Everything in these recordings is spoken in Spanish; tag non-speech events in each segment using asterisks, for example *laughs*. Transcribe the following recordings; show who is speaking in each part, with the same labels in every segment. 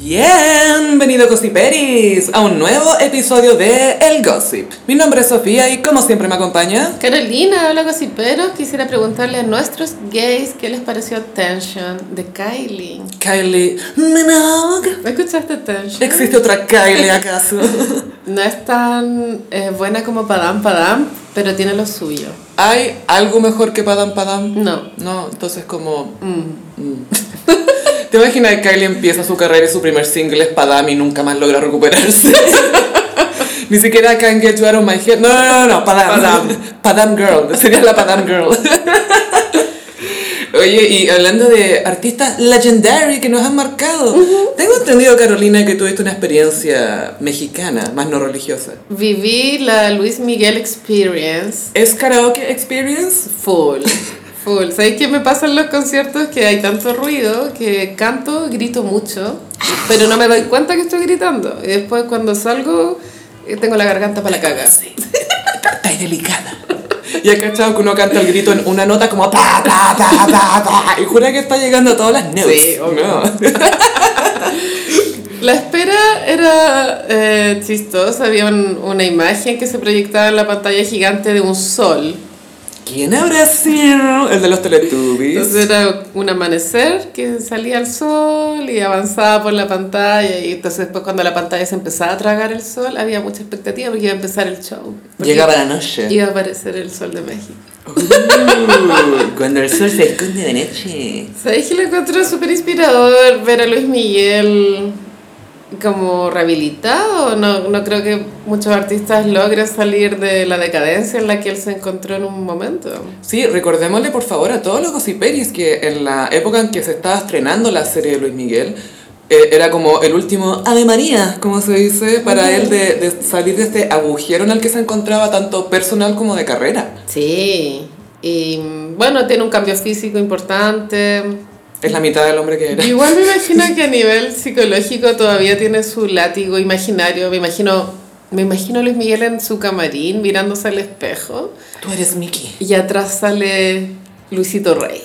Speaker 1: Bienvenido Gossiperis a un nuevo episodio de El Gossip. Mi nombre es Sofía y como siempre me acompaña.
Speaker 2: Carolina, hola gossiperos. Quisiera preguntarle a nuestros gays qué les pareció Tension de Kylie.
Speaker 1: Kylie Minogue.
Speaker 2: ¿Escuchaste Tension?
Speaker 1: ¿Existe otra Kylie acaso?
Speaker 2: No es tan eh, buena como Padam Padam, pero tiene lo suyo.
Speaker 1: ¿Hay algo mejor que Padam Padam?
Speaker 2: No.
Speaker 1: No, entonces como... Mm. *laughs* ¿Te imaginas que Kylie empieza su carrera y su primer single es Padam y nunca más logra recuperarse? *laughs* Ni siquiera Can Get You Out of My Head. No, no, no, no, Padam. Padam. Girl. Sería la Padam Girl. *laughs* Oye, y hablando de artistas legendary que nos han marcado, tengo entendido, Carolina, que tuviste una experiencia mexicana, más no religiosa.
Speaker 2: Viví la Luis Miguel Experience
Speaker 1: ¿Es karaoke experience?
Speaker 2: full. Full. ¿Sabéis qué me pasa en los conciertos? Que hay tanto ruido que canto, grito mucho, pero no me doy cuenta que estoy gritando. Y después cuando salgo, eh, tengo la garganta para la caga.
Speaker 1: Está delicada. Y has cachado que uno canta el grito en una nota como pa, pa, pa, pa, pa, y jura que está llegando a todas las news.
Speaker 2: Sí, obvio. La espera era eh, chistosa, había un- una imagen que se proyectaba en la pantalla gigante de un sol.
Speaker 1: ¿Quién habrá sido? El de los Teletubbies.
Speaker 2: Entonces era un amanecer que salía el sol y avanzaba por la pantalla y entonces después cuando la pantalla se empezaba a tragar el sol había mucha expectativa porque iba a empezar el show. Porque
Speaker 1: Llegaba la noche.
Speaker 2: Iba a aparecer el sol de México.
Speaker 1: Uh, cuando el sol se esconde de noche.
Speaker 2: ¿Sabes que lo encuentro súper inspirador ver a Luis Miguel como rehabilitado? No, no creo que muchos artistas logren salir de la decadencia en la que él se encontró en un momento.
Speaker 1: Sí, recordémosle por favor a todos los gossiperis que en la época en que se estaba estrenando la serie de Luis Miguel, eh, era como el último Ave María, como se dice, para él de, de salir de este agujero en el que se encontraba tanto personal como de carrera.
Speaker 2: Sí. Y bueno, tiene un cambio físico importante.
Speaker 1: Es la mitad del hombre que era.
Speaker 2: Igual me imagino que a nivel psicológico todavía tiene su látigo imaginario. Me imagino, me imagino a Luis Miguel en su camarín mirándose al espejo
Speaker 1: Tú eres Mickey.
Speaker 2: y atrás sale Luisito Rey.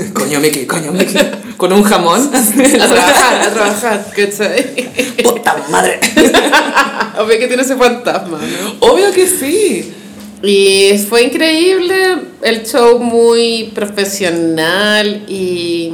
Speaker 1: *laughs* Coño Mickey, coño Mickey. Con un
Speaker 2: *laughs*
Speaker 1: jamón.
Speaker 2: A trabajar, *laughs* a trabajar, ¿cachai? *laughs*
Speaker 1: ¡Puta madre!
Speaker 2: Obvio que tiene ese fantasma, ¿no?
Speaker 1: Obvio que sí.
Speaker 2: Y fue increíble, el show muy profesional y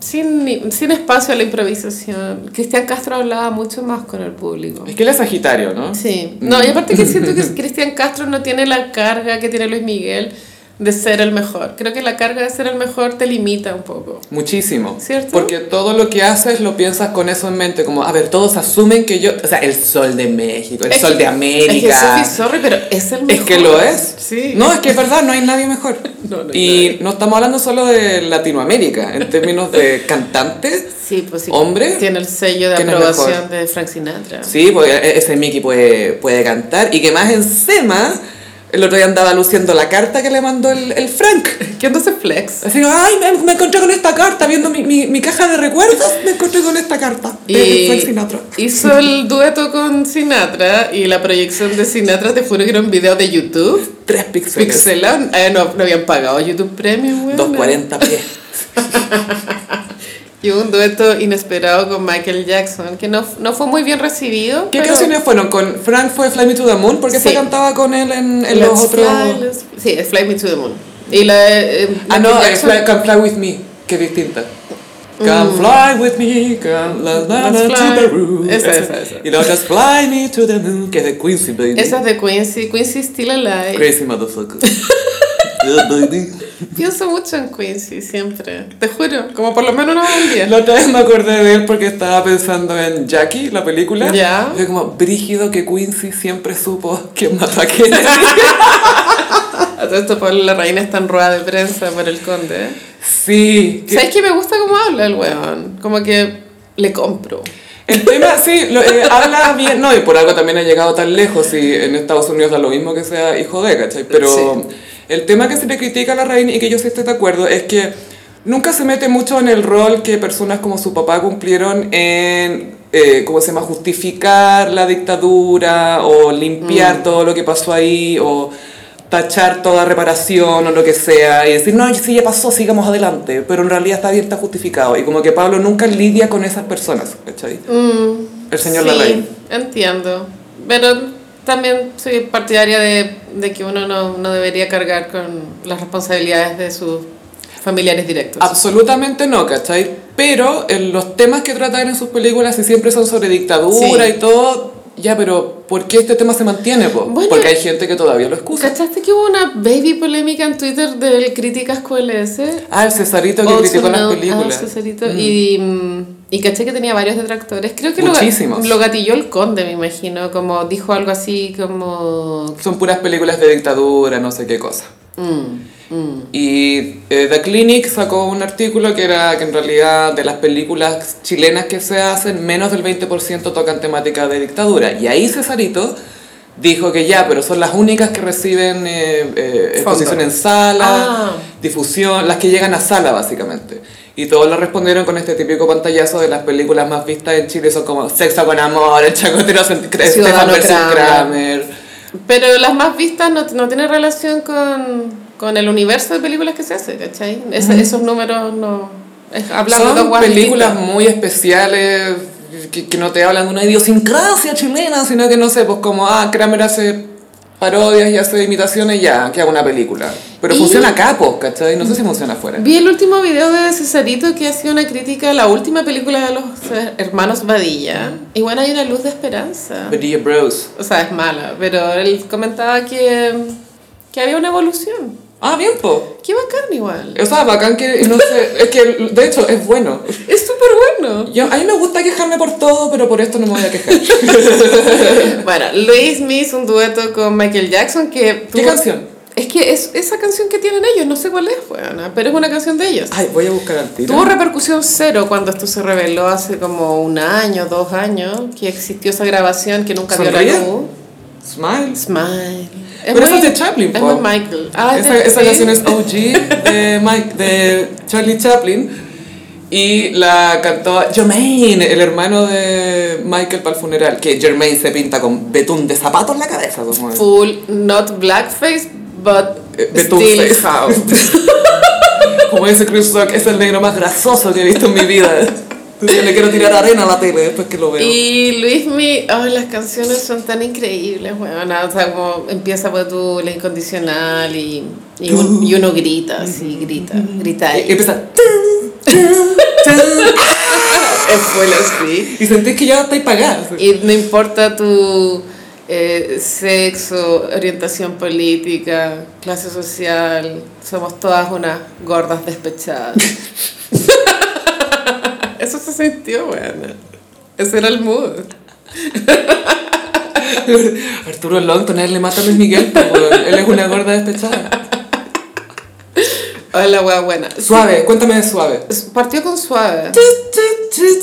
Speaker 2: sin, sin espacio a la improvisación. Cristian Castro hablaba mucho más con el público.
Speaker 1: Es que él es Sagitario, ¿no?
Speaker 2: Sí. No, y aparte que siento que Cristian Castro no tiene la carga que tiene Luis Miguel de ser el mejor. Creo que la carga de ser el mejor te limita un poco.
Speaker 1: Muchísimo.
Speaker 2: ¿Cierto?
Speaker 1: Porque todo lo que haces lo piensas con eso en mente. Como, a ver, todos asumen que yo. O sea, el sol de México, el
Speaker 2: Es
Speaker 1: sol
Speaker 2: que-
Speaker 1: de
Speaker 2: Es que
Speaker 1: América.
Speaker 2: Sophie, sorry, pero es el
Speaker 1: Es
Speaker 2: mejor.
Speaker 1: que lo es.
Speaker 2: Sí.
Speaker 1: No, es que es verdad, no hay nadie mejor.
Speaker 2: *laughs* No, no hay
Speaker 1: y no estamos hablando solo de Latinoamérica, en términos de cantantes.
Speaker 2: Sí, pues sí.
Speaker 1: Hombre,
Speaker 2: Tiene el sello de
Speaker 1: ¿quién es
Speaker 2: aprobación de Frank Sinatra.
Speaker 1: Sí, porque e- ese Mickey puede, puede cantar. Y que más encima, el otro día andaba luciendo la carta que le mandó el, el Frank.
Speaker 2: ¿Qué onda ese flex?
Speaker 1: Así que, ay, me, me encontré con esta carta, viendo mi, mi- mi caja de recuerdos, me encontré con esta carta. de Frank Sinatra.
Speaker 2: hizo el dueto con Sinatra y la proyección de Sinatra te juro que era un video de YouTube.
Speaker 1: Tres píxeles.
Speaker 2: Pixelado, eh, no, no habían pagado YouTube Premium, weón.
Speaker 1: 240 pies.
Speaker 2: Y hubo un dueto inesperado con Michael Jackson, que no, no fue muy bien recibido.
Speaker 1: ¿Qué
Speaker 2: pero-
Speaker 1: canciones fueron? Con Frank fue Fly Me to the Moon, porque se
Speaker 2: Sí.
Speaker 1: cantaba con él en, en
Speaker 2: Let's
Speaker 1: los otros.
Speaker 2: Fly, let's- Sí, es Fly Me to the Moon. Y la de, eh,
Speaker 1: Ah, no,
Speaker 2: Michael
Speaker 1: eh,
Speaker 2: Jackson-
Speaker 1: fly, Come Fly With Me, que es distinta. Come fly with me, come la la la to
Speaker 2: Let's Mm. fly.
Speaker 1: the roof.
Speaker 2: Esa, esa, esa.
Speaker 1: Y la otra es Fly Me to the Moon, que es de Quincy, baby.
Speaker 2: Esa eh. es de Quincy, Quincy Still Alive.
Speaker 1: Crazy
Speaker 2: *laughs*
Speaker 1: motherfucker. Yeah, baby.
Speaker 2: Pienso mucho en Quincy, siempre. Te juro, como por lo menos una vez al día.
Speaker 1: *laughs* La otra vez me acordé de él porque estaba pensando en Jackie, la película.
Speaker 2: Ya.
Speaker 1: Fue como brígido que Quincy siempre supo quién mató a quién.
Speaker 2: *laughs* A todo esto, Pablo Larraín está en rueda de prensa por el conde. ¿eh?
Speaker 1: Sí. que-
Speaker 2: ¿Sabes que me gusta cómo habla el weón? Como que le compro.
Speaker 1: El tema, sí, lo, eh, habla bien, no, y por algo también ha llegado tan lejos, y en Estados Unidos da lo mismo que sea hijo de, ¿cachai? Pero el tema que se le critica a la reina y que yo sí estoy de acuerdo es que nunca se mete mucho en el rol que personas como su papá cumplieron en, eh, ¿cómo se llama?, justificar la dictadura o limpiar todo lo que pasó ahí o... tachar toda reparación o lo que sea y decir, no, si ya pasó, sigamos adelante, pero en realidad está bien, está justificado. Y como que Pablo nunca lidia con esas personas, ¿cachai?
Speaker 2: Mm,
Speaker 1: El señor
Speaker 2: sí,
Speaker 1: Larraín.
Speaker 2: entiendo. Pero también soy partidaria de, de que uno no, no debería cargar con las responsabilidades de sus familiares directos.
Speaker 1: Ah, Absolutamente no, ¿cachai? Pero en los temas que tratan en sus películas, si siempre son sobre dictadura
Speaker 2: Sí.
Speaker 1: y todo, ya, pero ¿por qué este tema se mantiene? po?
Speaker 2: Bueno,
Speaker 1: Porque hay gente que todavía lo excusa.
Speaker 2: ¿Cachaste que hubo una baby polémica en Twitter del críticas QLS?
Speaker 1: Ah, el Cesarito que
Speaker 2: Also
Speaker 1: criticó las
Speaker 2: known
Speaker 1: películas.
Speaker 2: as ah, Cesarito. Y, mm, y caché que tenía varios detractores. Creo que lo,
Speaker 1: Muchísimos.
Speaker 2: lo gatilló el conde, me imagino. Como dijo algo así como...
Speaker 1: Mm. Son puras películas de dictadura, no sé qué cosa.
Speaker 2: mm, mm.
Speaker 1: Y eh, The Clinic sacó un artículo que era que en realidad de las películas chilenas que se hacen, menos del 20% tocan temática de dictadura. Y ahí Cesarito dijo que ya, pero son las únicas que reciben eh, eh, exposición en sala,
Speaker 2: Ah.
Speaker 1: difusión, las que llegan a sala básicamente. Y todos lo respondieron con este típico pantallazo de las películas más vistas en Chile, son como Sexo con Amor, El Chacotero, Stefan
Speaker 2: Ciudadano
Speaker 1: versus
Speaker 2: Kramer.
Speaker 1: Kramer.
Speaker 2: Pero las más vistas no, no tienen relación con, con el universo de películas que se hace, ¿cachai? Es- Esos números no... es- hablando de
Speaker 1: Mm. Son
Speaker 2: aguas
Speaker 1: películas
Speaker 2: distintas.
Speaker 1: muy especiales que, que no te hablan de una idiosincrasia chilena, sino que no sé, pues como, ah, Kramer hace parodias y hace imitaciones, ya, que haga una película. Pero
Speaker 2: Y-
Speaker 1: funciona acá, pues, ¿cachai? No sé si funciona afuera.
Speaker 2: Vi el último video de Cesarito que hacía una crítica a la última película de los eh, hermanos Badilla.
Speaker 1: Mm.
Speaker 2: Y bueno, hay una luz de esperanza.
Speaker 1: Video Bros.
Speaker 2: O sea, es mala, pero él comentaba que, que había una evolución.
Speaker 1: Ah, bien, po.
Speaker 2: Qué bacán igual.
Speaker 1: O sea, bacán que, no sé, es que, de hecho, es bueno.
Speaker 2: Es súper bueno. *laughs*
Speaker 1: Yo, a mí me gusta quejarme por todo, pero por esto no me voy a *laughs* quejar.
Speaker 2: Bueno, Luis me hizo un dueto con Michael Jackson que...
Speaker 1: ¿Qué
Speaker 2: tuvo-
Speaker 1: canción?
Speaker 2: Es que es esa canción que tienen ellos, no sé cuál es, weona, pero es una canción de ellos.
Speaker 1: Ay, voy a buscar al tiro.
Speaker 2: Tuvo repercusión cero cuando esto se reveló hace como un año, dos años, que existió esa grabación que nunca dio la
Speaker 1: ¿Sonríe?
Speaker 2: luz.
Speaker 1: Smiles.
Speaker 2: Smile.
Speaker 1: Pero esa es de Chaplin,
Speaker 2: Es
Speaker 1: po.
Speaker 2: muy Michael. Ah, es
Speaker 1: esa,
Speaker 2: de-
Speaker 1: esa
Speaker 2: sí.
Speaker 1: canción es OG de, Mike, de Charlie Chaplin y la cantó Jermaine, el hermano de Michael para el funeral, que Jermaine se pinta con betún de zapato en la cabeza. Como es.
Speaker 2: Full, not blackface, but
Speaker 1: Eh, betún
Speaker 2: still
Speaker 1: face.
Speaker 2: *laughs* found.
Speaker 1: Como dice Chris Rock, es el negro más grasoso que he visto en mi vida. Yo le quiero tirar arena a la tele después que lo veo.
Speaker 2: Y Luismi, oh, las canciones son tan increíbles, weón. Ah, O sea, como empieza por tu La Incondicional y, y, un- y uno grita, así, grita, grita.
Speaker 1: Y
Speaker 2: Y,
Speaker 1: empieza,
Speaker 2: es full así.
Speaker 1: y sentís que ya estáis pagada.
Speaker 2: Y no importa tu eh, sexo, orientación política, clase social, somos todas unas gordas despechadas. *laughs* Eso se sintió, weón. Ese era el mood.
Speaker 1: Arturo Longton, a él le mata a Luis Miguel, pues, weón. él es una gorda despechada.
Speaker 2: Hola, weón, buena.
Speaker 1: Suave, cuéntame de suave.
Speaker 2: Partió con suave.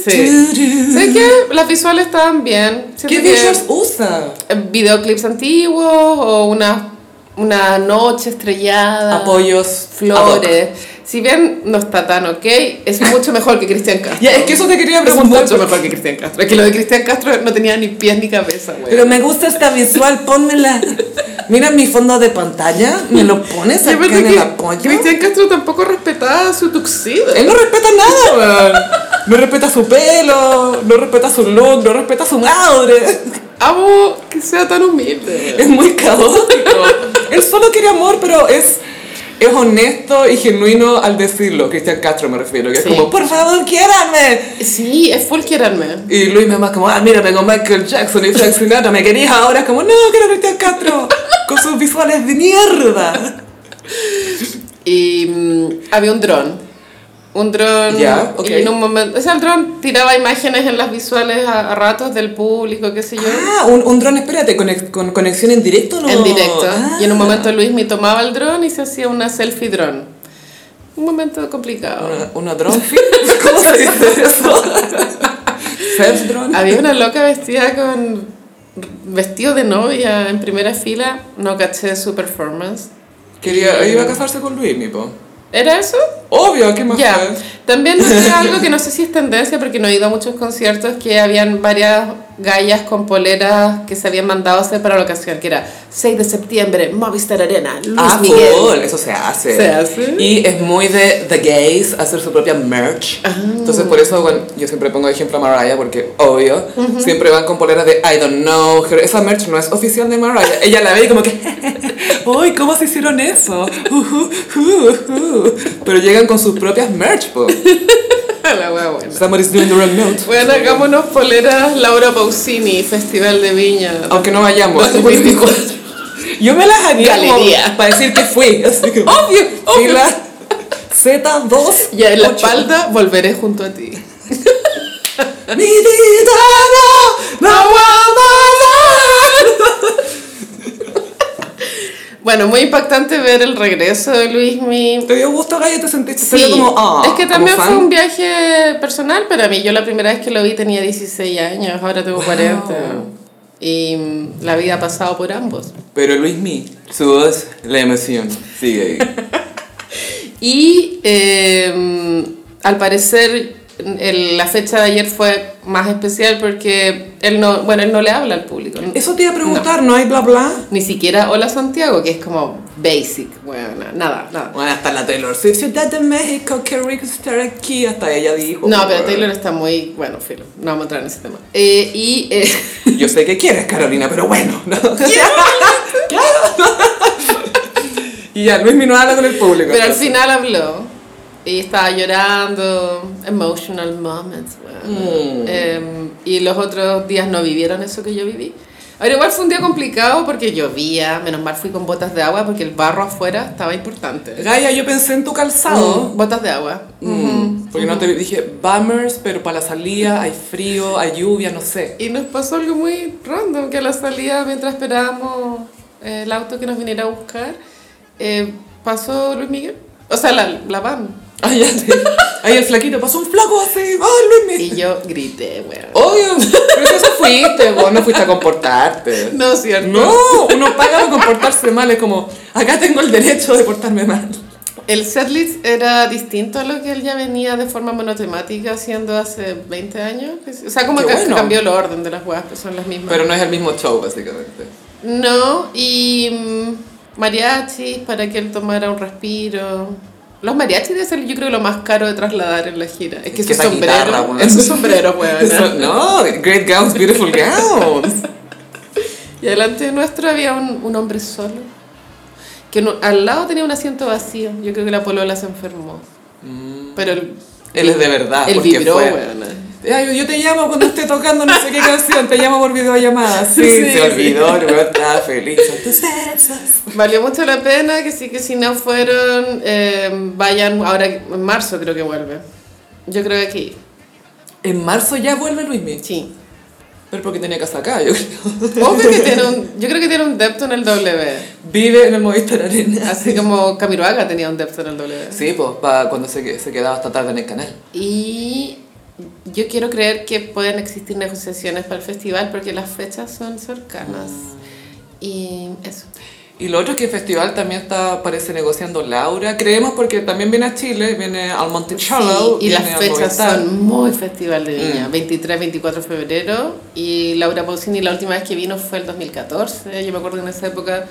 Speaker 2: Sé que las visuales estaban bien. Siento
Speaker 1: ¿Qué
Speaker 2: que,
Speaker 1: visuals usa?
Speaker 2: eh, Videoclips antiguos o una, una noche
Speaker 1: Ah,
Speaker 2: estrellada.
Speaker 1: Apoyos,
Speaker 2: Flores. Si bien no está tan ok, es mucho mejor que Cristian Castro.
Speaker 1: *laughs* Ya, es que eso te quería
Speaker 2: es
Speaker 1: preguntar.
Speaker 2: mucho mejor que Cristian Castro. Es que lo de Cristian Castro no tenía ni pies ni cabeza, güey.
Speaker 1: Pero me gusta esta visual, pónmela. Mira mi fondo de pantalla, me lo pones
Speaker 2: Yo
Speaker 1: acá
Speaker 2: pensé
Speaker 1: en
Speaker 2: que
Speaker 1: el apoyo.
Speaker 2: Cristian Castro tampoco respetaba su tuxedo.
Speaker 1: Él no respeta nada, weón. No respeta su pelo, no respeta su look, no respeta su madre.
Speaker 2: Amo que sea tan humilde.
Speaker 1: Es muy caótico. Él solo quiere amor, pero es, es honesto y genuino al decirlo. Cristian Castro me refiero, que
Speaker 2: Sí.
Speaker 1: es como, por favor, quiérame.
Speaker 2: Sí, es full quererme.
Speaker 1: Y Luis me más como, ah, mírame con Michael Jackson y Frank Sinatra, ¿me querías ahora? Es como, no, quiero a Cristian Castro, con sus visuales de mierda.
Speaker 2: Y mm, había un dron. Un dron.
Speaker 1: Ya, ok.
Speaker 2: Y en un momento. O sea, el dron tiraba imágenes en las visuales a, a ratos del público, qué sé yo.
Speaker 1: Ah, un, un dron, espérate, conex- con conexión en directo, ¿no?
Speaker 2: En directo.
Speaker 1: Ah.
Speaker 2: Y en un momento Luis me tomaba el dron y se hacía una selfie dron. Un momento complicado.
Speaker 1: Una, una drone fit? *laughs* ¿Cómo se dice eso? *laughs* Self drone.
Speaker 2: Había una loca vestida con vestido de novia en primera fila. No caché su performance.
Speaker 1: Quería, iba a casarse con Luis, mi po.
Speaker 2: ¿Era eso?
Speaker 1: Obvio, ¿qué más
Speaker 2: Ya,
Speaker 1: fue?
Speaker 2: También noté algo
Speaker 1: *laughs*
Speaker 2: que no sé si es tendencia, porque no he ido a muchos conciertos, que habían varias gallas con poleras que se habían mandado a hacer para la ocasión, que era 6 de septiembre, Movistar Arena, Luis
Speaker 3: Ah,
Speaker 2: Miguel.
Speaker 3: cool, eso se hace.
Speaker 2: Se hace.
Speaker 3: Y es muy de The Gays hacer su propia merch.
Speaker 2: Ah.
Speaker 1: Entonces por eso, bueno, yo siempre pongo de ejemplo a Mariah porque, obvio, siempre van con poleras de I don't know. her". Esa merch no es oficial de Mariah. Ella la ve y como que, *laughs* uy, ¿cómo se hicieron eso? Ujú, ujú, ujú". Pero llegan con sus propias merch, po.
Speaker 2: *laughs* la wea buena.
Speaker 1: Somebody's doing the wrong note.
Speaker 2: Bueno, hagámonos poleras Laura Pausini, Festival de Viña.
Speaker 1: Aunque no vayamos. Yo me las haría como
Speaker 2: Galería.
Speaker 1: para decir que
Speaker 2: *laughs*
Speaker 1: fui. Así que,
Speaker 2: Obvio, obvio.
Speaker 1: fila *laughs* Z2.
Speaker 2: Ya en la
Speaker 1: ocho.
Speaker 2: espalda volveré junto a
Speaker 1: Mi
Speaker 2: ti.
Speaker 1: vida no, no aguanta más.
Speaker 2: Bueno, muy impactante ver el regreso de Luismi.
Speaker 1: ¿Te dio gusto, Gaya? ¿Te sentiste te
Speaker 2: Sí,
Speaker 1: dio como, ah,
Speaker 2: es que
Speaker 1: como
Speaker 2: también fue
Speaker 1: fan?
Speaker 2: un viaje personal para mí. Yo la primera vez que lo vi tenía 16 años, ahora tengo 40. Y mm, la vida ha pasado por ambos.
Speaker 1: Pero Luis Mi, su voz, la emoción. Sigue ahí.
Speaker 2: Y eh, al parecer el- la fecha de ayer fue más especial porque él no, bueno, él no le habla al público.
Speaker 1: *laughs* Eso te iba a preguntar, ¿no, hay bla bla?
Speaker 2: Ni siquiera hola Santiago, que es como basic, bueno, nada, nada.
Speaker 1: Bueno, hasta la Taylor Swift, Ciudad de México, qué rico estar aquí. Hasta ella dijo.
Speaker 2: No, pero Taylor está muy, bueno, filo, no vamos a entrar en ese tema. Eh, y
Speaker 1: *laughs*
Speaker 2: eh, *laughs*
Speaker 1: Yo sé que quieres, Carolina, pero bueno. ¿no? *laughs* y ya, Luis Mi no habla con el público.
Speaker 2: Pero al
Speaker 1: entonces.
Speaker 2: final habló y estaba llorando, emotional moments. weón.
Speaker 1: Mm.
Speaker 2: Em, y los otros días no vivieron eso que yo viví. Ahora igual fue un día complicado porque llovía, menos mal fui con botas de agua porque el barro afuera estaba importante.
Speaker 1: Gaya, yo pensé en tu calzado.
Speaker 2: Mm, botas de agua.
Speaker 1: Mm, Porque no te vi- dije bummers, pero para la salida hay frío, hay lluvia, no sé.
Speaker 2: Y nos pasó algo muy random, que a la salida, mientras esperábamos eh, el auto que nos viniera a buscar, eh, pasó Luis Miguel. O sea, la, la van.
Speaker 1: *laughs* Ay, Ah, ya te- Ay, el flaquito, pasó un flaco así. Ay, Luis Mi.
Speaker 2: Y yo grité, weón.
Speaker 1: Obvio, *laughs* pero si eso fuiste, vos no fuiste a comportarte.
Speaker 2: No, ¿cierto?
Speaker 1: No, uno paga por comportarse mal, es como, acá tengo el derecho de portarme mal.
Speaker 2: El setlist era distinto a lo que él ya venía de forma monotemática haciendo hace 20 años. O sea, como
Speaker 1: Qué
Speaker 2: que
Speaker 1: bueno.
Speaker 2: cambió el orden de las huevas, pero son las mismas.
Speaker 1: Pero no es el mismo show, básicamente.
Speaker 2: No, y mm, mariachis para que él tomara un respiro. Los mariachis debe ser, yo creo, lo más caro de trasladar en la gira. Es que,
Speaker 1: Es que
Speaker 2: su
Speaker 1: esa guitarra,
Speaker 2: sombrero.
Speaker 1: weón.
Speaker 2: Es su sombrero,
Speaker 1: Eso-
Speaker 2: weón.
Speaker 1: no, great gowns, beautiful *laughs* gowns.
Speaker 2: Y delante nuestro había un, un hombre solo. Que no- al lado tenía un asiento vacío. Yo creo que la polola se enfermó. Pero el,
Speaker 1: Mm. Él es de verdad,
Speaker 2: él
Speaker 1: porque
Speaker 2: vibró,
Speaker 1: fue-
Speaker 2: weón.
Speaker 1: Ay, yo te llamo cuando esté tocando no sé qué canción, te llamo por videollamada. *laughs* Sí,
Speaker 2: Sí,
Speaker 1: se olvidó,
Speaker 2: sí.
Speaker 1: el weón estaba feliz. Son tus besos.
Speaker 2: Valió mucho la pena, que sí que si no fueron, eh, vayan ahora en marzo creo que vuelve. Yo creo que aquí,
Speaker 1: En marzo ya vuelve Luis Miguel.
Speaker 2: sí.
Speaker 1: Pero porque tenía casa acá, yo creo. *laughs*
Speaker 2: Obvio que tiene un, yo creo que tiene un depto en el W.
Speaker 1: Vive en el Movistar Arena.
Speaker 2: Así como Camiroaga tenía un depto en el W.
Speaker 1: Sí, pues, pa- cuando se, que- se quedaba hasta tarde en el canal.
Speaker 2: Y yo quiero creer que pueden existir negociaciones para el festival porque las fechas son cercanas. Y eso.
Speaker 1: Y lo otro es que el festival también está, parece, negociando Laura. Creemos porque también viene a Chile, viene al Monticello.
Speaker 2: Sí, y las
Speaker 1: viene al
Speaker 2: fechas
Speaker 1: Movistar. Mm.
Speaker 2: son muy festival de viña, 23, 24 de febrero. Y Laura Pausini la última vez que vino fue el 2014. Yo me acuerdo que en esa época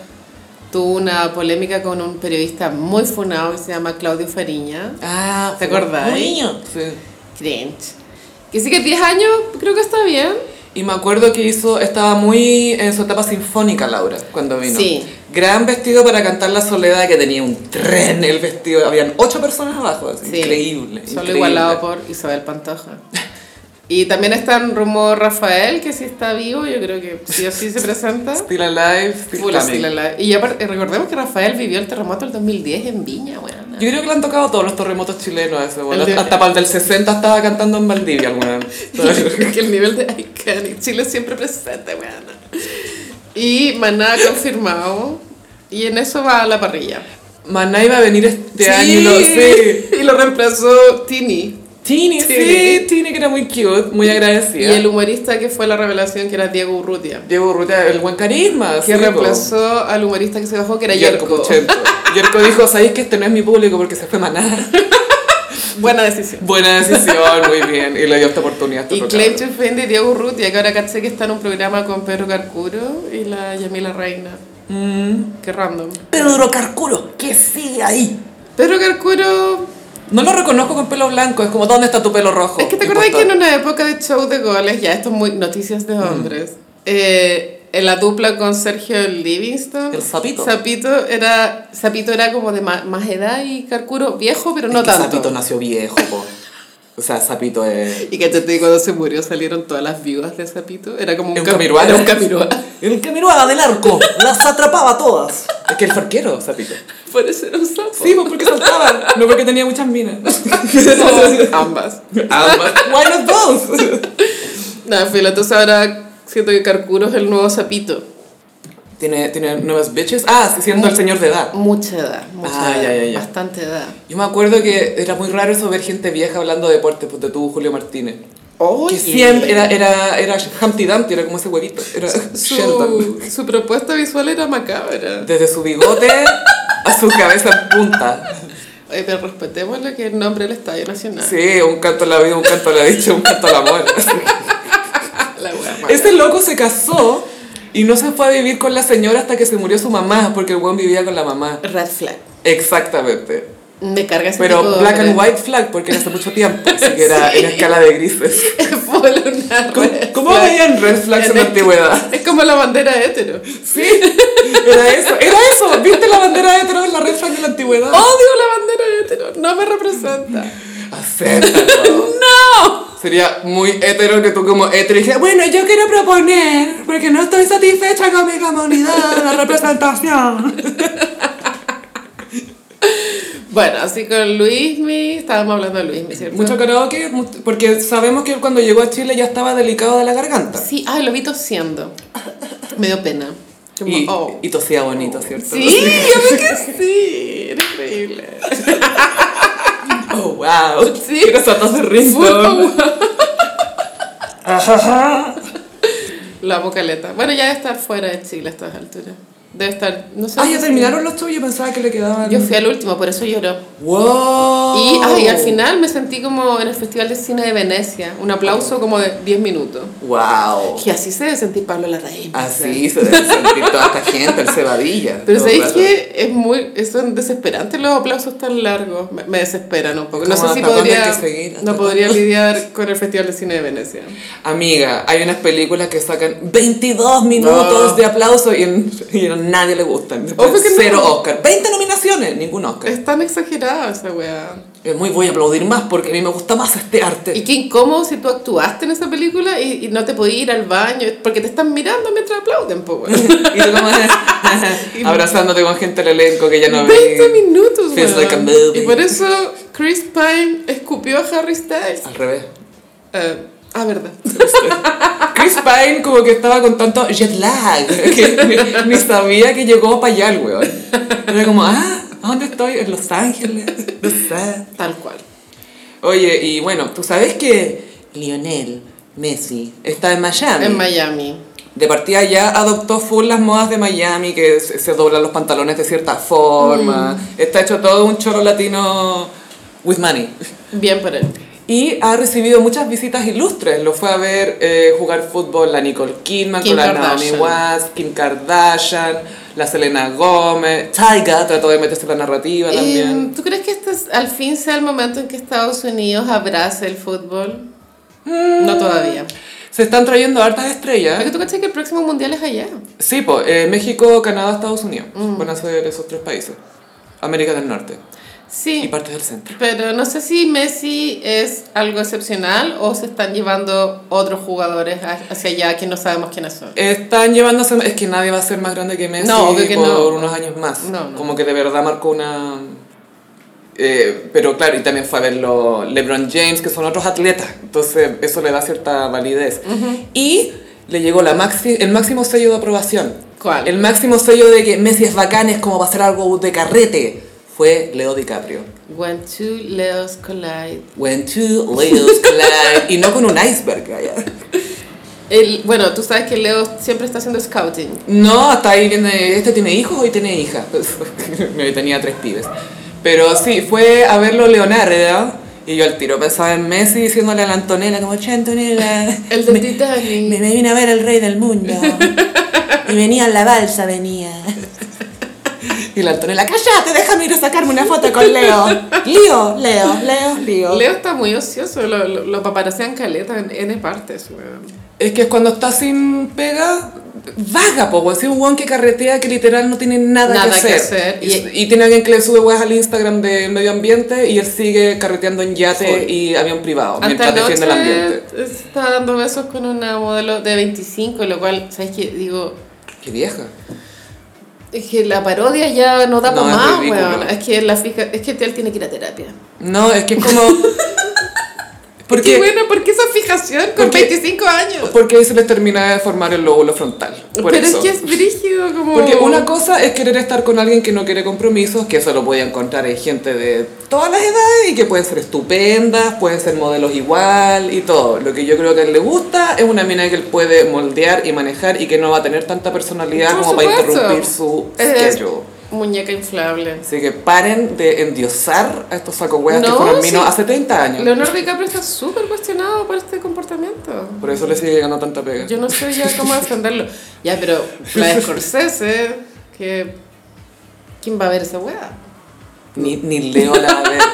Speaker 2: tuvo una polémica con un periodista muy funado que se llama Claudio Fariña.
Speaker 1: Ah,
Speaker 2: ¿Te acordás?
Speaker 1: niño. Sí.
Speaker 2: Cringe. Que sí que 10 años creo que está bien.
Speaker 1: Y me acuerdo que hizo, estaba muy en su etapa sinfónica Laura cuando vino.
Speaker 2: Sí.
Speaker 1: Gran vestido para cantar La Soledad que tenía un tren el vestido. Habían ocho personas abajo, así,
Speaker 2: Sí.
Speaker 1: increíble.
Speaker 2: Solo
Speaker 1: increíble.
Speaker 2: igualado por Isabel Pantoja. Y también está en rumor Rafael, que si está vivo, yo creo que sí o sí
Speaker 1: *laughs*
Speaker 2: se presenta.
Speaker 1: Still Alive, Still
Speaker 2: Full
Speaker 1: Coming.
Speaker 2: así la la- Y aparte, recordemos que Rafael vivió el terremoto del 2010 en Viña, weón. *laughs*
Speaker 1: Yo creo que le han tocado todos los terremotos chilenos a ese, bueno.
Speaker 2: El de-
Speaker 1: Hasta para el del 60 estaba cantando en Valdivia, alguna
Speaker 2: *laughs* que el nivel de Iconic Chile siempre presente, weón. Y Maná confirmado. Y en eso va a la parrilla.
Speaker 1: Maná iba a venir este
Speaker 2: Sí.
Speaker 1: año. y Lo, sí.
Speaker 2: Y lo reemplazó Tini.
Speaker 1: Tini,
Speaker 2: Sí.
Speaker 1: sí, Tini que era muy cute, muy agradecida.
Speaker 2: Y
Speaker 4: ¿eh?
Speaker 2: el humorista que fue la revelación, que era Diego Urrutia.
Speaker 1: Diego Urrutia, el buen carisma.
Speaker 4: Ah,
Speaker 1: sí,
Speaker 2: Que
Speaker 1: po.
Speaker 2: reemplazó al humorista que se bajó, que era
Speaker 1: Yerko
Speaker 2: Yerko.
Speaker 1: Puchento. Yerko dijo, ¿sabéis que este no es mi público porque se fue maná?
Speaker 2: *laughs* Buena decisión.
Speaker 1: *laughs* Buena decisión, muy bien. Y le dio esta oportunidad. a este
Speaker 2: Y
Speaker 1: otro
Speaker 2: Claim to
Speaker 1: cabro.
Speaker 2: Fame de Diego Urrutia, que ahora caché que está en un programa con Pedro Carcuro y la Yamila Reina.
Speaker 4: Mm.
Speaker 2: Qué random.
Speaker 4: Pedro Carcuro, ¿qué sigue ahí?
Speaker 2: Pedro Carcuro...
Speaker 4: No lo reconozco con pelo blanco, es como, ¿dónde está tu pelo rojo?
Speaker 2: Es que te acordás que en una época de show de goles, ya esto es muy noticias
Speaker 4: Mm.
Speaker 2: de hombres, eh, en la dupla con Sergio Livingston.
Speaker 4: El sapito.
Speaker 2: Sapito era, sapito era como de ma- más, edad y Carcuro viejo, pero no
Speaker 4: Es que
Speaker 2: tanto.
Speaker 4: Zapito nació viejo, po. O sea, Zapito es...
Speaker 2: Y que te cuando se murió salieron todas las viudas de Sapito. Era como un,
Speaker 1: Un
Speaker 2: cam-
Speaker 1: camiruano.
Speaker 2: Era un camiruano.
Speaker 4: El caminuada del arco, las atrapaba todas. Es que el farquero, Zapito.
Speaker 2: *laughs* Por eso era un sapo.
Speaker 1: Sí, pues
Speaker 2: *laughs*
Speaker 1: porque saltaban. No porque tenía muchas minas.
Speaker 2: No,
Speaker 1: Ambas.
Speaker 2: ambas.
Speaker 4: *laughs* Why
Speaker 1: *laughs*
Speaker 4: not both?
Speaker 2: Nada, filo, entonces ahora siento que Carcuro es el nuevo Sapito.
Speaker 1: ¿Tiene, tiene nuevas bitches. Ah, sí, siendo el señor de edad.
Speaker 2: Mucha edad, mucha
Speaker 1: Ah,
Speaker 2: edad,
Speaker 1: ya, ya, ya.
Speaker 2: bastante edad.
Speaker 1: Yo me acuerdo que era muy raro eso ver gente vieja hablando de deportes, pues de tu Julio Martínez. Que
Speaker 2: Oye.
Speaker 1: siempre era, era, era Humpty Dumpty, era como ese huevito. Era Sheldon.
Speaker 2: Su, su propuesta visual era macabra.
Speaker 1: Desde su bigote a su cabeza en punta.
Speaker 2: Oye, pero respetemos lo que es el nombre del Estadio Nacional.
Speaker 1: Sí, un canto a la vida, un canto a la dicha, un canto al amor.
Speaker 2: *laughs* La wea mala.
Speaker 1: Ese loco se casó y no se fue a vivir con la señora hasta que se murió su mamá, porque el weón vivía con la mamá.
Speaker 2: Red flag.
Speaker 1: Exactamente.
Speaker 2: Me carga ese tipo
Speaker 1: Pero
Speaker 2: de
Speaker 1: black and
Speaker 2: hombre.
Speaker 1: white flag, porque era hace mucho tiempo, así que era
Speaker 2: *laughs* Sí.
Speaker 1: en escala de grises.
Speaker 2: *laughs* Full una
Speaker 1: ¿Cómo,
Speaker 2: red
Speaker 1: cómo
Speaker 2: flag.
Speaker 1: veían red flags en la antigüedad?
Speaker 2: Es como la bandera hetero.
Speaker 1: Sí, era eso, era eso. ¿Viste la bandera hetero en la red flag de la antigüedad?
Speaker 2: Odio la bandera hetero. No me representa.
Speaker 1: Acéptalo.
Speaker 2: ¡No!
Speaker 1: Sería muy hetero que tú como hetero dijeras, bueno, yo quiero proponer, porque no estoy satisfecha con mi comunidad, la representación.
Speaker 2: Bueno, así con Luismi, estábamos hablando de Luismi, ¿cierto?
Speaker 1: Mucho karaoke, mu- porque sabemos que él cuando llegó a Chile ya estaba delicado de la garganta.
Speaker 2: Sí, ah, lo vi tosiendo. Me dio pena. Como,
Speaker 1: Y,
Speaker 2: oh.
Speaker 1: y tosía bonito, ¿cierto?
Speaker 2: Sí, yo vi que sí. Era increíble.
Speaker 1: *laughs* Oh, wow.
Speaker 2: Sí.
Speaker 1: Quiero esa tos de
Speaker 2: Full
Speaker 1: ringtone.
Speaker 2: La bocaleta. Bueno, ya debe estar fuera de Chile a estas alturas. Debe estar, no sé.
Speaker 1: Ah, ya terminaron los shows, yo pensaba que le quedaban...
Speaker 2: Yo fui al último, por eso lloró.
Speaker 1: Wow.
Speaker 2: Y ay, al final me sentí como en el Festival de Cine de Venecia. Un aplauso como de 10 minutos.
Speaker 4: Wow.
Speaker 2: Y así se debe sentir Pablo Larraín.
Speaker 4: Así se debe sentir toda esta gente, el cebadilla.
Speaker 2: Pero
Speaker 4: Todo
Speaker 2: sabéis
Speaker 4: rato.
Speaker 2: que es muy, son desesperantes los aplausos tan largos. Me, me desesperan un poco. No
Speaker 1: Como
Speaker 2: sé si
Speaker 1: hasta dónde hay
Speaker 2: podría,
Speaker 1: que seguir, hasta
Speaker 2: no podría lidiar con el Festival de Cine de Venecia.
Speaker 1: Amiga, hay unas películas que sacan 22 minutos
Speaker 2: No.
Speaker 1: de aplauso y, en- y a nadie le gustan. Después,
Speaker 2: Obvio que no.
Speaker 1: cero Oscar. 20 nominaciones, ningún Oscar.
Speaker 2: Es tan exagerada esa weá.
Speaker 1: Es muy voy a aplaudir más porque a mí me gusta más este
Speaker 2: Y
Speaker 1: arte.
Speaker 2: qué incómodo si tú actuaste en esa película y, y no te podías ir al baño porque te están mirando mientras aplauden, po,
Speaker 1: *laughs*
Speaker 2: weón.
Speaker 1: Y tú como
Speaker 2: *laughs*
Speaker 1: abrazándote con gente del elenco que ya *laughs* no
Speaker 2: 20
Speaker 1: ve.
Speaker 2: minutos,
Speaker 1: Feels
Speaker 2: weón.
Speaker 1: like a movie.
Speaker 2: Y por eso Chris Pine escupió a Harry Styles.
Speaker 1: Al revés.
Speaker 2: Eh, ah, verdad.
Speaker 1: Chris Pine como que estaba con tanto jet lag que ni, ni sabía que llegó para allá el weón. Era como, ah, ¿a dónde estoy? En Los Ángeles. No sé.
Speaker 2: Tal cual.
Speaker 1: Oye, y bueno, tú sabes que Lionel Messi está en Miami.
Speaker 2: En Miami.
Speaker 1: De partida ya adoptó full las modas de Miami, que se se doblan los pantalones de cierta forma. Está hecho todo un choro latino with money.
Speaker 2: Bien por él.
Speaker 1: Y ha recibido muchas visitas ilustres. Lo fue a ver eh, jugar fútbol la Nicole Kidman,
Speaker 2: Kim
Speaker 1: con la Naomi
Speaker 2: Kardashian.
Speaker 1: Watts, Kim Kardashian, la Selena Gomez, Tyga trató de meterse en la narrativa
Speaker 2: Eh,
Speaker 1: también.
Speaker 2: ¿Tú crees que este es- al fin sea el momento en que Estados Unidos abrace el fútbol? No todavía.
Speaker 1: Se están trayendo hartas estrellas.
Speaker 2: Porque tú cachas que el próximo mundial es allá.
Speaker 1: Sí, pues México, Canadá, Estados Unidos.
Speaker 2: Mm.
Speaker 1: Van a ser esos tres países. América del Norte
Speaker 2: Sí.
Speaker 1: y partes del centro.
Speaker 2: Pero no sé si Messi es algo excepcional o se están llevando otros jugadores a- hacia allá que no sabemos quiénes son.
Speaker 1: Están llevándose, es que nadie va a ser más grande que Messi
Speaker 2: No, obvio que
Speaker 1: por
Speaker 2: no.
Speaker 1: unos años más.
Speaker 2: No, no.
Speaker 1: Como que de verdad marcó una... eh, pero claro, y también fue a verlo LeBron James, que son otros atletas. Entonces eso le da cierta validez. Y le llegó la maxi, el máximo sello de aprobación.
Speaker 2: ¿Cuál?
Speaker 1: El máximo sello de que Messi es bacán, es como va a ser algo de carrete. Fue Leo DiCaprio.
Speaker 2: When two Leos collide.
Speaker 1: When two
Speaker 2: *laughs*
Speaker 1: Leos collide. y no con un iceberg, Gaya.
Speaker 2: El, bueno, tú sabes que Leo siempre está haciendo scouting.
Speaker 1: No, hasta ahí viene, este tiene hijos y tiene *laughs* hija. No, yo tenía tres pibes. Pero sí, fue a verlo Leonardo Y yo al tiro pensaba en Messi diciéndole a la Antonella, como, che, Antonella, *laughs*
Speaker 2: El de Titanic.
Speaker 5: Me, me vino a ver el rey del *laughs* mundo. Y venía en la balsa, venía.
Speaker 1: y la Antonella, "Cállate".
Speaker 5: Cállate, déjame ir a sacarme una foto con Leo. Leo, Leo, Leo, Leo.
Speaker 2: Leo está muy ocioso, lo, lo, lo paparacean caleta en N partes, weón.
Speaker 1: Es que cuando está sin pega, vaga, po, weón. Sí, un weón que carretea que literal no tiene nada,
Speaker 2: Nada
Speaker 1: que hacer.
Speaker 2: que hacer.
Speaker 1: Y, y tiene alguien que le sube weas al Instagram de medio ambiente y él sigue carreteando en yate y avión privado
Speaker 2: Hasta
Speaker 1: mientras defiende el
Speaker 2: anoche
Speaker 1: ambiente.
Speaker 2: está dando besos con una modelo de 25, lo cual, ¿sabes qué? Digo,
Speaker 1: Qué vieja.
Speaker 2: es que la parodia ya no da
Speaker 1: No,
Speaker 2: para
Speaker 1: es
Speaker 2: más,
Speaker 1: ridículo.
Speaker 2: weón. Es que, la fija, es que él tiene que ir a terapia.
Speaker 1: No, es que es
Speaker 2: *laughs*
Speaker 1: como. Porque,
Speaker 2: Porque, bueno, ¿por qué esa fijación con
Speaker 1: Porque-
Speaker 2: 25 años?
Speaker 1: porque ahí se les termina de formar el lóbulo frontal. Por
Speaker 2: Pero
Speaker 1: eso.
Speaker 2: es que es brígido, como...
Speaker 1: Porque una cosa es querer estar con alguien que no quiere compromisos, que eso lo voy a encontrar en gente de todas las edades y que pueden ser estupendas, pueden ser modelos igual y todo. Lo que yo creo que a él le gusta es una mina que él puede moldear y manejar y que no va a tener tanta personalidad
Speaker 2: Por
Speaker 1: como para
Speaker 2: supuesto.
Speaker 1: interrumpir su
Speaker 2: Es-
Speaker 1: schedule.
Speaker 2: Muñeca inflable.
Speaker 1: Así que paren de endiosar a estos saco hueas que
Speaker 2: No,
Speaker 1: fueron
Speaker 2: sí.
Speaker 1: minos hace 30 años.
Speaker 2: Leonardo DiCaprio está súper cuestionado por este comportamiento.
Speaker 1: Por eso le sigue llegando tanta pega.
Speaker 2: Yo no sé ya cómo defenderlo. Ya, pero la de Scorsese, que... ¿Quién va a ver esa weá?
Speaker 1: Ni, ni Leo la va a ver.
Speaker 2: *laughs*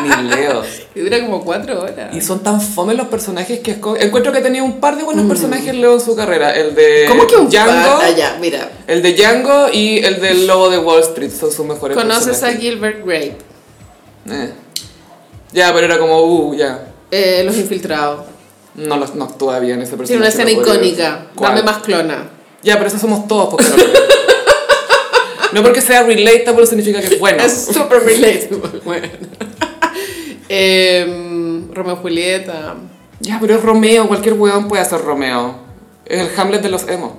Speaker 1: ni Leo.
Speaker 2: Y dura como cuatro horas.
Speaker 1: Y son tan fome los personajes que escoge. Encuentro que tenía un par de buenos personajes Leo en su carrera. El de
Speaker 2: Mm. ¿Cómo que un
Speaker 1: Eh, Django.
Speaker 2: par? Ah, ya, mira.
Speaker 1: El de Django y el del Lobo de Wall Street son sus mejores
Speaker 2: Conoces a
Speaker 1: personajes.
Speaker 2: Gilbert Grape,
Speaker 1: Eh. Ya, pero era como, uh, ya.
Speaker 2: eh, Los Infiltrados.
Speaker 1: No, los- no actúa bien ese personaje.
Speaker 2: Tiene una escena
Speaker 1: no podría-
Speaker 2: icónica.
Speaker 1: ¿Cuál?
Speaker 2: Dame más clona.
Speaker 1: Ya, pero esos somos todos. Porque no, lo
Speaker 2: *laughs*
Speaker 1: veo. no porque sea relatable significa que es bueno.
Speaker 2: Es
Speaker 1: *laughs*
Speaker 2: super relatable. Bueno. Em, Romeo y Julieta.
Speaker 1: Ya, pero es Romeo. Cualquier weón puede hacer Romeo. Es el Hamlet de los emos.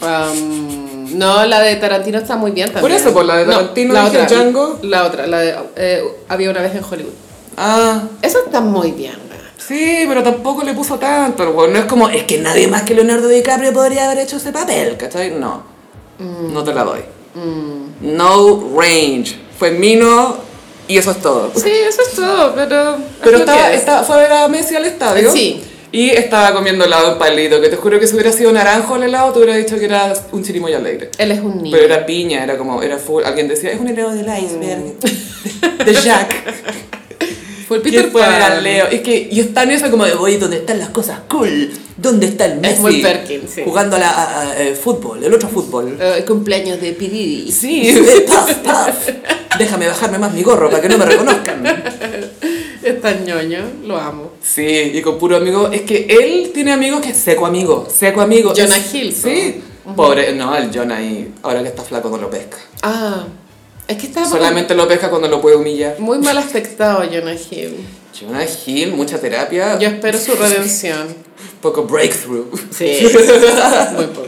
Speaker 2: Am, no, la de Tarantino está muy bien también.
Speaker 1: Por eso, pues, la de
Speaker 2: No,
Speaker 1: Tarantino, dije Django.
Speaker 2: La otra, la de eh, Había una vez en Hollywood.
Speaker 1: Ah,
Speaker 2: Esa está muy bien. weón.
Speaker 1: Sí, pero tampoco le puso tanto el weón. No es como, es que nadie más que Leonardo DiCaprio podría haber hecho ese papel, ¿cachai? No. No te la doy.
Speaker 2: Mm.
Speaker 1: No range. Fue Mino y eso es todo.
Speaker 2: Sí, eso es todo, pero...
Speaker 1: Pero
Speaker 2: es lo que
Speaker 1: estaba,
Speaker 2: es.
Speaker 1: estaba- fue a ver a Messi al estadio.
Speaker 2: Sí.
Speaker 1: Y estaba comiendo helado en palito, que te juro que si hubiera sido naranjo el helado, te hubiera dicho que era un chirimoy alegre.
Speaker 2: Él es un niño.
Speaker 1: Pero era piña, era como, era full. Alguien decía, es un helado del iceberg. *laughs* De Jack.
Speaker 2: Fue el
Speaker 1: Peter
Speaker 2: Peter
Speaker 1: fue a ver
Speaker 2: Pan.
Speaker 1: al Leo. Es que yo estaba en eso como de,
Speaker 6: Oye, ¿dónde están las cosas cool? ¿Dónde está el Messi?
Speaker 2: muy Perkins, sí.
Speaker 6: Jugando a la, a- a- eh, fútbol, el otro fútbol.
Speaker 2: Eh, el cumpleaños de
Speaker 6: *laughs*
Speaker 2: Piridi. *laughs*
Speaker 1: sí.
Speaker 6: Puff, puff. Déjame bajarme más mi gorro para que no me reconozcan.
Speaker 2: Es tan ñoño, lo amo.
Speaker 1: Sí, y con puro amigo. Es que él tiene amigos que es seco amigo, seco amigo.
Speaker 2: Jonah
Speaker 1: Es-
Speaker 2: Hill,
Speaker 1: Sí. Pobre, no, el Jonah ahí, ahora que está flaco no lo pesca.
Speaker 2: Ah, es que estaba
Speaker 1: Solamente lo pesca cuando lo puede humillar.
Speaker 2: muy mal afectado Jonah Hill.
Speaker 1: Jonah Hill, mucha terapia,
Speaker 2: Yo espero su redención.
Speaker 1: poco breakthrough.
Speaker 2: *laughs*
Speaker 1: *laughs*
Speaker 2: Sí, muy poco.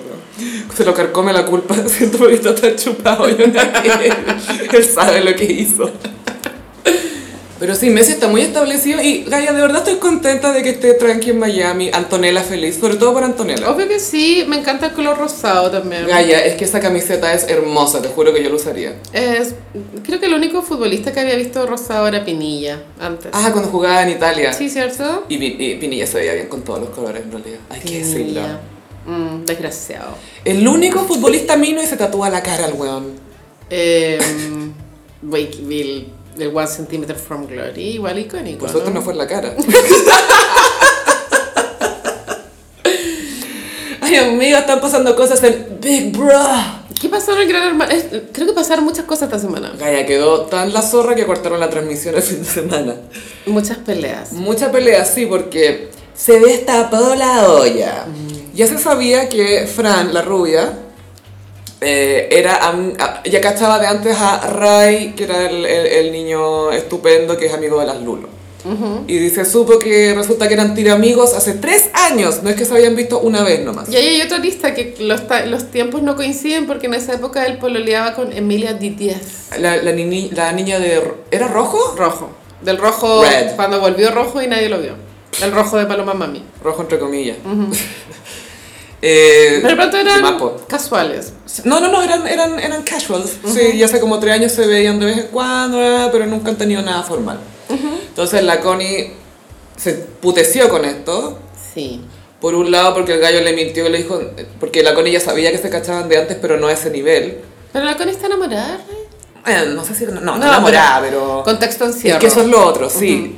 Speaker 1: Se lo carcome la culpa, *laughs* siento porque está tan chupado Jonah Hill. él sabe lo que hizo. Pero sí, Messi está muy establecido y Gaia, de verdad estoy contenta de que esté tranqui en Miami, Antonella feliz, sobre todo por Antonella.
Speaker 2: Obvio que sí, me encanta el color rosado también.
Speaker 1: Gaya, es que esa camiseta es hermosa, te juro que yo la usaría.
Speaker 2: Es, creo que el único futbolista que había visto rosado era Pinilla antes.
Speaker 1: Ah, cuando jugaba en Italia.
Speaker 2: Sí, ¿cierto?
Speaker 1: Y, Vin- y Pinilla se veía bien con todos los colores en realidad. Hay que decirlo.
Speaker 2: Pinilla. Mm, desgraciado.
Speaker 1: El único futbolista mino y se tatúa la cara al weón.
Speaker 2: Eh, *laughs* Wakefield, el One Centimeter from Glory, igual icónico.
Speaker 1: Por suerte
Speaker 2: ¿no?
Speaker 1: no fue en la cara. Ay, amiga, están pasando cosas en Big Bro.
Speaker 2: ¿Qué pasó en el Gran Hermano? Es- Creo que pasaron muchas cosas esta semana.
Speaker 1: Gaya quedó tan la zorra que cortaron la transmisión el fin de semana.
Speaker 2: Muchas peleas.
Speaker 1: Mucha pelea, sí, porque se destapó la olla.
Speaker 2: Mm.
Speaker 1: Ya se sabía que Fran, la rubia, eh, era am- a- ya cachaba de antes a Ray, que era el, el- el niño estupendo que es amigo de las Lulo. Y dice, supo que resulta que eran tiramigos hace tres años, no es que se habían visto una vez nomás.
Speaker 2: Y ahí hay otra lista que los, ta- los tiempos no coinciden porque en esa época él pololeaba con Emilia Díaz.
Speaker 1: La, la nini- la niña de... ro- ¿Era rojo?
Speaker 2: Rojo. Del rojo,
Speaker 1: Red.
Speaker 2: cuando volvió rojo y nadie lo vio. El rojo de Paloma Mami.
Speaker 1: Rojo entre comillas. *laughs* Eh,
Speaker 2: Pero de pronto eran
Speaker 1: más, po.
Speaker 2: casuales.
Speaker 1: No, no, no, eran, eran, eran casuals. Sí, y hace como tres años se veían de vez en cuando, eh, pero nunca han tenido nada formal. Entonces la Connie se puteció con esto.
Speaker 2: Sí.
Speaker 1: Por un lado, porque el gallo le mintió y le dijo. Porque la Connie ya sabía que se cachaban de antes, pero no a ese nivel.
Speaker 2: Pero la Connie está enamorada. ¿eh?
Speaker 1: Eh, no sé si. No, no, enamorada, pero.
Speaker 2: Contexto
Speaker 1: Es
Speaker 2: encierro.
Speaker 1: que eso es lo otro, sí.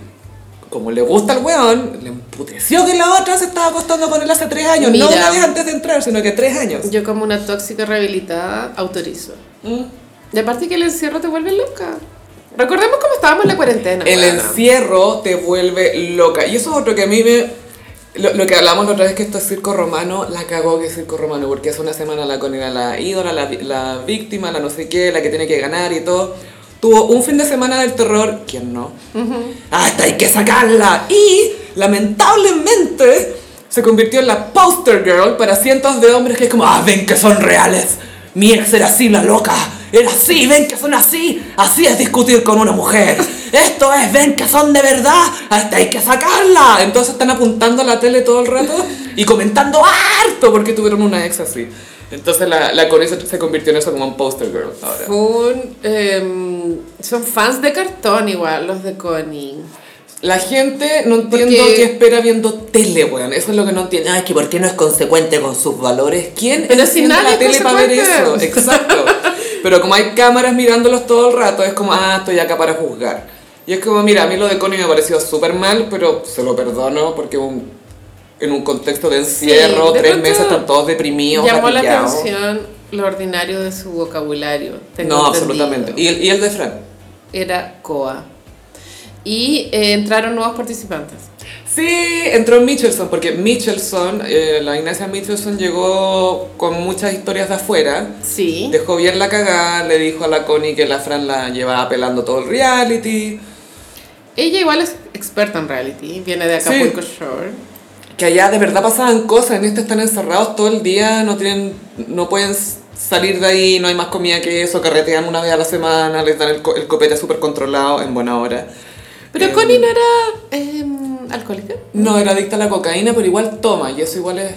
Speaker 1: Como le gusta al weón, le emputeció que la otra se estaba acostando con él hace tres años. No
Speaker 2: Mira.
Speaker 1: una vez antes de entrar, sino que tres años.
Speaker 2: Yo como una tóxica rehabilitada autorizo.
Speaker 1: Mm.
Speaker 2: Y aparte que el encierro te vuelve loca. Recordemos cómo estábamos en la cuarentena.
Speaker 1: El
Speaker 2: weona.
Speaker 1: encierro te vuelve loca. Y eso es otro que a mí me... Lo, lo que hablamos la otra vez que esto es circo romano, la cagó que es circo romano, porque hace una semana la con era la ídola, la, vi- la víctima, la no sé qué, la que tiene que ganar y todo. Tuvo un fin de semana del terror, ¿quién no? ¡Hasta hay que sacarla! Y, lamentablemente, se convirtió en la poster girl para cientos de hombres que es como, ah, ven que son reales, mi ex era así la loca, era así, ven que son así, así es discutir con una mujer, esto es, ven que son de verdad, hasta hay que sacarla. Entonces están apuntando a la tele todo el rato y comentando harto porque tuvieron una ex así. Entonces la, la Connie se, se convirtió en eso como un poster girl ahora.
Speaker 2: Fue un, em, son fans de cartón igual, los de Connie.
Speaker 1: La gente no entiendo
Speaker 2: Porque-
Speaker 1: qué espera viendo tele, weón. Eso es lo que no entiende.
Speaker 7: Ay, que por qué no es consecuente con sus valores.
Speaker 1: ¿Quién
Speaker 2: Pero si
Speaker 1: enciende
Speaker 2: nadie
Speaker 1: la tele
Speaker 2: es
Speaker 1: para ver eso?
Speaker 2: consecuente.
Speaker 1: Exacto. Pero como hay cámaras mirándolos todo el rato, es como, ah, estoy acá para juzgar. Y es como, mira, a mí lo de Connie me pareció súper mal, pero se lo perdono porque un- en un contexto de encierro,
Speaker 2: de
Speaker 1: tres
Speaker 2: pronto
Speaker 1: meses, están todos deprimidos,
Speaker 2: Llamó la
Speaker 1: gatillados.
Speaker 2: atención lo ordinario de su vocabulario. tengo
Speaker 1: No,
Speaker 2: entendido.
Speaker 1: absolutamente. Y el, y el de Fran.
Speaker 2: Era COA. Y eh, entraron nuevos participantes.
Speaker 1: Sí, entró Michelson, porque Michelson, eh, la Ignacia Michelson llegó con muchas historias de afuera.
Speaker 2: Sí.
Speaker 1: Dejó bien la cagada, le dijo a la Connie que la Fran la llevaba pelando todo el reality.
Speaker 2: Ella igual es experta en reality, viene de Acapulco Shore.
Speaker 1: Que allá de verdad pasaban cosas, en este están encerrados todo el día, no tienen, no pueden s- salir de ahí, no hay más comida que eso, carretean una vez a la semana, les dan el, co- el copete súper controlado en buena hora.
Speaker 2: Pero
Speaker 1: Eh,
Speaker 2: Connie no era em, alcohólica.
Speaker 1: No, era adicta a la cocaína, pero igual toma, y eso igual es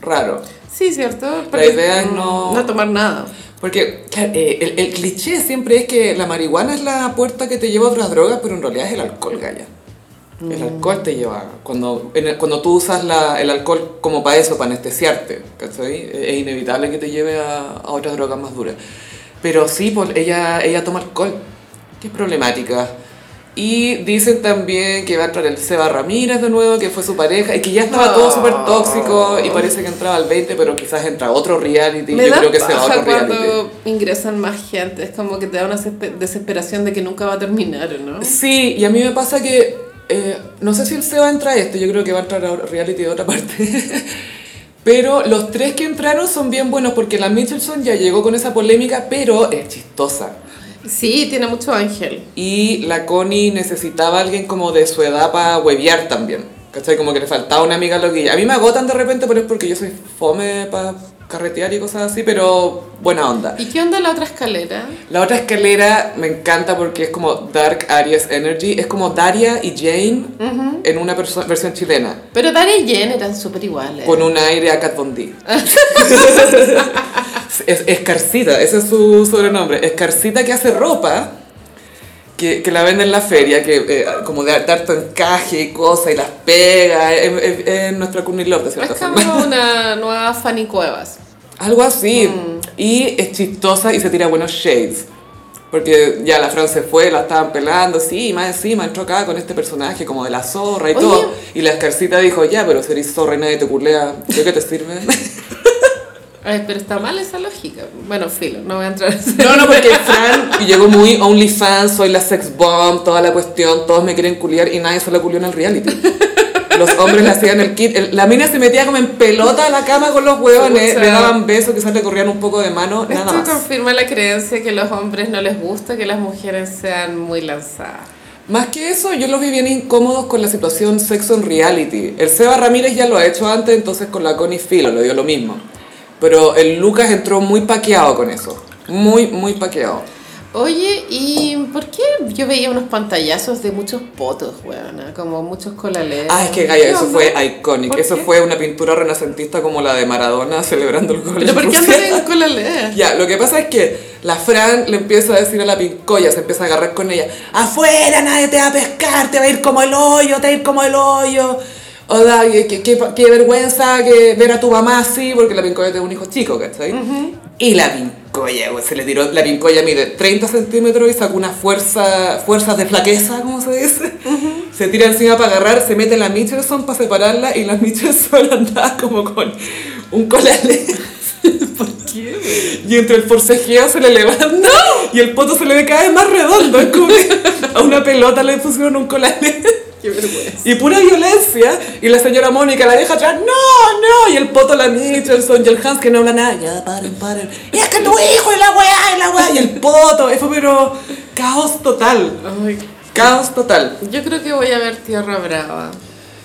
Speaker 1: raro.
Speaker 2: Sí, cierto.
Speaker 1: idea es no-
Speaker 2: No tomar nada.
Speaker 1: Porque claro, eh, el, el cliché siempre es que la marihuana es la puerta que te lleva a otras drogas, pero en realidad es el alcohol, Gaya. El alcohol te lleva. Cuando, en el- cuando tú usas la- el alcohol como para eso, para anestesiarte, ¿cachai? E- Es inevitable que te lleve a, a otras drogas más duras. Pero sí, pues, ella, ella toma alcohol, que es problemática. Y dicen también que va a entrar el Seba Ramírez de nuevo, que fue su pareja, y que ya estaba todo súper tóxico y parece que entraba al 20, pero quizás entra a otro reality.
Speaker 2: Me
Speaker 1: Yo
Speaker 2: da
Speaker 1: creo que se va a
Speaker 2: paja
Speaker 1: otro reality.
Speaker 2: cuando ingresan más gente, es como que te da una desesper- desesperación de que nunca va a terminar, ¿o ¿no?
Speaker 1: Sí, y a mí me pasa que. eh, no sé si el Seba entra a este, yo creo que va a entrar a reality de otra parte. *laughs* Pero los tres que entraron son bien buenos porque la Michelson ya llegó con esa polémica, pero es chistosa.
Speaker 2: Sí, tiene mucho ángel.
Speaker 1: Y la Connie necesitaba a alguien como de su edad para huevear también. ¿Cachai? Como que le faltaba una amiga loquilla. A mí me agotan de repente, pero es porque yo soy fome para carretear y cosas así, pero buena onda.
Speaker 2: ¿Y qué onda la otra escalera?
Speaker 1: La otra escalera me encanta porque es como Dark Aries Energy. Es como Daria y Jane en una perso- versión chilena.
Speaker 2: Pero Daria y Jen eran súper iguales.
Speaker 1: Con un aire a Kat Von D. es Escarcita, ese es su sobrenombre. Escarcita que hace ropa, que, que la vende en la feria, que eh, como de harto encaje y cosas, y las pega. Es, es- es nuestra Courtney Love, de
Speaker 2: es
Speaker 1: cierta forma.
Speaker 2: como
Speaker 1: *laughs*
Speaker 2: una nueva Fanny Cuevas.
Speaker 1: Algo así. Y es chistosa y se tira buenos shades. Porque ya la Fran se fue, la estaban pelando, sí, más encima entró acá con este personaje como de la zorra y
Speaker 2: Oye.
Speaker 1: todo. Y la escarcita dijo, ya, pero si eres zorra y nadie te culea, ¿de qué te sirve?
Speaker 2: Ay, pero está mal esa lógica. Bueno, filo, no voy a entrar en ese-
Speaker 1: *laughs* No, no, *laughs* porque Fran llegó muy OnlyFans, soy la sex bomb, toda la cuestión, todos me quieren culiar y nadie solo culió en el reality. *laughs* Los hombres le hacían el kit. el- la mina se metía como en pelota a la cama con los huevones,
Speaker 2: Pucha.
Speaker 1: le daban besos, quizás le corrían un poco de mano, nada
Speaker 2: Esto
Speaker 1: más.
Speaker 2: confirma la creencia que a los hombres no les gusta que las mujeres sean muy lanzadas.
Speaker 1: Más que eso, yo los vi bien incómodos con la situación sexo en reality. El Seba Ramírez ya lo ha hecho antes, entonces con la Connie Filo le dio lo mismo. Pero el Lucas entró muy paqueado con eso. Muy, muy paqueado.
Speaker 2: Oye, ¿y por qué yo veía unos pantallazos de muchos potos, weona? Como muchos colales.
Speaker 1: Ah, es que Gaia,
Speaker 2: ¿Qué
Speaker 1: eso
Speaker 2: onda?
Speaker 1: fue icónico.
Speaker 2: Eh, ¿Por
Speaker 1: Eso
Speaker 2: qué?
Speaker 1: fue una pintura renacentista como la de Maradona celebrando el gol.
Speaker 2: ¿Pero
Speaker 1: en *laughs*
Speaker 2: por qué
Speaker 1: Rusia.
Speaker 2: andan en
Speaker 1: *laughs*
Speaker 2: colales?
Speaker 1: Ya, lo que pasa es que la Fran le empieza a decir a la pincoya, se empieza a agarrar con ella, afuera nadie te va a pescar, te va a ir como el hoyo, te va a ir como el hoyo. O da, qué, qué- qué- qué vergüenza que ver a tu mamá así, porque la pincoya tiene un hijo chico, ¿cachai? Y la pincoya, güey, se le tiró, la pincoya mide 30 centímetros y sacó una fuerza, fuerzas de flaqueza, como se dice. Se tira encima para agarrar, se mete la Michelson para separarla y la Michelson *laughs* andaba como con un colale. ¿Por qué? Y entre el forcejeo se le levanta y el poto se le ve cada vez más redondo. Es como que a una pelota le pusieron un colale.
Speaker 2: Qué vergüenza.
Speaker 1: Y pura violencia. Y la señora Mónica la deja atrás. ¡No, no! Y el poto, la Michelson y el Hans que no habla nada. Ya, paren, paren. Y es que tu hijo y la weá y la weá. Y el poto. Eso, pero caos total.
Speaker 2: Ay,
Speaker 1: Caos total.
Speaker 2: Yo creo que voy a ver Tierra Brava.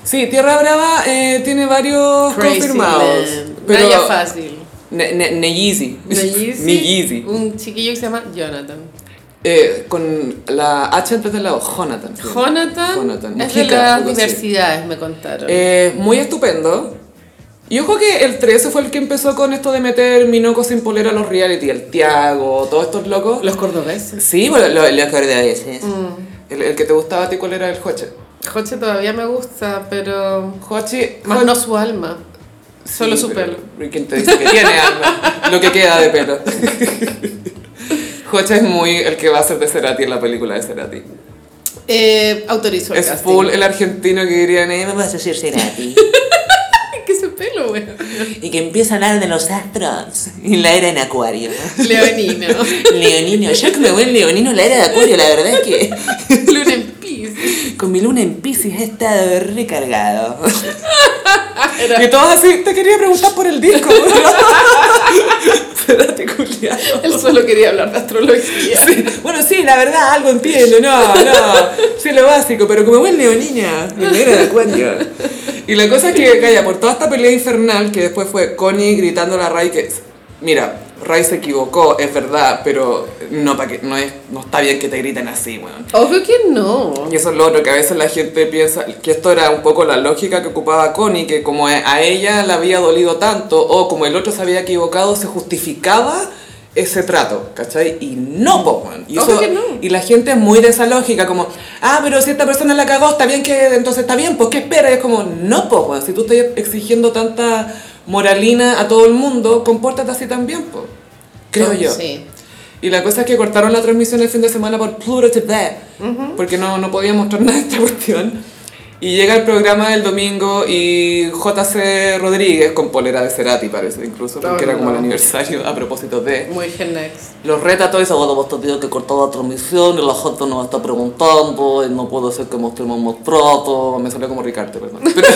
Speaker 1: Sí, Tierra Brava eh, tiene varios
Speaker 2: Crazy
Speaker 1: confirmados.
Speaker 2: Man.
Speaker 1: Pero
Speaker 2: Naya
Speaker 1: *laughs*
Speaker 2: Fácil.
Speaker 1: Ne- ne- Neyeezy.
Speaker 2: Yeezy,
Speaker 1: *laughs* Neyeezy.
Speaker 2: Un chiquillo que se llama Jonathan.
Speaker 1: Eh, con la H antes del lado, Jonathan. se llama.
Speaker 2: Jonathan,
Speaker 1: Jonathan,
Speaker 2: es de
Speaker 1: Mujica,
Speaker 2: las
Speaker 1: algo así.
Speaker 2: diversidades, me contaron.
Speaker 1: Eh, muy estupendo. Y ojo que el 13 fue el que empezó con esto de meter Minoco sin polera a los reality, el Tiago, todos estos locos.
Speaker 2: Los Mm. cordobeses.
Speaker 1: Sí, bueno, lo, lo acordé de ese. El, el que te gustaba a ti, ¿cuál era el Joche?
Speaker 2: Joche todavía me gusta, pero...
Speaker 1: Jochi,
Speaker 2: Más no su alma. Solo
Speaker 1: Sí,
Speaker 2: su
Speaker 1: pero-
Speaker 2: pelo.
Speaker 1: pero ¿Quién te dice que tiene
Speaker 2: *laughs*
Speaker 1: alma? Lo que queda de pelo. *laughs* Joche es muy el que va a ser de Cerati en la película de Cerati.
Speaker 2: Eh, autorizo el
Speaker 1: Es
Speaker 2: casting.
Speaker 1: full el argentino que diría, "Eh,
Speaker 5: me
Speaker 1: mamá,
Speaker 5: vas a decir Cerati?
Speaker 2: Ay, ¿Qué ese pelo, weón?
Speaker 5: y que empieza a hablar de los astros y la era en acuario.
Speaker 2: Leonino.
Speaker 1: *laughs*
Speaker 5: Leonino, yo que me voy en Leonino la era de acuario, la verdad es que
Speaker 2: Luna en Pisces.
Speaker 5: con mi luna en Pisces he estado recargado.
Speaker 1: Y todos así, te quería preguntar por el
Speaker 5: *laughs*
Speaker 1: disco. Cerati culiao.
Speaker 2: Él solo quería hablar de astrología.
Speaker 1: Sí, Bueno, sí, la verdad, algo entiendo, no, no, sé lo básico, pero como buen leonina, me alegra de acuario. Y la cosa es que, calla, por toda esta pelea infernal, que después fue Connie gritando a Ray que, mira, Ray se equivocó, es verdad, pero no, pa que, no, es, no está bien que te griten así, weón.
Speaker 2: Obvio que no.
Speaker 1: Y eso es lo otro, que a veces la gente piensa que esto era un poco la lógica que ocupaba Connie, que como a ella le había dolido tanto o como el otro se había equivocado, se justificaba ese trato, ¿cachai? Y no, po, weón. y,
Speaker 2: Obvio que no.
Speaker 1: y la gente es muy de esa lógica, como, ah, pero si esta persona la cagó, está bien que entonces está bien, pues qué espera, y es como, no, po, weón. si tú estás exigiendo tanta moralina a todo el mundo, compórtate así también, po. creo yo.
Speaker 2: Sí.
Speaker 1: Y la cosa es que cortaron la transmisión el fin de semana por Pluto TV, porque no, no podía mostrar nada de esta *laughs* cuestión. Y llega el programa el domingo y JC Rodríguez, con polera de Cerati parece incluso, porque
Speaker 2: Oh,
Speaker 1: era como el
Speaker 2: no.
Speaker 1: aniversario a propósito de...
Speaker 2: Muy genex.
Speaker 8: Los reta todo eso, bueno, vos tendrías que cortar la transmisión y la gente nos está preguntando y no puede ser que mostremos más trato.
Speaker 1: Me salió como Ricardo, perdón. Pero,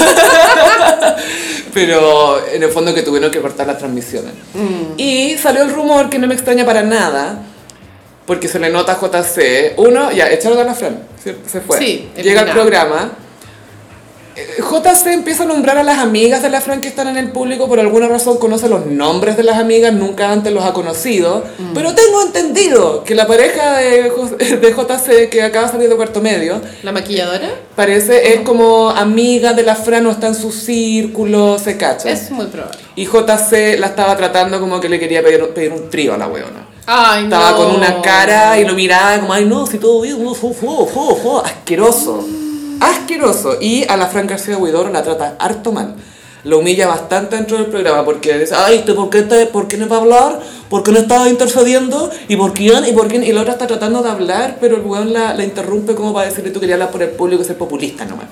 Speaker 1: pero en el fondo que tuvieron que cortar las transmisiones.
Speaker 2: Mm.
Speaker 1: Y salió el rumor que no me extraña para nada, porque se le nota a JC. Uno, ya, echaron a la Fran, se, se fue.
Speaker 2: Sí,
Speaker 1: Llega el
Speaker 2: eliminada.
Speaker 1: programa. Eh, JC empieza a nombrar a las amigas de la Fran que están en el público, por alguna razón conoce los nombres de las amigas, nunca antes los ha conocido,
Speaker 2: Mm.
Speaker 1: pero tengo entendido que la pareja de, Jos- *laughs* de JC que acaba de salir de cuarto medio,
Speaker 2: ¿La maquilladora?
Speaker 1: Parece, es como amiga de la Fran, no está en su círculo, se cacha.
Speaker 2: Es muy probable.
Speaker 1: Y JC la estaba tratando como que le quería pedir, pedir un trío a la weona.
Speaker 2: Ay,
Speaker 1: Estaba
Speaker 2: no.
Speaker 1: con una cara y lo miraba como, ay no, si todo bien, no, jo, jo, jo, jo", asqueroso. Asqueroso. Y a la Fran García Huidoro la trata harto mal. Lo humilla bastante dentro del programa porque dice, ay, ¿te- ¿por qué, te- por qué no va a hablar? ¿Por qué no está intercediendo? ¿Y por quién? ¿Y por quién? Y la otra está tratando de hablar, pero el weón la, la interrumpe como para decirle, tú querías hablar por el público, ser populista nomás.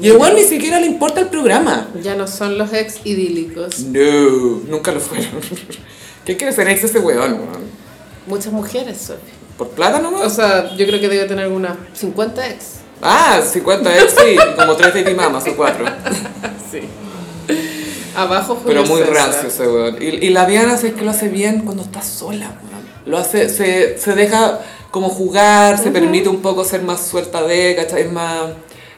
Speaker 1: Y el weón ni siquiera le importa el programa.
Speaker 2: Ya no son los ex idílicos.
Speaker 1: No, nunca lo fueron. *laughs* ¿Qué Este quiere ser ex ese weón, weón?
Speaker 2: Muchas mujeres son.
Speaker 1: ¿Por plata nomás?
Speaker 2: O sea, yo creo que debe tener unas 50 ex.
Speaker 1: Ah, 50 ex, sí, como tres baby mamas o cuatro.
Speaker 2: Sí. Abajo Julio
Speaker 1: Pero muy
Speaker 2: César.
Speaker 1: rancio ese weón. Y, y la Diana es que lo hace bien cuando está sola, weón. Lo hace, se, se deja como jugar, se permite un poco ser más suelta de, ¿cachai? Es más.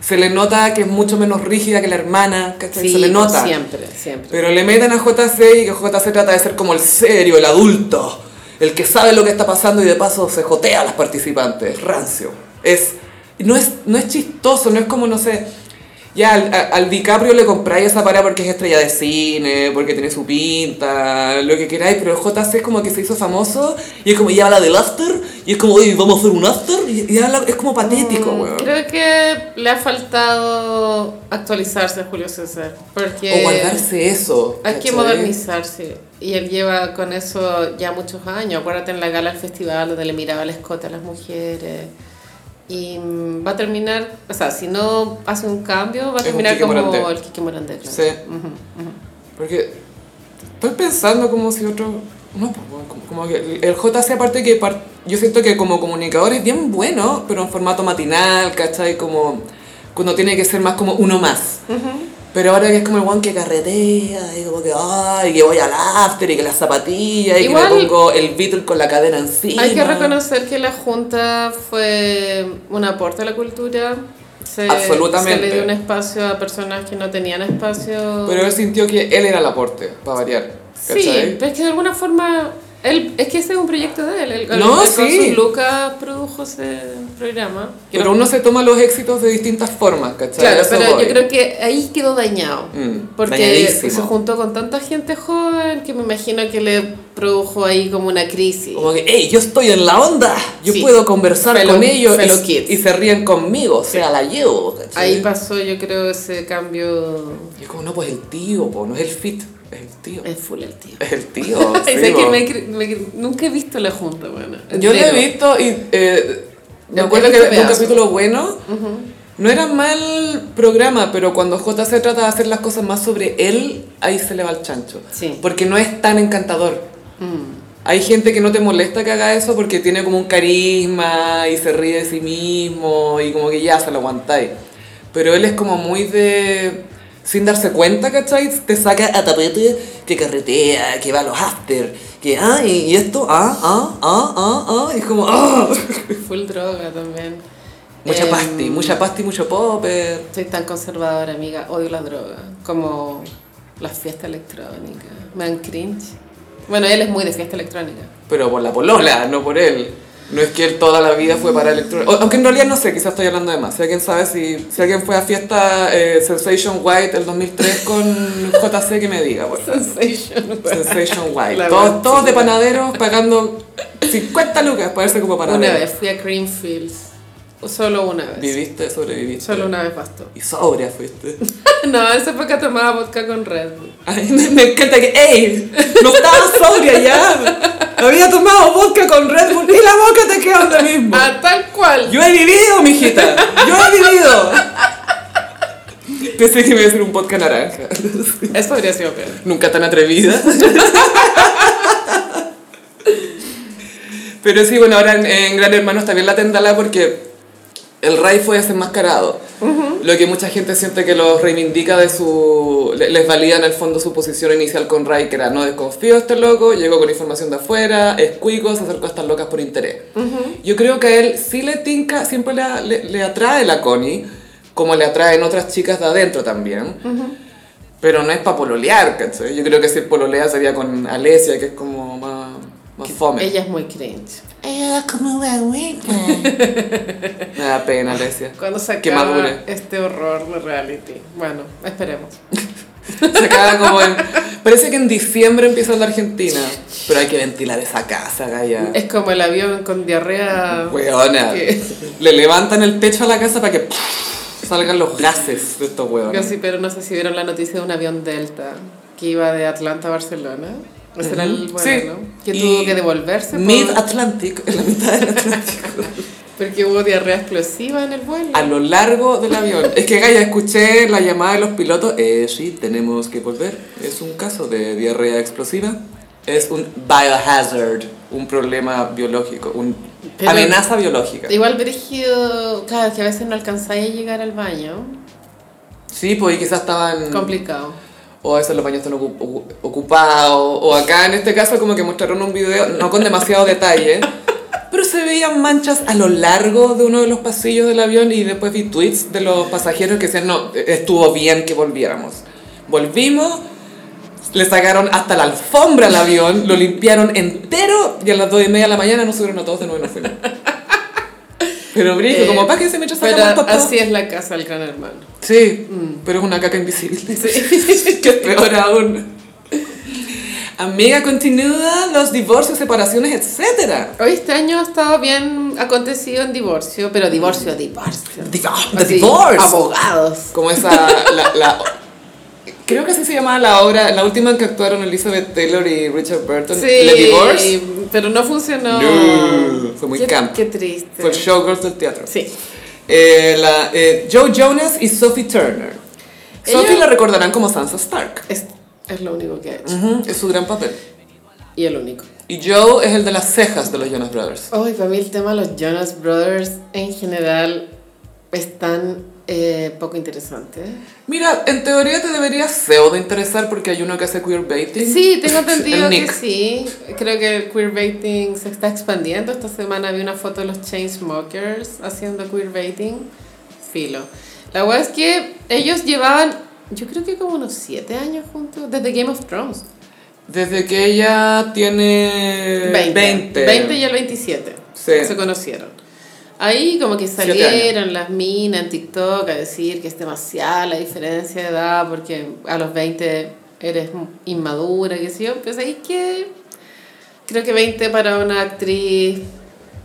Speaker 1: Se le nota que es mucho menos rígida que la hermana, ¿cachai?
Speaker 2: Sí,
Speaker 1: se le nota.
Speaker 2: siempre, siempre.
Speaker 1: Pero le meten a JC y que JC trata de ser como el serio, el adulto.
Speaker 9: el que sabe lo que está pasando y de paso se jotea a las participantes, es rancio. Es, no, es, no es chistoso, no es como, no sé, ya al, a- al DiCaprio le compráis esa para porque es estrella de cine, porque tiene su pinta, lo que queráis, pero el JC es como que se hizo famoso y es como, ya habla del after, y es como, oye, vamos a hacer un after, y, y habla- es como patético,
Speaker 2: Mm,
Speaker 9: weón.
Speaker 2: Creo que le ha faltado actualizarse a Julio César. Porque
Speaker 9: O guardarse eso.
Speaker 2: Hay que
Speaker 9: ¿cachai?
Speaker 2: modernizarse. Y él lleva con eso ya muchos años. Acuérdate en la gala del festival donde le miraba el escote a las mujeres. Y mm, va a terminar, o sea, si no hace un cambio,
Speaker 1: Es
Speaker 2: va a
Speaker 1: un
Speaker 2: terminar
Speaker 1: Quique
Speaker 2: como
Speaker 1: Morandé.
Speaker 2: el Kiki Morandé. claro.
Speaker 1: Sí. Porque estoy pensando como si otro... No, pues, bueno, como, como que el JC aparte que par- yo siento que como comunicador es bien bueno, pero en formato matinal, ¿cachai? Como cuando tiene que ser más como uno más. Pero ahora que es como el one que carretea, y como que, ay, que voy al after, y que las zapatillas, y
Speaker 2: Igual-
Speaker 9: que me pongo el Beatle con la cadena encima.
Speaker 2: Hay que reconocer que la Junta fue un aporte a la cultura. Se,
Speaker 1: Absolutamente.
Speaker 2: Se le dio un espacio a personas que no tenían espacio.
Speaker 1: Pero él sintió que él era el aporte, para variar. ¿Cachai?
Speaker 2: Sí, pero es que de alguna forma. Él, es que ese es un proyecto de él. él- él
Speaker 1: No,
Speaker 2: con
Speaker 1: sí.
Speaker 2: sus Lucas produjo ese programa.
Speaker 1: Pero uno se toma los éxitos de distintas formas, ¿cachai?
Speaker 2: Claro,
Speaker 1: Eso
Speaker 2: pero
Speaker 1: voy.
Speaker 2: yo creo que ahí quedó dañado.
Speaker 1: Mm,
Speaker 2: porque
Speaker 1: dañadísimo.
Speaker 2: se juntó con tanta gente joven que me imagino que le produjo ahí como una crisis.
Speaker 1: Oh,
Speaker 9: Como que, hey, yo estoy en la onda, yo
Speaker 2: Sí.
Speaker 9: puedo conversar
Speaker 2: Fellow-
Speaker 9: con ellos
Speaker 2: fellow
Speaker 9: y,
Speaker 2: kids.
Speaker 9: y se ríen conmigo, o sea, la llevo. ¿cachai?
Speaker 2: Ahí pasó, yo creo, ese cambio.
Speaker 9: Y es como, no, pues el tío, po, no es el fit, es el tío.
Speaker 2: Es full el tío.
Speaker 9: Es el
Speaker 2: *laughs*
Speaker 1: Oh,
Speaker 9: tío.
Speaker 2: Y
Speaker 9: sí,
Speaker 2: sé que
Speaker 9: po.
Speaker 2: me cre- me cre- nunca he visto la junta, bueno.
Speaker 1: Yo lo he
Speaker 2: entero.
Speaker 1: visto y eh, me
Speaker 2: Yo
Speaker 1: acuerdo
Speaker 2: he
Speaker 1: que
Speaker 2: visto
Speaker 1: de un
Speaker 2: pedazos.
Speaker 1: capítulo bueno. No era mal programa, pero cuando J se trata de hacer las cosas más sobre él, ahí se le va el chancho.
Speaker 2: Sí.
Speaker 1: Porque no es tan encantador.
Speaker 2: Mm,
Speaker 1: Hay gente que no te molesta que haga eso porque tiene como un carisma y se ríe de sí mismo y como que ya se lo aguantáis. Pero él es como muy de... Sin darse cuenta, ¿cachai? Te saca
Speaker 9: saca a tapete que carretea, que va a los after, que ah, y, y esto, ah, ah, ah, ah, ah, y es como,
Speaker 1: *laughs*
Speaker 9: ah.
Speaker 2: Full droga también.
Speaker 9: Mucha
Speaker 2: Em,
Speaker 9: pasti, mucha pasti, mucho popper.
Speaker 2: Soy tan conservadora, amiga. Odio la droga. Como las fiestas electrónicas. Me dan cringe. Bueno, él es muy de fiesta *laughs* electrónica.
Speaker 1: Pero por la polola, no por él. No es que él toda la vida fue para electrónica. O- Aunque en realidad no sé, quizás estoy hablando de más. Si alguien sabe, si, si alguien fue a fiesta eh, Sensation White el 2003 con JC, que me diga, por
Speaker 2: *laughs*
Speaker 1: favor.
Speaker 2: Sensation.
Speaker 1: Sensation White.
Speaker 2: La
Speaker 1: Todos,
Speaker 2: verdad,
Speaker 1: todos
Speaker 2: sí.
Speaker 1: de panaderos pagando 50 lucas para verse como
Speaker 2: Una
Speaker 1: panadero.
Speaker 2: vez fui a Greenfields. Solo una vez.
Speaker 1: Viviste, sobreviviste.
Speaker 2: Solo una vez bastó. *laughs*
Speaker 1: Y sobria fuiste.
Speaker 2: no, esa fue que tomaba vodka con Red Bull.
Speaker 1: Ay, me, me encanta que, ¡ey! No estaba sobria ya. Había tomado vodka con Red Bull y la boca te queda donde mismo.
Speaker 2: Ah, tal cual.
Speaker 1: Yo he vivido, mijita. Yo he vivido. Pensé que me iba a hacer un podcast naranja.
Speaker 2: Eso habría sido peor.
Speaker 1: Nunca tan atrevida. Pero sí, bueno, ahora en, en Gran Hermano está bien la tendala porque el Ray fue desenmascarado. Lo que mucha gente siente que los reivindica de su... le- Les valida en el fondo su posición inicial con Ray, que era no desconfío de este loco, llegó con información de afuera, es cuico, se acercó a estas locas por interés. Yo creo que a él sí le tinca, siempre le, le- le atrae la Connie, como le atraen otras chicas de adentro también. Pero no es para pololear, ¿cachai? Yo creo que si pololea sería con Alesia, que es como más, más fome.
Speaker 2: Ella es muy cringe.
Speaker 5: Ella es como una hueca.
Speaker 1: Me da pena, Alesia.
Speaker 2: Cuando se
Speaker 1: Que
Speaker 2: acaba
Speaker 1: madure.
Speaker 2: este horror de reality. Bueno, esperemos.
Speaker 1: Se acaba como en... Parece que en diciembre empieza la Argentina. Pero hay que ventilar esa casa, Gaya.
Speaker 2: Es como el avión con diarrea.
Speaker 1: Hueona.
Speaker 2: que-
Speaker 1: Le levantan el techo a la casa para que salgan los gases de estos
Speaker 2: Yo
Speaker 1: hueones.
Speaker 2: sí, pero no sé si vieron la noticia de un avión Delta que iba de Atlanta a Barcelona. Ese era el
Speaker 1: Ujú.
Speaker 2: vuelo,
Speaker 1: Sí.
Speaker 2: ¿no? Que
Speaker 1: Y
Speaker 2: tuvo que devolverse por-
Speaker 9: Mid
Speaker 1: *laughs*
Speaker 9: Atlantic, en la mitad del Atlántico.
Speaker 2: porque hubo diarrea explosiva en el vuelo.
Speaker 1: A lo largo del avión. Es que, Gaya, escuché la llamada de los pilotos. Eh, sí, tenemos que volver. Es un caso de diarrea explosiva. Es un biohazard, un problema biológico, una
Speaker 2: Pero-
Speaker 1: amenaza biológica.
Speaker 2: Igual Brígido, claro, que a veces no alcanzáis a llegar al baño.
Speaker 1: Sí, pues y quizás estaban...
Speaker 2: Complicado.
Speaker 1: o a veces los baños están ocu- ocu- ocupados, o acá en este caso como que mostraron un video, no con demasiado detalle, pero se veían manchas a lo largo de uno de los pasillos del avión y después vi tweets de los pasajeros que decían, no, estuvo bien que volviéramos. Volvimos, le sacaron hasta la alfombra al avión, lo limpiaron entero, y a las 2 y media de la mañana nos subieron a todos de nuevo y nos fuimos. Pero brillo,
Speaker 2: Eh,
Speaker 1: como para que se me echó
Speaker 2: Pero
Speaker 1: esa papá.
Speaker 2: así es la casa del gran hermano.
Speaker 1: Sí, mm, pero es una caca invisible.
Speaker 2: Sí.
Speaker 1: *laughs* que es peor aún. Amiga, continúa los divorcios, separaciones, etcétera.
Speaker 2: Hoy este año ha estado bien acontecido en divorcio, pero divorcio, divorcio.
Speaker 1: Divor- The
Speaker 2: Así,
Speaker 1: Divorce.
Speaker 2: Abogados.
Speaker 1: Como esa, la, la- creo que así se llamaba la obra, la última en que actuaron Elizabeth Taylor y Richard Burton,
Speaker 2: Sí,
Speaker 1: The Divorce.
Speaker 2: pero no funcionó.
Speaker 1: No, fue muy
Speaker 2: qué,
Speaker 1: camp.
Speaker 2: Qué triste.
Speaker 1: Fue el showgirls del teatro.
Speaker 2: Sí.
Speaker 1: Eh, la, eh, Joe Jonas y Sophie Turner. Sophie
Speaker 2: Ellos-
Speaker 1: la recordarán como Sansa Stark.
Speaker 2: Es, es lo único que ha hecho.
Speaker 1: Ujú, es su gran papel.
Speaker 2: Y el único.
Speaker 1: Y Joe es el de las cejas de los Jonas Brothers.
Speaker 2: Hoy para mí el tema de los Jonas Brothers en general es tan eh, poco interesante.
Speaker 1: Mira, en teoría te debería SEO de interesar porque hay uno que hace queerbaiting.
Speaker 2: Sí, tengo
Speaker 1: *laughs*
Speaker 2: entendido
Speaker 1: El
Speaker 2: que
Speaker 1: Nick.
Speaker 2: sí. Creo que el queerbaiting se está expandiendo. Esta semana vi una foto de los Chainsmokers haciendo queerbaiting. Filo. La verdad es que ellos llevaban, yo creo que como unos 7 años juntos, desde Game of Thrones.
Speaker 1: Desde que ella tiene
Speaker 2: 20.
Speaker 1: 20.
Speaker 2: 20 y el 27.
Speaker 1: Sí.
Speaker 2: Se conocieron. Ahí como que
Speaker 1: Siete
Speaker 2: salieron las minas en TikTok a decir que es demasiada la diferencia de edad porque a los 20 eres inmadura, qué sé yo. Pues ahí que creo que 20 para una actriz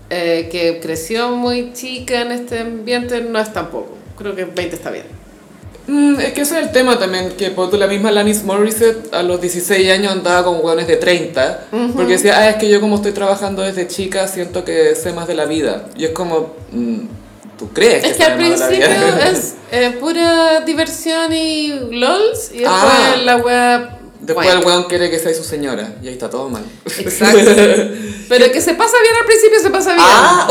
Speaker 2: eh, que creció muy chica en este ambiente no es tampoco. Creo que 20 está bien.
Speaker 1: Mm, es que ese es el tema también, que por la misma Lannis Morissette a los 16 años andaba con hueones de 30, porque decía, ah, es que yo como estoy trabajando desde chica siento que sé más de la vida. Y es como, mm, ¿tú crees que
Speaker 2: Es que al
Speaker 1: sabes más de
Speaker 2: principio
Speaker 1: la *laughs* vida?
Speaker 2: es eh, pura diversión y lols y después
Speaker 1: Ah.
Speaker 2: la wea...
Speaker 1: Después
Speaker 2: Bueno.
Speaker 1: el hueón quiere que sea su señora, y ahí está todo mal.
Speaker 2: Exacto.
Speaker 1: *laughs*
Speaker 2: Pero que se pasa bien al principio, se pasa bien.
Speaker 1: Ah,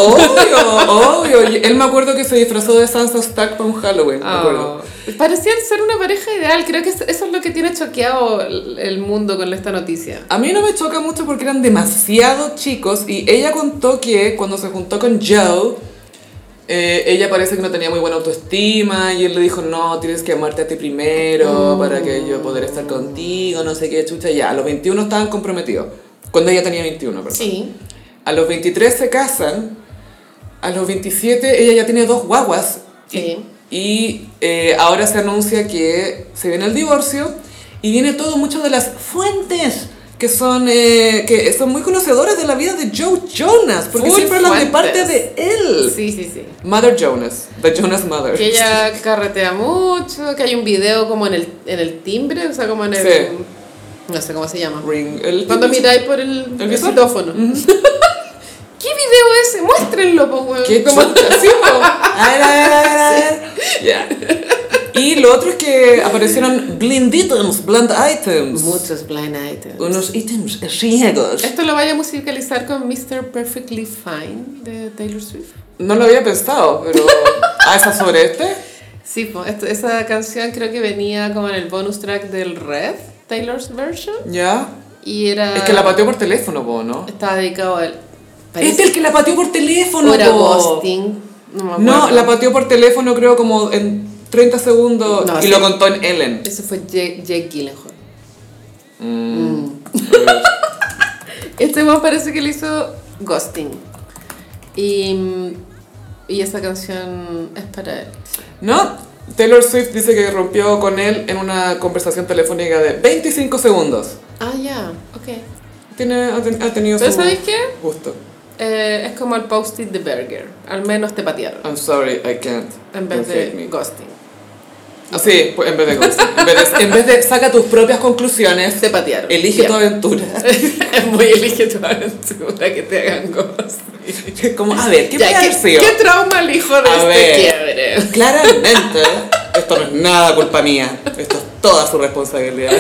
Speaker 1: obvio, obvio. Y Él me acuerdo que se disfrazó de Sansa Stark para un *laughs* Halloween, me acuerdo.
Speaker 2: Oh. Parecían ser una pareja ideal. Creo que eso es lo que tiene choqueado el el mundo con esta noticia.
Speaker 1: A mí no me choca mucho porque eran demasiado chicos y ella contó que cuando se juntó con Joe, eh, ella parece que no tenía muy buena autoestima y él le dijo, no, tienes que amarte a ti primero para que yo poder estar contigo, no sé qué chucha, ya. A los 21 estaban comprometidos, cuando ella tenía 21, perdón.
Speaker 2: Sí.
Speaker 1: A los 23 se casan, a los 27 ella ya tiene dos guaguas
Speaker 2: Sí.
Speaker 1: Y eh, ahora se anuncia que se viene el divorcio y viene todo mucho de las fuentes que son, eh, que son muy conocedoras de la vida de Joe Jonas, porque
Speaker 2: Full
Speaker 1: siempre hablan de parte
Speaker 2: fuentes.
Speaker 1: de él.
Speaker 2: Sí, sí, sí.
Speaker 1: Mother Jonas, The Jonas Mother.
Speaker 2: Que ella carretea mucho, que hay un video como en el, en el timbre, o sea, como en el...
Speaker 1: Sí.
Speaker 2: No sé cómo se llama.
Speaker 1: Ring. El
Speaker 2: Cuando miráis por el,
Speaker 1: ¿El
Speaker 2: el,
Speaker 1: visor?
Speaker 2: citófono. *laughs* ¿Qué video es ese? Muéstrenlo, po, weón.
Speaker 1: ¿Qué
Speaker 2: *laughs* Como-
Speaker 1: chucha, sí, po? A ver, a ver, a ver, a ver. Ya. Y lo otro es que aparecieron blind items, blind items.
Speaker 2: Muchos blind items.
Speaker 1: Unos ítems ciegos.
Speaker 2: Esto lo vaya a musicalizar con Mr. Perfectly Fine de Taylor Swift.
Speaker 1: No lo había pensado,
Speaker 2: *laughs*
Speaker 1: pero... ¿Ah, esa sobre este?
Speaker 2: Sí, po, esto- esa canción creo que venía como en el bonus track del Red, Taylor's version.
Speaker 1: Ya.
Speaker 2: Y era.
Speaker 1: Es que la pateó por teléfono, po, ¿no?
Speaker 2: Estaba dedicado al.
Speaker 1: Este es el que la pateó por teléfono,
Speaker 2: o era
Speaker 1: po.
Speaker 2: ghosting. No me
Speaker 1: No,
Speaker 2: acuerdo.
Speaker 1: la pateó por teléfono creo como en 30 segundos
Speaker 2: No,
Speaker 1: y
Speaker 2: sí.
Speaker 1: lo contó en Ellen.
Speaker 2: Ese fue Jake, Jake Gyllenhaal. Mm.
Speaker 1: Mm.
Speaker 2: Este más parece que le hizo ghosting. Y. mm, Y esa canción es para él.
Speaker 1: No, Taylor Swift dice que rompió con él en una conversación telefónica de 25 segundos.
Speaker 2: Ah, ya, ok.
Speaker 1: Tiene, ha, ten- ha tenido
Speaker 2: Pero
Speaker 1: su
Speaker 2: ¿sabéis qué?
Speaker 1: gusto.
Speaker 2: Eh, es como el post-it de Burger. Al menos te patearon.
Speaker 1: I'm sorry, I can't.
Speaker 2: En vez
Speaker 1: Don't hate
Speaker 2: de
Speaker 1: me.
Speaker 2: ghosting.
Speaker 1: Ah, sí, pues, en vez de ghosting. En vez de, en vez de saca tus propias conclusiones,
Speaker 2: Te patearon.
Speaker 1: elige
Speaker 2: Ya.
Speaker 1: tu aventura.
Speaker 2: *laughs*
Speaker 1: *laughs*
Speaker 2: Es muy elige *laughs* tu aventura que te hagan ghosting.
Speaker 1: Como, a ver, ¿qué
Speaker 2: Ya,
Speaker 1: puede haber sido?
Speaker 2: ¿Qué trauma el hijo de
Speaker 1: A
Speaker 2: este
Speaker 1: ver.
Speaker 2: quiebre?
Speaker 1: Claramente, esto no es nada culpa mía. Esto es toda su responsabilidad.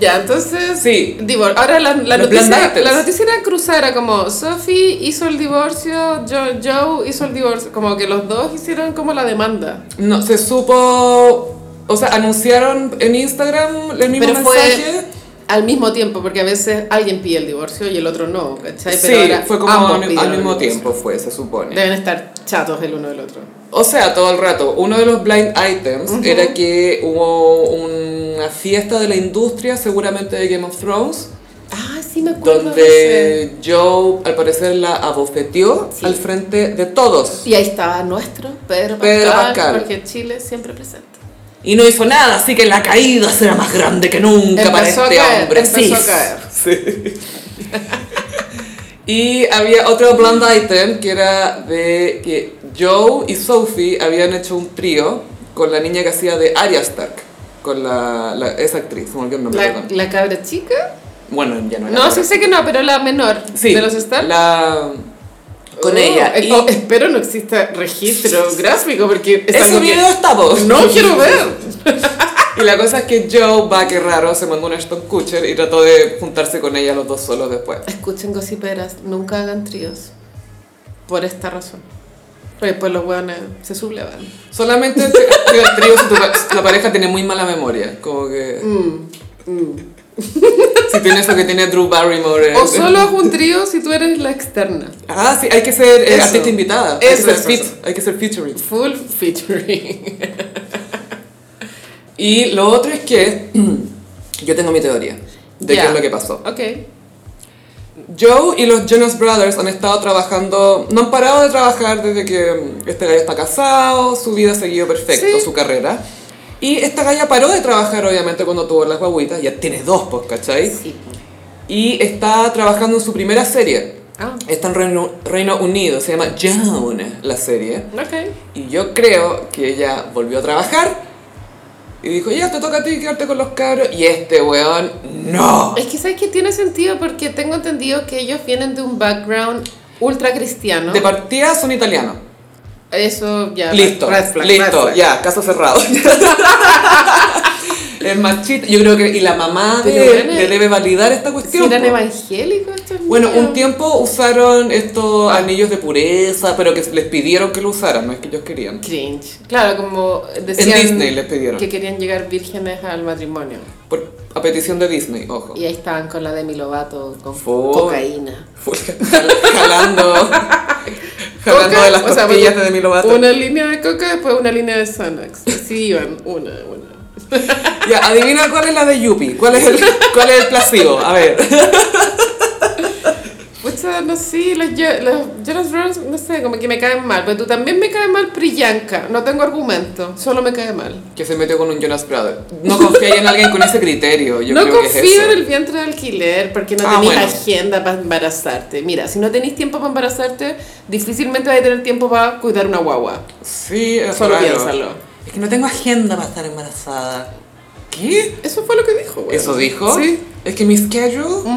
Speaker 2: Ya, entonces.
Speaker 1: Sí.
Speaker 2: divor- Ahora la, la
Speaker 1: Los blind
Speaker 2: noticia,
Speaker 1: items.
Speaker 2: la noticia era cruzar, era como Sophie hizo el divorcio, Joe, Joe hizo el divorcio. Como que los dos hicieron como la demanda.
Speaker 1: No, se supo. O sea, anunciaron en Instagram el mismo
Speaker 2: Pero
Speaker 1: mensaje.
Speaker 2: fue al mismo tiempo, porque a veces alguien pide el divorcio y el otro no, ¿cachai? Pero
Speaker 1: sí,
Speaker 2: ahora
Speaker 1: fue como
Speaker 2: ambos
Speaker 1: al,
Speaker 2: pidieron
Speaker 1: al
Speaker 2: el
Speaker 1: mismo
Speaker 2: divorcio.
Speaker 1: tiempo, fue, se supone.
Speaker 2: Deben estar chatos el uno del otro.
Speaker 1: O sea, todo el rato. Uno de los blind items era que hubo una fiesta de la industria, seguramente de Game of Thrones.
Speaker 2: Ah, sí me acuerdo. de
Speaker 1: donde Joe al parecer la abofeteó
Speaker 2: Sí.
Speaker 1: al frente de todos
Speaker 2: ese. Y ahí estaba nuestro Pedro Pascal,
Speaker 1: Pedro Pascal.
Speaker 2: porque Chile siempre presente.
Speaker 1: y no hizo nada, así que la caída será más grande que nunca para
Speaker 2: Empezó a
Speaker 1: este
Speaker 2: caer,
Speaker 1: hombre.
Speaker 2: empezó
Speaker 1: cis.
Speaker 2: a caer.
Speaker 1: Sí. *laughs* y había otro blonde item que era de que Joe y Sophie habían hecho un trío con la niña que hacía de Arya Stark, con la, la- esa actriz, se me olvidó el nombre,
Speaker 2: La,
Speaker 1: perdón.
Speaker 2: la cabra chica.
Speaker 1: Bueno, ya no era
Speaker 2: No,
Speaker 1: la-
Speaker 2: sí sé que no, pero la menor
Speaker 1: Sí,
Speaker 2: de los Stark.
Speaker 1: la- con
Speaker 2: Oh,
Speaker 1: ella.
Speaker 2: eh,
Speaker 1: y-
Speaker 2: oh, espero no exista registro
Speaker 1: *laughs*
Speaker 2: gráfico porque es
Speaker 1: Ese
Speaker 2: algo que
Speaker 1: video está vos.
Speaker 2: no quiero ver.
Speaker 1: Y la cosa es que Joe, va que raro, se mandó un Ashton Kutcher y trató de juntarse con ella los dos solos después.
Speaker 2: Escuchen gossiperas, nunca hagan tríos. Por esta razón. Porque después los hueones se sublevan.
Speaker 1: *laughs* Solamente te castiga el trío si tu pa- la pareja tiene muy mala memoria. Como que
Speaker 2: Mm,
Speaker 1: *laughs* si tiene eso que tiene Drew Barrymore.
Speaker 2: O
Speaker 1: es-
Speaker 2: solo haz
Speaker 1: *laughs*
Speaker 2: un trío si tú eres la externa.
Speaker 1: Ah, sí, hay que ser eh,
Speaker 2: Eso.
Speaker 1: artista invitada. hay,
Speaker 2: Eso,
Speaker 1: que ser
Speaker 2: eso,
Speaker 1: fit,
Speaker 2: eso.
Speaker 1: hay que ser featuring.
Speaker 2: Full featuring.
Speaker 1: Y lo otro es que *clears throat* yo tengo mi teoría de
Speaker 2: Ya.
Speaker 1: qué es lo que pasó.
Speaker 2: Ok.
Speaker 1: Joe y los Jonas Brothers han estado trabajando, no han parado de trabajar desde que mm, este gallo está casado, su vida ha seguido perfecto,
Speaker 2: Sí.
Speaker 1: su carrera. Y esta galla paró de trabajar, obviamente, cuando tuvo las guaguitas, ya tiene dos, pues, ¿cachai?
Speaker 2: Sí.
Speaker 1: Y está trabajando en su primera serie.
Speaker 2: Ah,
Speaker 1: Está en Reino, Reino Unido, se llama Joan, la serie.
Speaker 2: ok.
Speaker 1: Y yo creo que ella volvió a trabajar y dijo, ya, te toca a ti quedarte con los cabros. Y este weón, no.
Speaker 2: Es que sabes que tiene sentido porque tengo entendido que ellos vienen de un background ultra cristiano.
Speaker 1: De partida son italianos.
Speaker 2: Eso ya.
Speaker 1: Listo,
Speaker 2: red flag, red
Speaker 1: listo,
Speaker 2: flag.
Speaker 1: ya, caso
Speaker 2: *laughs*
Speaker 1: cerrado. el machito, yo creo que y la mamá de,
Speaker 2: Pero eran-
Speaker 1: le debe validar esta
Speaker 2: Si
Speaker 1: cuestión.
Speaker 2: eran
Speaker 1: po.
Speaker 2: evangélicos estos
Speaker 1: bueno,
Speaker 2: niños.
Speaker 1: un tiempo usaron estos anillos de pureza, pero que les pidieron que lo usaran, no es que ellos querían.
Speaker 2: Cringe. Claro, como decían
Speaker 1: En Disney les pidieron.
Speaker 2: que querían llegar vírgenes al matrimonio.
Speaker 1: Por, a petición de Disney, ojo.
Speaker 2: Y ahí estaban con la Demi Lovato, con
Speaker 1: Full.
Speaker 2: cocaína.
Speaker 1: Full- jalando
Speaker 2: *laughs*
Speaker 1: jalando
Speaker 2: Coca,
Speaker 1: de las
Speaker 2: o sea,
Speaker 1: costillas
Speaker 2: bueno,
Speaker 1: de Demi Lovato.
Speaker 2: Una línea de coca, después una línea de Xanax. Sí, iban, una, una.
Speaker 1: Ya, adivina cuál es la de Yuppie, cuál es el, cuál es el placebo, a ver.
Speaker 2: *laughs* Pucha, no sé, los, Jo- los Jonas Brothers, no sé, como que me caen mal. Pero tú también me caes mal, Priyanka. No tengo argumento, solo me cae mal.
Speaker 1: Que se metió con un Jonas Brother. No confía en alguien con ese criterio, yo
Speaker 2: no
Speaker 1: creo que es eso.
Speaker 2: confío en el vientre de alquiler porque no
Speaker 1: Ah,
Speaker 2: tenéis
Speaker 1: bueno.
Speaker 2: agenda para embarazarte. Mira, si no tenéis tiempo para embarazarte, difícilmente vais a tener tiempo para cuidar una guagua.
Speaker 1: Sí, es
Speaker 2: Solo
Speaker 1: raro.
Speaker 2: piénsalo.
Speaker 1: Es que no tengo agenda para estar embarazada. ¿Qué?
Speaker 2: Eso fue lo que dijo, güey.
Speaker 1: ¿Eso dijo?
Speaker 2: Sí.
Speaker 1: Es que mi schedule.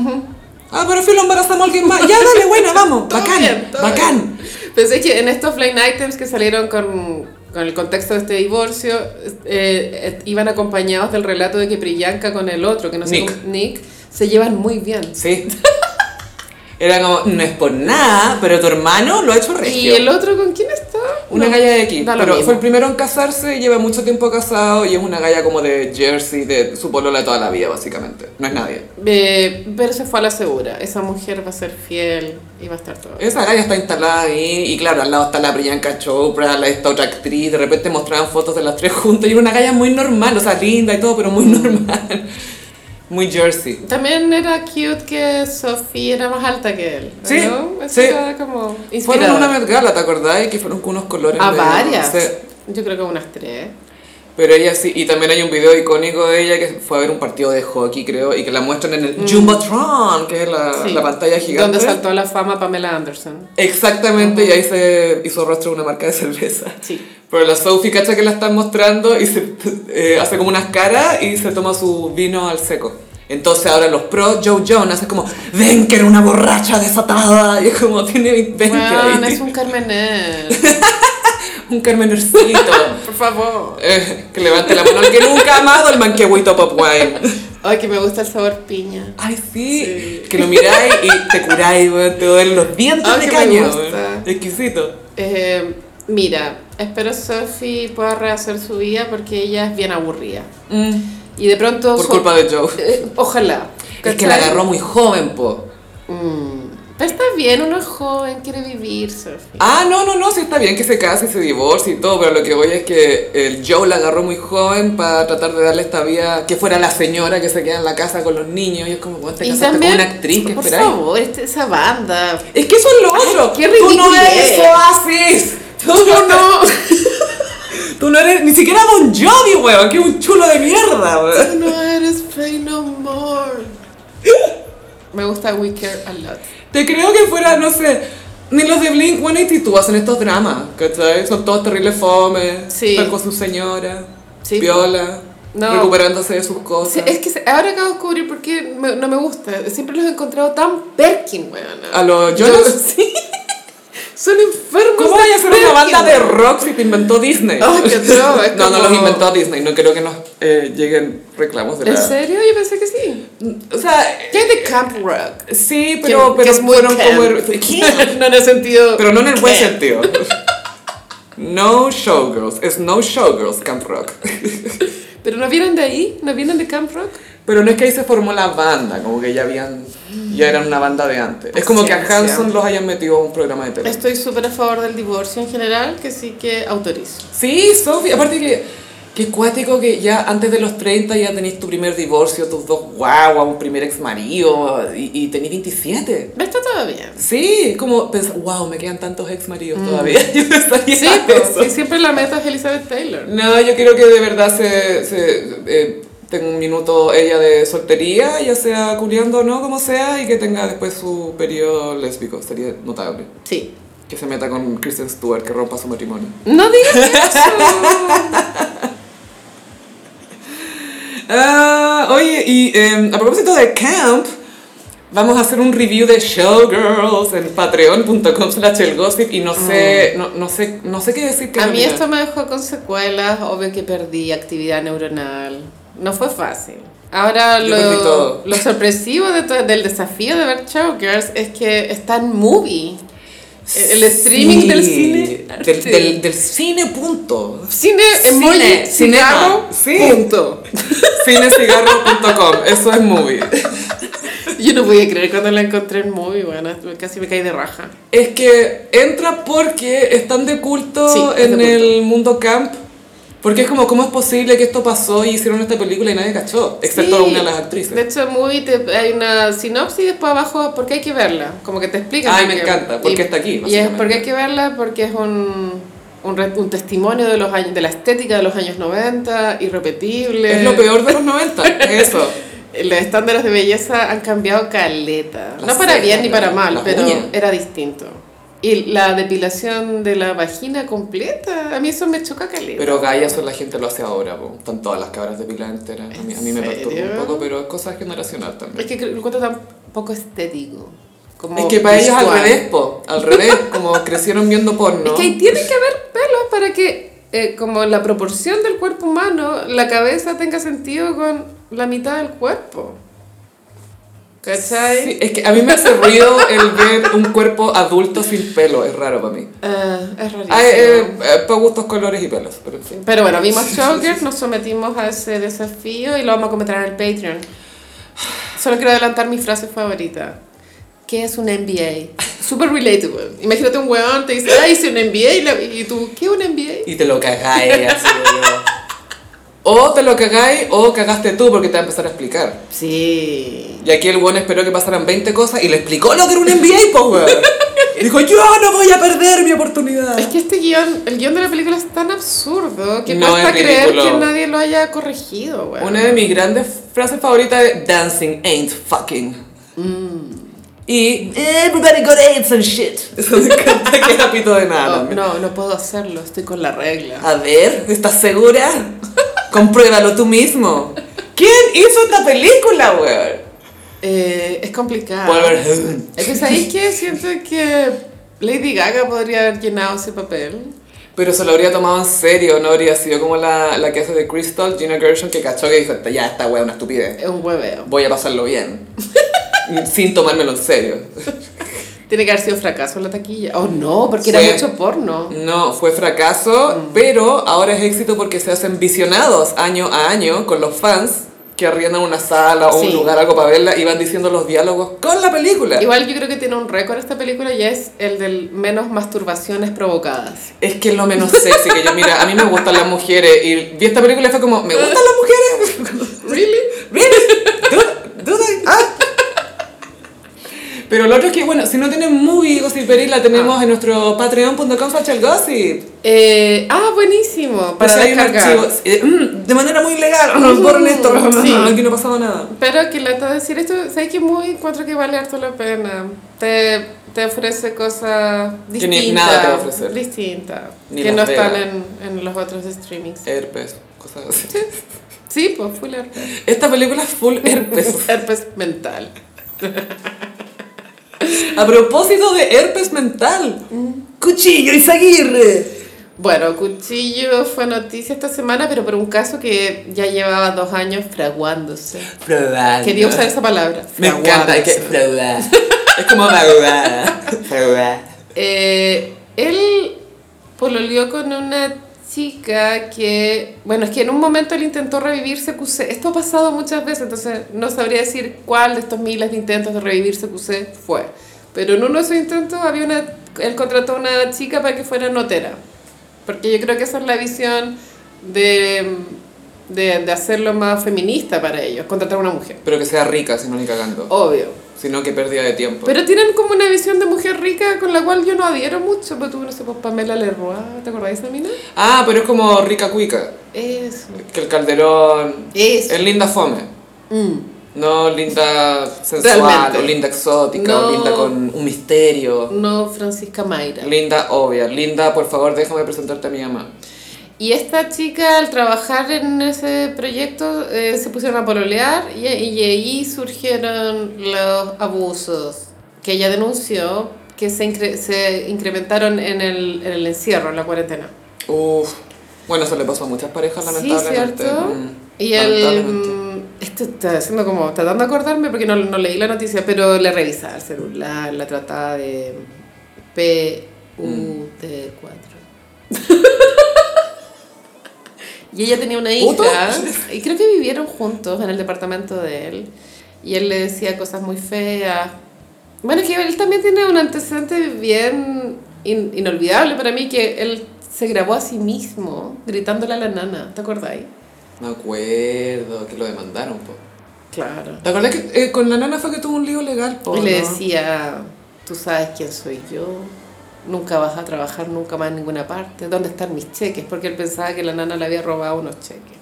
Speaker 1: Ah, pero filo, embarazamos a alguien más. Ya, dale,
Speaker 2: *laughs*
Speaker 1: buena, vamos.
Speaker 2: Todo
Speaker 1: bacán,
Speaker 2: bien, todo
Speaker 1: bacán.
Speaker 2: Pensé que en estos blind items que salieron con, con el contexto de este divorcio, eh, eh, iban acompañados del relato de que Priyanka con el otro, que no sé
Speaker 1: Nick.
Speaker 2: cómo- Nick, se llevan muy bien.
Speaker 1: Sí. Era como, no es por nada, pero tu hermano lo ha hecho
Speaker 2: ¿Y
Speaker 1: regio.
Speaker 2: el otro con quién está?
Speaker 1: Una
Speaker 2: No,
Speaker 1: galla de aquí,
Speaker 2: da lo
Speaker 1: pero
Speaker 2: mismo.
Speaker 1: fue el primero en casarse, lleva mucho tiempo casado y es una galla como de Jersey, de su polola de toda la vida, básicamente. No es nadie.
Speaker 2: Eh, pero se fue a la segura. Esa mujer va a ser fiel y va a estar todo. bien.
Speaker 1: Esa galla está instalada ahí, y claro, al lado está la Priyanka Chopra, la, esta otra actriz, de repente mostraban fotos de las tres juntas, y era una galla muy normal, o sea, linda y todo, pero muy *laughs* normal. Muy Jersey.
Speaker 2: También era cute que Sophie era más alta que él.
Speaker 1: Sí,
Speaker 2: ¿no?
Speaker 1: sí.
Speaker 2: Eso era como
Speaker 1: Fueron a una
Speaker 2: inspirador.
Speaker 1: Met Gala, ¿te acordás? Que fueron con unos colores.
Speaker 2: A
Speaker 1: medio-
Speaker 2: Ah, varias.
Speaker 1: Sí.
Speaker 2: Yo creo que unas tres.
Speaker 1: Pero ella sí, y también hay un video icónico de ella que fue a ver un partido de hockey, creo, y que la muestran en el Jumbotron, que es la,
Speaker 2: Mm. Sí.
Speaker 1: la pantalla gigante.
Speaker 2: Donde saltó a la fama Pamela Anderson.
Speaker 1: Exactamente, y ahí se hizo rostro una marca de cerveza.
Speaker 2: Sí.
Speaker 1: Pero la Sophie cacha que la están mostrando y se eh, hace como unas caras y se toma su vino al seco. Entonces ahora los pros, Joe Jonas, es como, ven que era una borracha desatada, y es como, tiene 20
Speaker 2: Bueno,
Speaker 1: ahí.
Speaker 2: es un Carmener.
Speaker 1: un carmenercito. *laughs*
Speaker 2: Por favor.
Speaker 1: Eh, que levante la mano el que nunca ha amado el manquehuito pop wine.
Speaker 2: Ay, que me gusta el sabor piña.
Speaker 1: Ay, sí.
Speaker 2: Sí.
Speaker 1: Que lo miráis y te curáis, weón. Te duelen los dientes
Speaker 2: Ah,
Speaker 1: de
Speaker 2: que me
Speaker 1: caña,
Speaker 2: gusta.
Speaker 1: weón. Exquisito.
Speaker 2: Eh, mira, espero Sophie pueda rehacer su vida porque ella es bien aburrida. Y de pronto...
Speaker 1: Por
Speaker 2: su-
Speaker 1: culpa de Joe.
Speaker 2: Eh, ojalá.
Speaker 1: Es que la
Speaker 2: ¿cachai?
Speaker 1: agarró muy joven, po.
Speaker 2: Mm, Pero está bien, uno es joven, quiere vivir, Sophie.
Speaker 1: Ah, no, no, no, sí está bien que se case y se divorcie y todo, pero lo que voy es que el Joe la agarró muy joven para tratar de darle esta vida que fuera la señora que se queda en la casa con los niños y es como, bueno, te casaste con una actriz, ¿qué
Speaker 2: por
Speaker 1: esperáis?
Speaker 2: favor, este- esa banda.
Speaker 1: *laughs* Es que eso es lo otro.
Speaker 2: qué
Speaker 1: Tú no
Speaker 2: ridiculez.
Speaker 1: eres Oasis. Tú no,
Speaker 2: No,
Speaker 1: tú no eres ni siquiera Bon Jovi, weón, que es un chulo de mierda, weón.
Speaker 2: no eres play no more. Me gusta We Care a Lot.
Speaker 1: Te creo que fuera, no sé, ni los de Blink 182 hacen estos dramas, ¿cachai? Son todos terribles fomes,
Speaker 2: Sí.
Speaker 1: están con su señora,
Speaker 2: Sí.
Speaker 1: viola,
Speaker 2: No.
Speaker 1: recuperándose de sus cosas.
Speaker 2: Sí, es que se- ahora acabo de descubrir por qué me- no me gusta. Siempre los he encontrado tan Perkin, weón.
Speaker 1: A los Jonas.
Speaker 2: sí. *laughs* Son enfermos.
Speaker 1: ¿Cómo
Speaker 2: de
Speaker 1: vaya a ser una
Speaker 2: Perkin,
Speaker 1: banda de
Speaker 2: weón.
Speaker 1: rock si te inventó Disney?
Speaker 2: Ay,
Speaker 1: *laughs*
Speaker 2: qué atroz, es
Speaker 1: no, no los
Speaker 2: como-
Speaker 1: inventó Disney, no creo que nos eh, lleguen reclamos de
Speaker 2: ¿En
Speaker 1: la...
Speaker 2: serio? Yo pensé que sí.
Speaker 1: O sea,
Speaker 2: ¿Qué es de Camp Rock?
Speaker 1: sí, pero,
Speaker 2: Que- que
Speaker 1: pero
Speaker 2: es muy
Speaker 1: fueron como...
Speaker 2: camp. *laughs* no en el sentido.
Speaker 1: Pero no en el buen sentido. *laughs* No showgirls, es no showgirls camp rock. *laughs*
Speaker 2: ¿Pero no vienen de ahí? ¿No vienen de Camp Rock?
Speaker 1: Pero no es que ahí se formó la banda, como que ya habían, ya eran una banda de antes. Es como que a
Speaker 2: Ciencia.
Speaker 1: Hanson los hayan metido a un programa de tele.
Speaker 2: Estoy súper a favor del divorcio en general, que sí que autorizo.
Speaker 1: Sí, Sophie, aparte que, que cuático que ya antes de los 30 ya tenés tu primer divorcio, tus dos guaguas, un primer ex marido y, y tenés 27.
Speaker 2: Pero está
Speaker 1: *laughs*
Speaker 2: todo bien.
Speaker 1: Sí, como pens- wow, me quedan tantos ex maridos todavía. *laughs* Yo pensaría
Speaker 2: Mm. Sí,
Speaker 1: eso.
Speaker 2: pues, sí, siempre la meta es Elizabeth Taylor.
Speaker 1: No, yo quiero que de verdad se, se eh, tenga un minuto ella de soltería, ya sea culiando o no, como sea, y que tenga después su periodo lésbico. Sería notable.
Speaker 2: Sí.
Speaker 1: Que se meta con Kristen Stewart, que rompa su matrimonio.
Speaker 2: No digas eso.
Speaker 1: Ah, oye, y eh, a propósito de camp, vamos a hacer un review de Showgirls en patreon.com slash el gossip y no sé, no, no sé, no sé qué decir. que
Speaker 2: Ah. A
Speaker 1: no
Speaker 2: mí
Speaker 1: diga.
Speaker 2: esto me dejó con secuelas, obvio que perdí actividad neuronal. No fue fácil. Ahora
Speaker 1: Yo perdí todo.
Speaker 2: lo, lo sorpresivo de to- del desafío de ver Showgirls es que está en movie. El streaming del cine.
Speaker 1: Del, del- del cine punto.
Speaker 2: Cine,
Speaker 1: Cine, cinema.
Speaker 2: emoji, cigarro,
Speaker 1: Sí. *laughs*
Speaker 2: punto.
Speaker 1: Cinecigarro.com, eso es movie.
Speaker 2: Yo no podía creer cuando la encontré en movie, bueno, casi me caí de raja.
Speaker 1: Es que entra porque están de culto
Speaker 2: Sí, es de
Speaker 1: en
Speaker 2: culto.
Speaker 1: el mundo camp. Porque es como, ¿cómo es posible que esto pasó y hicieron esta película y nadie cachó? Excepto
Speaker 2: Sí.
Speaker 1: una de las
Speaker 2: De
Speaker 1: actrices.
Speaker 2: hecho, en movie te- hay una sinopsis y después abajo porque hay que verla. Como que te explican.
Speaker 1: Ay,
Speaker 2: por
Speaker 1: me
Speaker 2: qué.
Speaker 1: encanta, por qué está aquí,
Speaker 2: Y es
Speaker 1: básicamente.
Speaker 2: porque hay que verla porque es un, un, re- un testimonio de los años, de la estética de los años 90, irrepetible.
Speaker 1: Es lo peor de los *laughs* 90, es eso.
Speaker 2: Los estándares de belleza han cambiado caleta.
Speaker 1: Las
Speaker 2: no para bien
Speaker 1: cejas,
Speaker 2: ni para
Speaker 1: las-
Speaker 2: mal,
Speaker 1: las
Speaker 2: pero
Speaker 1: uñas.
Speaker 2: era distinto. Y la depilación de la vagina completa, a mí eso me choca caleta.
Speaker 1: Pero Gaia, eso la gente lo hace ahora, po. están todas las cabras de pila enteras. A mí, a mí me
Speaker 2: ¿En
Speaker 1: perturba un
Speaker 2: serio?
Speaker 1: poco, pero es cosa generacional también.
Speaker 2: es que creo- lo encuentro tan poco estético. Como
Speaker 1: Es que para ellos al
Speaker 2: visual.
Speaker 1: revés, po. Al revés, como crecieron viendo porno.
Speaker 2: Es que ahí tiene que haber pelos para que, eh, como la proporción del cuerpo humano, la cabeza tenga sentido con la mitad del cuerpo. ¿Cachai?
Speaker 1: Sí, es que a mí me hace ruido el ver un cuerpo adulto sin pelo, es raro para mí.
Speaker 2: Ah, es rarísimo.
Speaker 1: Ay, eh, eh, para gustos, colores y pelos, pero en fin.
Speaker 2: Pero bueno, vimos Showgirls, nos sometimos a ese desafío y lo vamos a comentar en el Patreon. Solo quiero adelantar mi frase favorita. ¿Qué es un MBA? Super relatable. Imagínate un weón, te dice, ah, hice un MBA y, la- y tú, ¿qué es un MBA?
Speaker 1: Y te lo cagáis,
Speaker 2: *laughs*
Speaker 1: así yo. O te lo cagáis o cagaste tú porque te va a empezar a explicar.
Speaker 2: Sí.
Speaker 1: Y aquí el weón esperó que pasaran 20 cosas y le explicó lo que era un NBA, po, weón. Dijo, yo no voy a perder mi oportunidad.
Speaker 2: Es que este guión, el guión de la película es tan absurdo que
Speaker 1: No,
Speaker 2: cuesta
Speaker 1: es
Speaker 2: creer
Speaker 1: ridículo.
Speaker 2: que nadie lo haya corregido, güey.
Speaker 1: Una de mis grandes frases favoritas es Dancing ain't fucking. Y
Speaker 5: Everybody got AIDS eh, and shit.
Speaker 1: eso me encanta *laughs* que era pito de nada.
Speaker 2: no,
Speaker 1: también.
Speaker 2: no, no puedo hacerlo, estoy con la regla.
Speaker 1: A ver, ¿estás segura? Compruébalo tú mismo. ¿Quién hizo esta película, weón?
Speaker 2: Eh, es complicado.
Speaker 1: Paul Verhoeven.
Speaker 2: Es que sabéis que siento que Lady Gaga podría haber llenado ese papel.
Speaker 1: Pero se lo habría tomado en serio, no habría sido como la, la que hace de Crystal, Gina Gershon, que cachó que dijo, ya, esta weón es una estupidez.
Speaker 2: Es un hueveo.
Speaker 1: Voy a pasarlo bien. *laughs* Sin tomármelo en serio.
Speaker 2: Tiene que haber sido fracaso en la taquilla. Oh no, porque
Speaker 1: Fue-
Speaker 2: era mucho porno.
Speaker 1: No, fue fracaso, pero ahora es éxito porque se hacen visionados año a año con los fans que arriendan una sala o
Speaker 2: Sí.
Speaker 1: un lugar, algo para verla, y van diciendo los diálogos con la película.
Speaker 2: Igual yo creo que tiene un récord esta película y es el del menos masturbaciones provocadas.
Speaker 1: Es que es lo menos sexy que yo, mira, a mí me gustan las mujeres, y vi esta película y fue como, ¿me gustan las mujeres? *laughs*
Speaker 2: ¿Really?
Speaker 1: Really? Do, do they? Ah. Pero lo otro es que, bueno, si no tienen movie Gossip Berry, la
Speaker 2: Ah.
Speaker 1: tenemos en nuestro patreon.com slash gossip.
Speaker 2: Eh, ah, buenísimo. Para
Speaker 1: Pues hay un
Speaker 2: descargar. Mm,
Speaker 1: archivo, eh, mm, de manera muy legal, *laughs* borren esto, *laughs*
Speaker 2: sí.
Speaker 1: aquí no ha pasado nada.
Speaker 2: Pero que lata decir esto, sabes que muy encuentro que vale harto la pena. Te, te ofrece cosas
Speaker 1: Que ni
Speaker 2: distintas.
Speaker 1: nada te va a ofrecer.
Speaker 2: Distintas.
Speaker 1: Ni
Speaker 2: que
Speaker 1: Las
Speaker 2: no están
Speaker 1: Vegas.
Speaker 2: en, en los otros streamings.
Speaker 1: Herpes, cosas así.
Speaker 2: Sí, pues full herpes.
Speaker 1: Esta película es full herpes.
Speaker 2: *laughs* herpes mental.
Speaker 1: A propósito de herpes mental.
Speaker 2: Mm.
Speaker 1: Cuchillo y Zaguirre.
Speaker 2: Bueno, Cuchillo fue noticia esta semana, pero por un caso que ya llevaba dos años fraguándose.
Speaker 1: Probando.
Speaker 2: Quería usar esa palabra.
Speaker 1: Me encanta, hay que
Speaker 2: fraguándose.
Speaker 1: probar. Es como madrugada. Probar.
Speaker 2: Eh, él pololeó con una chica que, bueno, es que en un momento él intentó revivirse QC. Esto ha pasado muchas veces, entonces no sabría decir cuál de estos miles de intentos de revivirse QC fue. Pero en uno de esos intentos había una, él contrató a una chica para que fuera notera. Porque yo creo que esa es la visión de, de, de hacerlo más feminista para ellos, contratar a una mujer.
Speaker 1: Pero que sea rica, si no ni cagando.
Speaker 2: Obvio.
Speaker 1: Si no, que pérdida de tiempo.
Speaker 2: Pero tienen como una visión de mujer rica con la cual yo no adhiero mucho, pero tú no sé, pues Pamela Leroy, ¿te acordáis de esa mina?
Speaker 1: Ah, pero es como rica cuica.
Speaker 2: Eso.
Speaker 1: Que el calderón.
Speaker 2: Eso.
Speaker 1: Es linda fome.
Speaker 2: Mm.
Speaker 1: No linda sensual,
Speaker 2: Realmente.
Speaker 1: o linda exótica,
Speaker 2: No.
Speaker 1: o linda con un misterio.
Speaker 2: No Francisca Mayra.
Speaker 1: Linda obvia. Linda, por favor, déjame presentarte a mi mamá.
Speaker 2: Y esta chica al trabajar en ese proyecto eh, se pusieron a pololear y, y ahí surgieron los abusos que ella denunció que se, incre- se incrementaron en el, en el encierro, en la cuarentena.
Speaker 1: Uf. Bueno, eso le pasó a muchas parejas,
Speaker 2: Sí,
Speaker 1: lamentablemente.
Speaker 2: ¿cierto?
Speaker 1: Mm,
Speaker 2: Y el...
Speaker 1: lamentablemente.
Speaker 2: mm, Esto está haciendo como... Tratando de acordarme porque no, no leí la noticia, pero le revisaba el celular, la trataba de... PUT4. *laughs* y ella tenía una hija.
Speaker 1: ¿Puto?
Speaker 2: Y creo que vivieron juntos en el departamento de él. Y él le decía cosas muy feas. Bueno, es que él también tiene un antecedente bien in- inolvidable para mí, que él se grabó a sí mismo gritándole a la nana, ¿te acordáis?
Speaker 1: Me acuerdo que lo demandaron, po.
Speaker 2: Claro.
Speaker 1: ¿Te acordás que eh, con la nana fue que tuvo un lío legal, po?
Speaker 2: Y le
Speaker 1: Oh, no?
Speaker 2: decía, tú sabes quién soy yo, nunca vas a trabajar nunca más en ninguna parte, ¿dónde están mis cheques? Porque él pensaba que la nana le había robado unos cheques.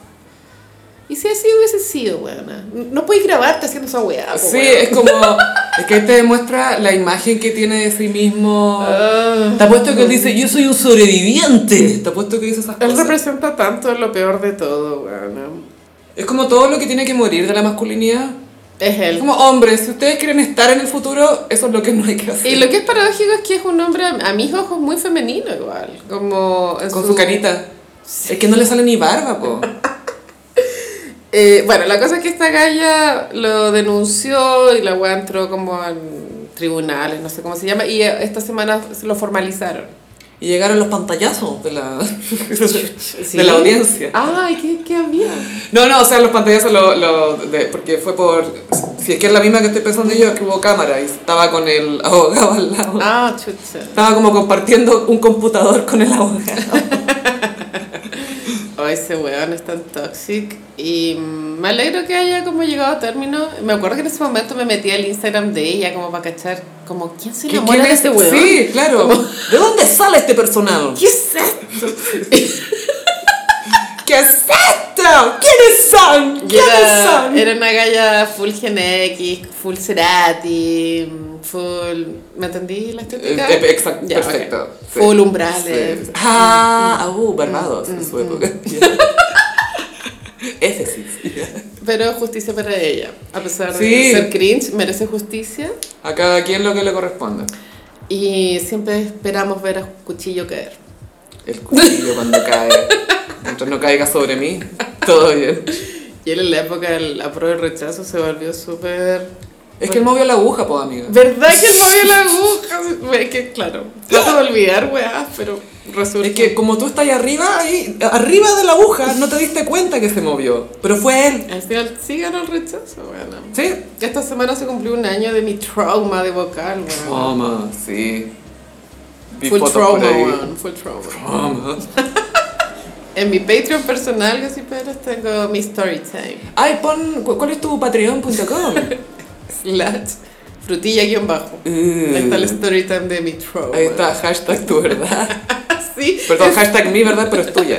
Speaker 2: Y si así hubiese sido, weona, no podéis grabarte haciendo esa weá. po,
Speaker 1: Ah, Sí,
Speaker 2: weona.
Speaker 1: es como. Es que ahí te demuestra la imagen que tiene de sí mismo. Te apuesto que él dice, yo soy un sobreviviente. Te apuesto que dice esas
Speaker 2: Él
Speaker 1: cosas.
Speaker 2: representa tanto lo peor de todo, weona.
Speaker 1: Es como todo lo que tiene que morir de la masculinidad.
Speaker 2: Es
Speaker 1: Es
Speaker 2: él.
Speaker 1: como, hombres, si ustedes quieren estar en el futuro, eso es lo que no hay que hacer.
Speaker 2: Y lo que es paradójico es que es un hombre, a mis ojos, muy femenino igual. Como en
Speaker 1: Con su carita. Es que no le sale ni barba, po.
Speaker 2: Eh, bueno, la cosa es que esta galla lo denunció y la weá entró como en tribunales, no sé cómo se llama, y eh, esta semana se lo formalizaron.
Speaker 1: Y llegaron los pantallazos de la,
Speaker 2: *laughs* ¿Sí?
Speaker 1: de la audiencia.
Speaker 2: Ay, ¿qué, qué
Speaker 1: *laughs*
Speaker 2: había?
Speaker 1: No, no, o sea, los pantallazos, lo, lo de- porque fue por... Si es que es la misma que estoy pensando yo, que hubo cámara y estaba con el *laughs* abogado al lado.
Speaker 2: Ah, chucha.
Speaker 1: Estaba como compartiendo un computador con el
Speaker 2: *laughs*
Speaker 1: abogado.
Speaker 2: Oh, ese weón es tan toxic. Y mm, me alegro que haya como llegado a término. Me acuerdo que en ese momento me metí al Instagram de ella como para cachar, como, ¿quién se
Speaker 1: ¿Qué-
Speaker 2: enamora
Speaker 1: quién
Speaker 2: de
Speaker 1: es?
Speaker 2: este weón?
Speaker 1: Sí, claro. ¿De dónde sale este personal?
Speaker 2: ¿Qué es esto?
Speaker 1: ¿Qué es esto? ¿Quiénes son?
Speaker 2: Y
Speaker 1: ¿Quiénes
Speaker 2: Era,
Speaker 1: son?
Speaker 2: era una galla full Gen X, full Cerati, full... ¿Me entendí la estética?
Speaker 1: Eh, eh, exacto,
Speaker 2: Ya, ok.
Speaker 1: perfecto. Sí.
Speaker 2: Full Mm, umbrales.
Speaker 1: Sí. Ah, uh, Barbados en su época.
Speaker 2: mm.
Speaker 1: *laughs* Ese sí.
Speaker 2: Pero justicia para ella. A pesar de
Speaker 1: Sí.
Speaker 2: ser cringe, merece justicia.
Speaker 1: A cada quien lo que le corresponde.
Speaker 2: Y siempre esperamos ver a Cuchillo caer.
Speaker 1: El cuchillo cuando cae. Mientras no caiga sobre mí, todo bien.
Speaker 2: Y él en la época del apruebo y rechazo se volvió súper...
Speaker 1: Es que él movió la aguja, pues, amiga.
Speaker 2: ¿Verdad que movió la aguja? Es que, claro, trato de olvidar, weá, pero... Resulta.
Speaker 1: Es que como tú estás ahí arriba, ahí, arriba de la aguja, no te diste cuenta que se movió. Pero fue él.
Speaker 2: Al final sí ganó el rechazo, bueno.
Speaker 1: ¿Sí?
Speaker 2: Esta semana se cumplió un año de mi trauma de vocal, weón.
Speaker 1: Trauma, sí. Vi
Speaker 2: Full
Speaker 1: fotos por
Speaker 2: trauma,
Speaker 1: ahí.
Speaker 2: weón, full trauma.
Speaker 1: Trauma.
Speaker 2: En mi Patreon personal, yo sí, pero tengo mi story time.
Speaker 1: Ay, pon, ¿cu- ¿cuál es tu
Speaker 2: *laughs*
Speaker 1: patreon.com?
Speaker 2: Slash, frutilla guión bajo.
Speaker 1: Mm.
Speaker 2: Ahí está el story time de mi trauma.
Speaker 1: Ahí está, hashtag tu verdad.
Speaker 2: *laughs* Sí.
Speaker 1: Perdón, hashtag mi verdad, pero es
Speaker 2: *laughs*
Speaker 1: tuya.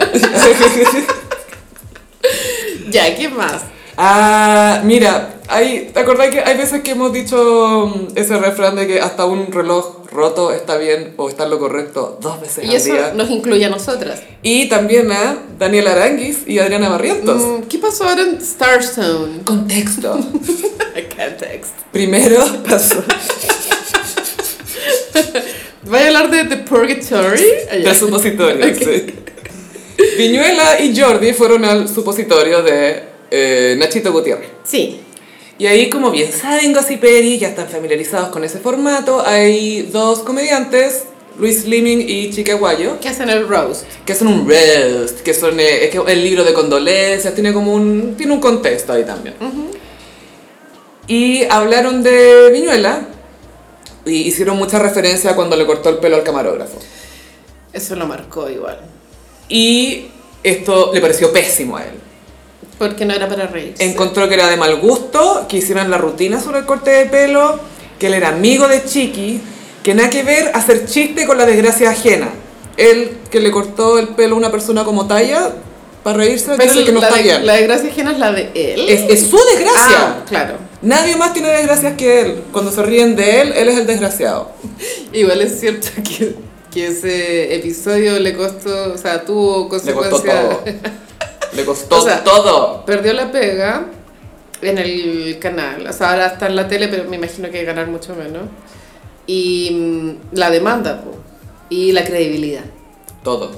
Speaker 2: Ya, ¿qué más?
Speaker 1: Ah, mira, hay, ¿te acordás que hay veces que hemos dicho mm, ese refrán de que hasta un reloj roto está bien o está en lo correcto dos veces
Speaker 2: Y
Speaker 1: al
Speaker 2: eso
Speaker 1: día?
Speaker 2: nos incluye a nosotras.
Speaker 1: Y también a Daniel Aranguis y Adriana Barrientos.
Speaker 2: Mm, ¿Qué pasó ahora en Starstone? *laughs*
Speaker 1: Contexto. *laughs*
Speaker 2: Context.
Speaker 1: Primero pasó.
Speaker 2: ¿Voy a hablar de The Purgatory? *laughs*
Speaker 1: Del supositorio, sí. Viñuela y Jordi fueron al supositorio de eh, Nachito Gutiérrez.
Speaker 2: Sí.
Speaker 1: Y ahí, como bien saben, Gossiperi, ya están familiarizados con ese formato, hay dos comediantes, Luis Liming y Chica Guayo,
Speaker 2: ¿Qué hacen el roast?
Speaker 1: que son un roast, que son eh, es que el libro de condolencias, tiene como un, tiene un contexto ahí también. Y hablaron de Viñuela y hicieron mucha referencia a cuando le cortó el pelo al camarógrafo.
Speaker 2: Eso lo marcó igual.
Speaker 1: Y esto le pareció pésimo a él.
Speaker 2: Porque no era para reírse.
Speaker 1: Encontró que era de mal gusto, que hicieran la rutina sobre el corte de pelo, que él era amigo de Chiqui, que nada que ver hacer chiste con la desgracia ajena. Él que le cortó el pelo a una persona como talla, para reírse, dice que no
Speaker 2: la,
Speaker 1: está
Speaker 2: de-
Speaker 1: bien.
Speaker 2: la desgracia ajena es la de él.
Speaker 1: Es, es su desgracia.
Speaker 2: Ah, claro.
Speaker 1: Nadie más tiene desgracias que él. Cuando se ríen de él, él es el desgraciado.
Speaker 2: Igual es cierto *laughs* que, que ese episodio le costó, o sea, tuvo
Speaker 1: Le costó
Speaker 2: consecuencias.
Speaker 1: todo. Le costó
Speaker 2: O sea,
Speaker 1: todo.
Speaker 2: *laughs* Perdió la pega en el canal. O sea, ahora está en la tele, pero me imagino que ganar mucho menos. Y mm, la demanda, po. y la credibilidad.
Speaker 1: Todo.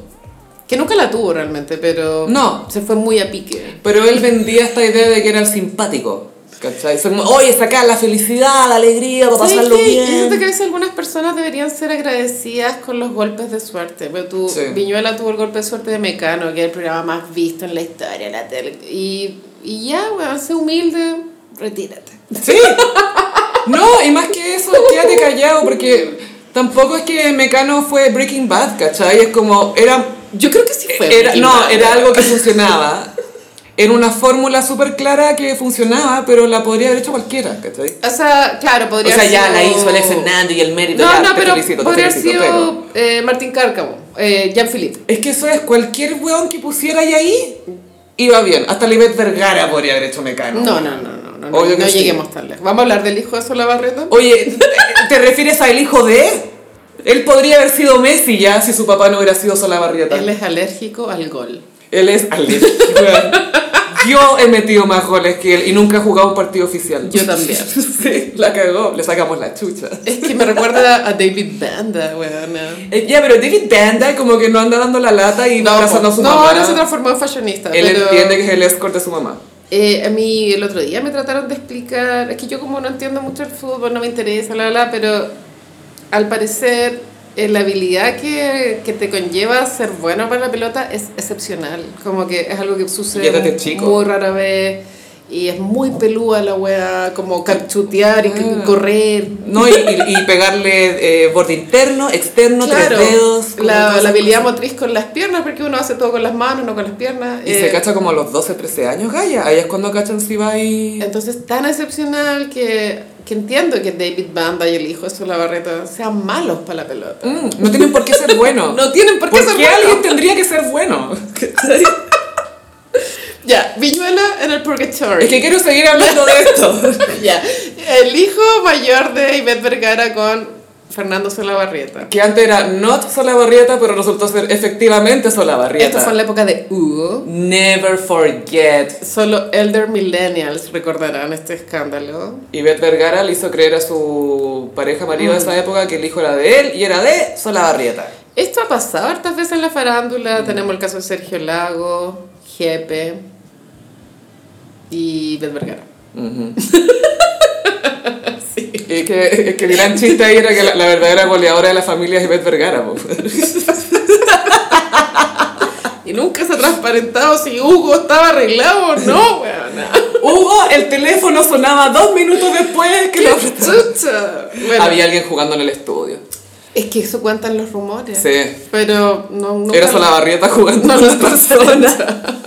Speaker 2: Que nunca la tuvo realmente, pero
Speaker 1: No.
Speaker 2: se fue muy a pique.
Speaker 1: Pero él vendía esta idea de que era el simpático. ¿Cachai? Son como, oye, sacar la felicidad, la alegría, para
Speaker 2: ¿Sabes
Speaker 1: pasarlo
Speaker 2: qué? Yo
Speaker 1: bien.
Speaker 2: siento que a veces algunas personas deberían ser agradecidas con los golpes de suerte. Pero tú,
Speaker 1: Sí.
Speaker 2: Viñuela tuvo el golpe de suerte de Mecano, que es el programa más visto en la historia de la tele. Y, y ya, weón, sé humilde, retírate.
Speaker 1: Sí. No, y más que eso, quédate callado, porque tampoco es que Mecano fue Breaking Bad, ¿cachai? Es como, era.
Speaker 2: Yo creo que sí fue.
Speaker 1: era-
Speaker 2: Breaking
Speaker 1: no,
Speaker 2: Bad.
Speaker 1: era algo que funcionaba. Era una fórmula súper clara que funcionaba, pero la podría haber hecho cualquiera, ¿cachai?
Speaker 2: O sea, claro, podría haber sido...
Speaker 1: y el mérito.
Speaker 2: No,
Speaker 1: ya,
Speaker 2: no,
Speaker 1: te
Speaker 2: pero
Speaker 1: felicito, te
Speaker 2: podría haber
Speaker 1: felicito,
Speaker 2: sido
Speaker 1: pero-
Speaker 2: eh, Martín Cárcamo, eh, Jean-Philippe.
Speaker 1: Es que eso es cualquier weón que pusiera ahí, ahí iba bien. Hasta Libet Vergara podría haber hecho mecano.
Speaker 2: No, no, no, no, no, no,
Speaker 1: Obvio que
Speaker 2: no
Speaker 1: sí.
Speaker 2: lleguemos tan lejos. ¿Vamos a hablar del hijo de Solabarrieta?
Speaker 1: Oye, ¿te refieres al hijo de? Él podría haber sido Messi ya si su papá no hubiera sido Solabarrieta.
Speaker 2: Él es alérgico al gol.
Speaker 1: Él es alérgico. weón. Yo he metido más goles que él y nunca he jugado un partido oficial.
Speaker 2: Yo también.
Speaker 1: *laughs* sí, la cagó. Le sacamos la chucha.
Speaker 2: Es que me recuerda a David Banda, weón.
Speaker 1: Eh, Ya, pero David Banda como que no anda dando la lata y va abrazando a su
Speaker 2: no,
Speaker 1: mamá.
Speaker 2: ahora se transformó en fashionista.
Speaker 1: Él
Speaker 2: pero,
Speaker 1: entiende que es el escort de su mamá.
Speaker 2: eh, a mí el otro día me trataron de explicar, es que yo como no entiendo mucho el fútbol, no me interesa, la, la, la, pero al parecer eh, la habilidad que, que te conlleva ser bueno para la pelota es excepcional, como que es algo que
Speaker 1: Ya
Speaker 2: sucede
Speaker 1: desde chico.
Speaker 2: muy rara vez y es muy pelúa la wea, como cachutear y c-
Speaker 1: Ah.
Speaker 2: correr.
Speaker 1: No, y, y- y pegarle eh, borde interno, externo,
Speaker 2: Claro,
Speaker 1: tres dedos. como
Speaker 2: la,
Speaker 1: todas
Speaker 2: la
Speaker 1: esas
Speaker 2: habilidad
Speaker 1: cosas.
Speaker 2: motriz con las piernas, porque uno hace todo con las manos, no con las piernas.
Speaker 1: Y
Speaker 2: eh,
Speaker 1: se cacha como a los 12, 13 años, Gaya. Ahí es cuando cachan si va y...
Speaker 2: Entonces, tan excepcional que, que entiendo que David Banda y el hijo de Solabarreta sean malos para la pelota.
Speaker 1: Mm, no tienen por qué ser buenos.
Speaker 2: *laughs* No tienen por qué ser malos.
Speaker 1: alguien tendría que ser bueno?
Speaker 2: Ya, Viñuela en el Purgatory.
Speaker 1: Es que quiero seguir hablando de esto.
Speaker 2: *laughs* Ya, el hijo mayor de Ivette Vergara con Fernando Solabarrieta.
Speaker 1: Que antes era not Solabarrieta, pero resultó ser efectivamente Solabarrieta.
Speaker 2: Esta fue en la época de Hugo.
Speaker 1: Never forget.
Speaker 2: Solo Elder Millennials recordarán este escándalo.
Speaker 1: Y Beth Vergara le hizo creer a su pareja marido
Speaker 2: Mm.
Speaker 1: de esa época que el hijo era de él y era de Solabarrieta.
Speaker 2: Esto ha pasado hartas veces en la farándula. Tenemos el caso de Sergio Lago, Jepe y Ivette Vergara.
Speaker 1: *laughs* Y que, es que el gran chiste ahí era que la, la verdadera goleadora de la familia es Ivette Vergara. po.
Speaker 2: siendo transparentado si Hugo estaba arreglado
Speaker 1: *laughs*
Speaker 2: o no, weona.
Speaker 1: *laughs* Hugo, el teléfono sonaba dos minutos después que
Speaker 2: ¡Qué
Speaker 1: lo
Speaker 2: chucha! Bueno,
Speaker 1: Había alguien jugando en el estudio.
Speaker 2: es que eso cuentan los rumores.
Speaker 1: Sí.
Speaker 2: Pero no, nunca
Speaker 1: Era
Speaker 2: lo-
Speaker 1: Solabarrieta jugando
Speaker 2: No
Speaker 1: con
Speaker 2: lo
Speaker 1: las personas.
Speaker 2: persona.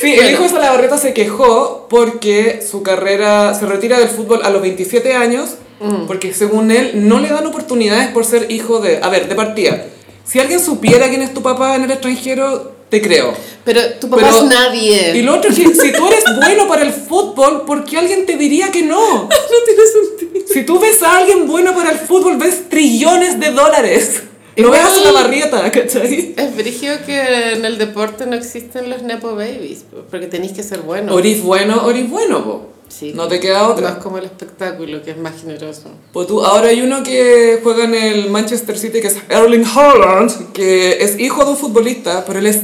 Speaker 1: Sí, el hijo de Salabarrieta se quejó porque su carrera se retira del fútbol a los 27 años,
Speaker 2: Mm.
Speaker 1: porque según él no le dan oportunidades por ser hijo de... A ver, de partida, si alguien supiera quién es tu papá en el extranjero, te creo.
Speaker 2: Pero tu papá
Speaker 1: Pero-
Speaker 2: es nadie.
Speaker 1: Y lo otro es que si tú eres bueno para el fútbol, ¿por qué alguien te diría que no?
Speaker 2: *laughs* no tiene sentido.
Speaker 1: Si tú ves a alguien bueno para el fútbol, ves trillones de dólares. No
Speaker 2: Igual-
Speaker 1: veas a Salabarrieta, ¿cachai?
Speaker 2: Es brígido que en el deporte no existen los Nepo Babies, porque tenéis que ser bueno.
Speaker 1: Orís bueno, orís bueno, po.
Speaker 2: Sí.
Speaker 1: No te queda
Speaker 2: No
Speaker 1: otra.
Speaker 2: es como el espectáculo, que es más generoso.
Speaker 1: Pues tú, ahora hay uno que juega en el Manchester City que es Erling Haaland, que es hijo de un futbolista, pero él es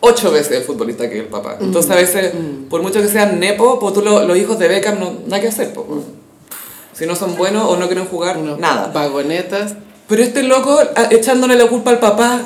Speaker 1: ocho veces el futbolista que el papá.
Speaker 2: Mm.
Speaker 1: Entonces a veces, por mucho que sean nepo, pues tú lo- los hijos de Beckham no nada que hacer,
Speaker 2: Mm.
Speaker 1: pues. Si no son buenos o no quieren jugar,
Speaker 2: Unos
Speaker 1: nada.
Speaker 2: Vagonetas,
Speaker 1: Pero este loco a- echándole la culpa al papá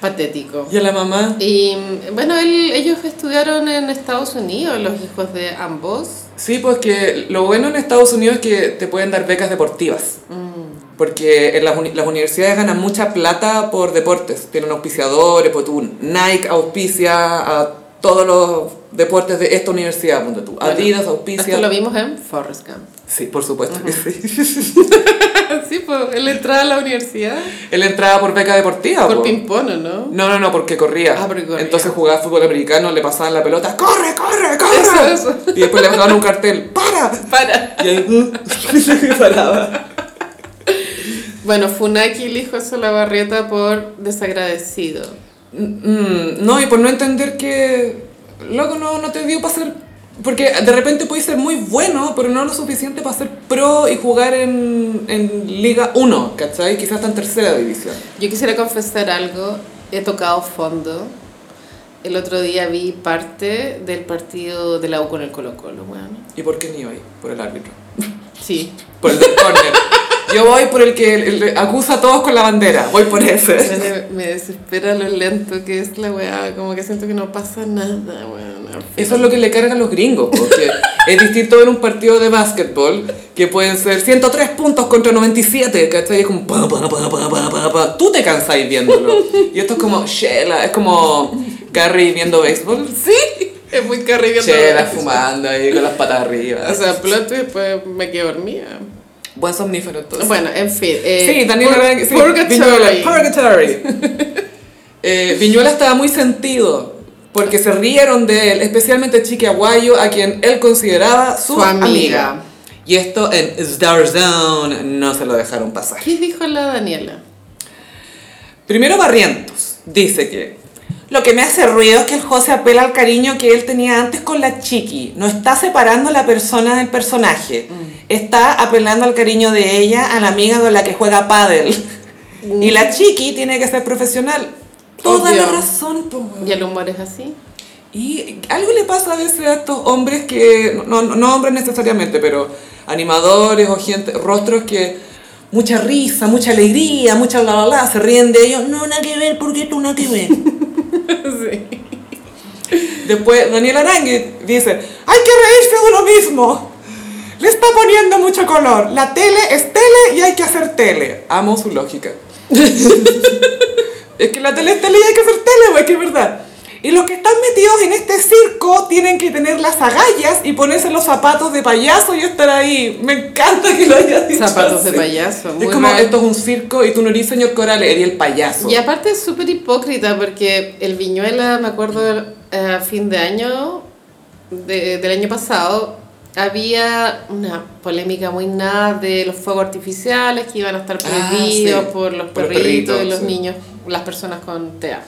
Speaker 2: patético.
Speaker 1: y a la mamá.
Speaker 2: Y bueno, él- ellos estudiaron en Estados Unidos, los hijos de ambos.
Speaker 1: Sí, pues que lo bueno en Estados Unidos es que te pueden dar becas deportivas.
Speaker 2: Mm.
Speaker 1: Porque en las, uni- las universidades ganan mucha plata por deportes. Tienen auspiciadores, pues tú, Nike auspicia a todos los deportes de esta universidad, ponte tú. Adidas auspicia.
Speaker 2: Esto lo vimos en Forrest Gump. *laughs*
Speaker 1: Sí, por supuesto que sí. *laughs*
Speaker 2: sí, pues él entraba a la universidad
Speaker 1: Él entraba por beca deportiva.
Speaker 2: por
Speaker 1: po.
Speaker 2: ping-pong, ¿o ¿no? *laughs*
Speaker 1: No, no, no, porque corría.
Speaker 2: Ah, porque corría.
Speaker 1: Entonces jugaba fútbol americano, le pasaban la pelota, ¡corre, corre, corre!
Speaker 2: Eso, eso.
Speaker 1: Y después le pasaban un cartel, ¡para!
Speaker 2: Para.
Speaker 1: Y ahí *laughs* paraba.
Speaker 2: Bueno, Funaki elijo a Solabarrieta por desagradecido.
Speaker 1: Mm, no, y por no entender que, loco, no, no te dio para ser... Porque de repente puedes ser muy bueno, pero no lo suficiente para ser pro y jugar en, en Liga 1, ¿cachai? Quizás hasta en tercera división.
Speaker 2: Yo quisiera confesar algo. He tocado fondo. El otro día vi parte del partido de la U con el Colo Colo, bueno.
Speaker 1: ¿Y por qué ni hoy? Por el árbitro.
Speaker 2: Sí.
Speaker 1: Por el del córner. Yo voy por el que el- el acusa a todos con la bandera. Voy por ese.
Speaker 2: Me, me desespera lo lento que es la weá. Como que siento que no pasa nada, weón.
Speaker 1: Eso es lo que le cargan a los gringos, porque es distinto en un partido de básquetbol, que pueden ser 103 puntos contra 97, ¿cachai? Es como, pa, pa, pa, pa, pa, pa, pa. tú te cansáis viéndolo. Y esto es como, Shela, es como Carrie viendo béisbol. Sí.
Speaker 2: Es muy carriendo.
Speaker 1: Shela fumando ahí con las patas arriba.
Speaker 2: O sea, plot y después me quedé dormida.
Speaker 1: Buen somnífero entonces.
Speaker 2: Bueno, en fin. eh,
Speaker 1: sí, Daniel
Speaker 2: pur-
Speaker 1: Arang- sí,
Speaker 2: purgatory.
Speaker 1: Viñuela, Purgatory. *laughs* Eh, Viñuela estaba muy sentido. Porque se rieron de él, especialmente Chiqui Aguayo, a quien él consideraba su,
Speaker 2: Su
Speaker 1: amiga.
Speaker 2: amiga.
Speaker 1: Y esto en Star Zone no se lo dejaron pasar.
Speaker 2: ¿Qué dijo la Daniela?
Speaker 1: Primero Barrientos dice que lo que me hace ruido es que el José apela al cariño que él tenía antes con la chiqui. No está separando la persona del personaje. Está apelando al cariño de ella, a la amiga con la que juega pádel. Y la chiqui tiene que ser profesional. Toda
Speaker 2: Obvio.
Speaker 1: la razón, po, weón.
Speaker 2: Y el humor es así. *laughs*
Speaker 1: Y algo le pasa a veces a estos hombres que, no, no- no hombres necesariamente, pero animadores o gente, rostros que mucha risa, mucha alegría, mucha bla bla bla, se ríen de ellos.
Speaker 5: No, nada que ver, porque tú nada que ver.
Speaker 2: sí.
Speaker 1: Después Daniel Arangui dice, hay que reírse de uno mismo. Le está poniendo mucho color. La tele es tele y hay que hacer tele. Amo su lógica. *laughs* es que la tele es tele y hay que hacer tele, güey, que es verdad. Y los que están metidos en este circo tienen que tener las agallas y ponerse los zapatos de payaso y estar ahí. Me encanta que lo hayas dicho.
Speaker 2: Zapatos de
Speaker 1: así.
Speaker 2: payaso, muy
Speaker 1: Es como,
Speaker 2: mal.
Speaker 1: esto es un circo y tú no eres señor Corales, eres el payaso.
Speaker 2: Y aparte es súper hipócrita porque el Viñuela, me acuerdo, eh, a fin de año, de- del año pasado, había una polémica muy nada de los fuegos artificiales que iban a estar
Speaker 1: Ah,
Speaker 2: prohibidos
Speaker 1: sí.
Speaker 2: por los
Speaker 1: Por los
Speaker 2: perritos,
Speaker 1: perritos,
Speaker 2: y los
Speaker 1: sí.
Speaker 2: niños, las personas con TEA.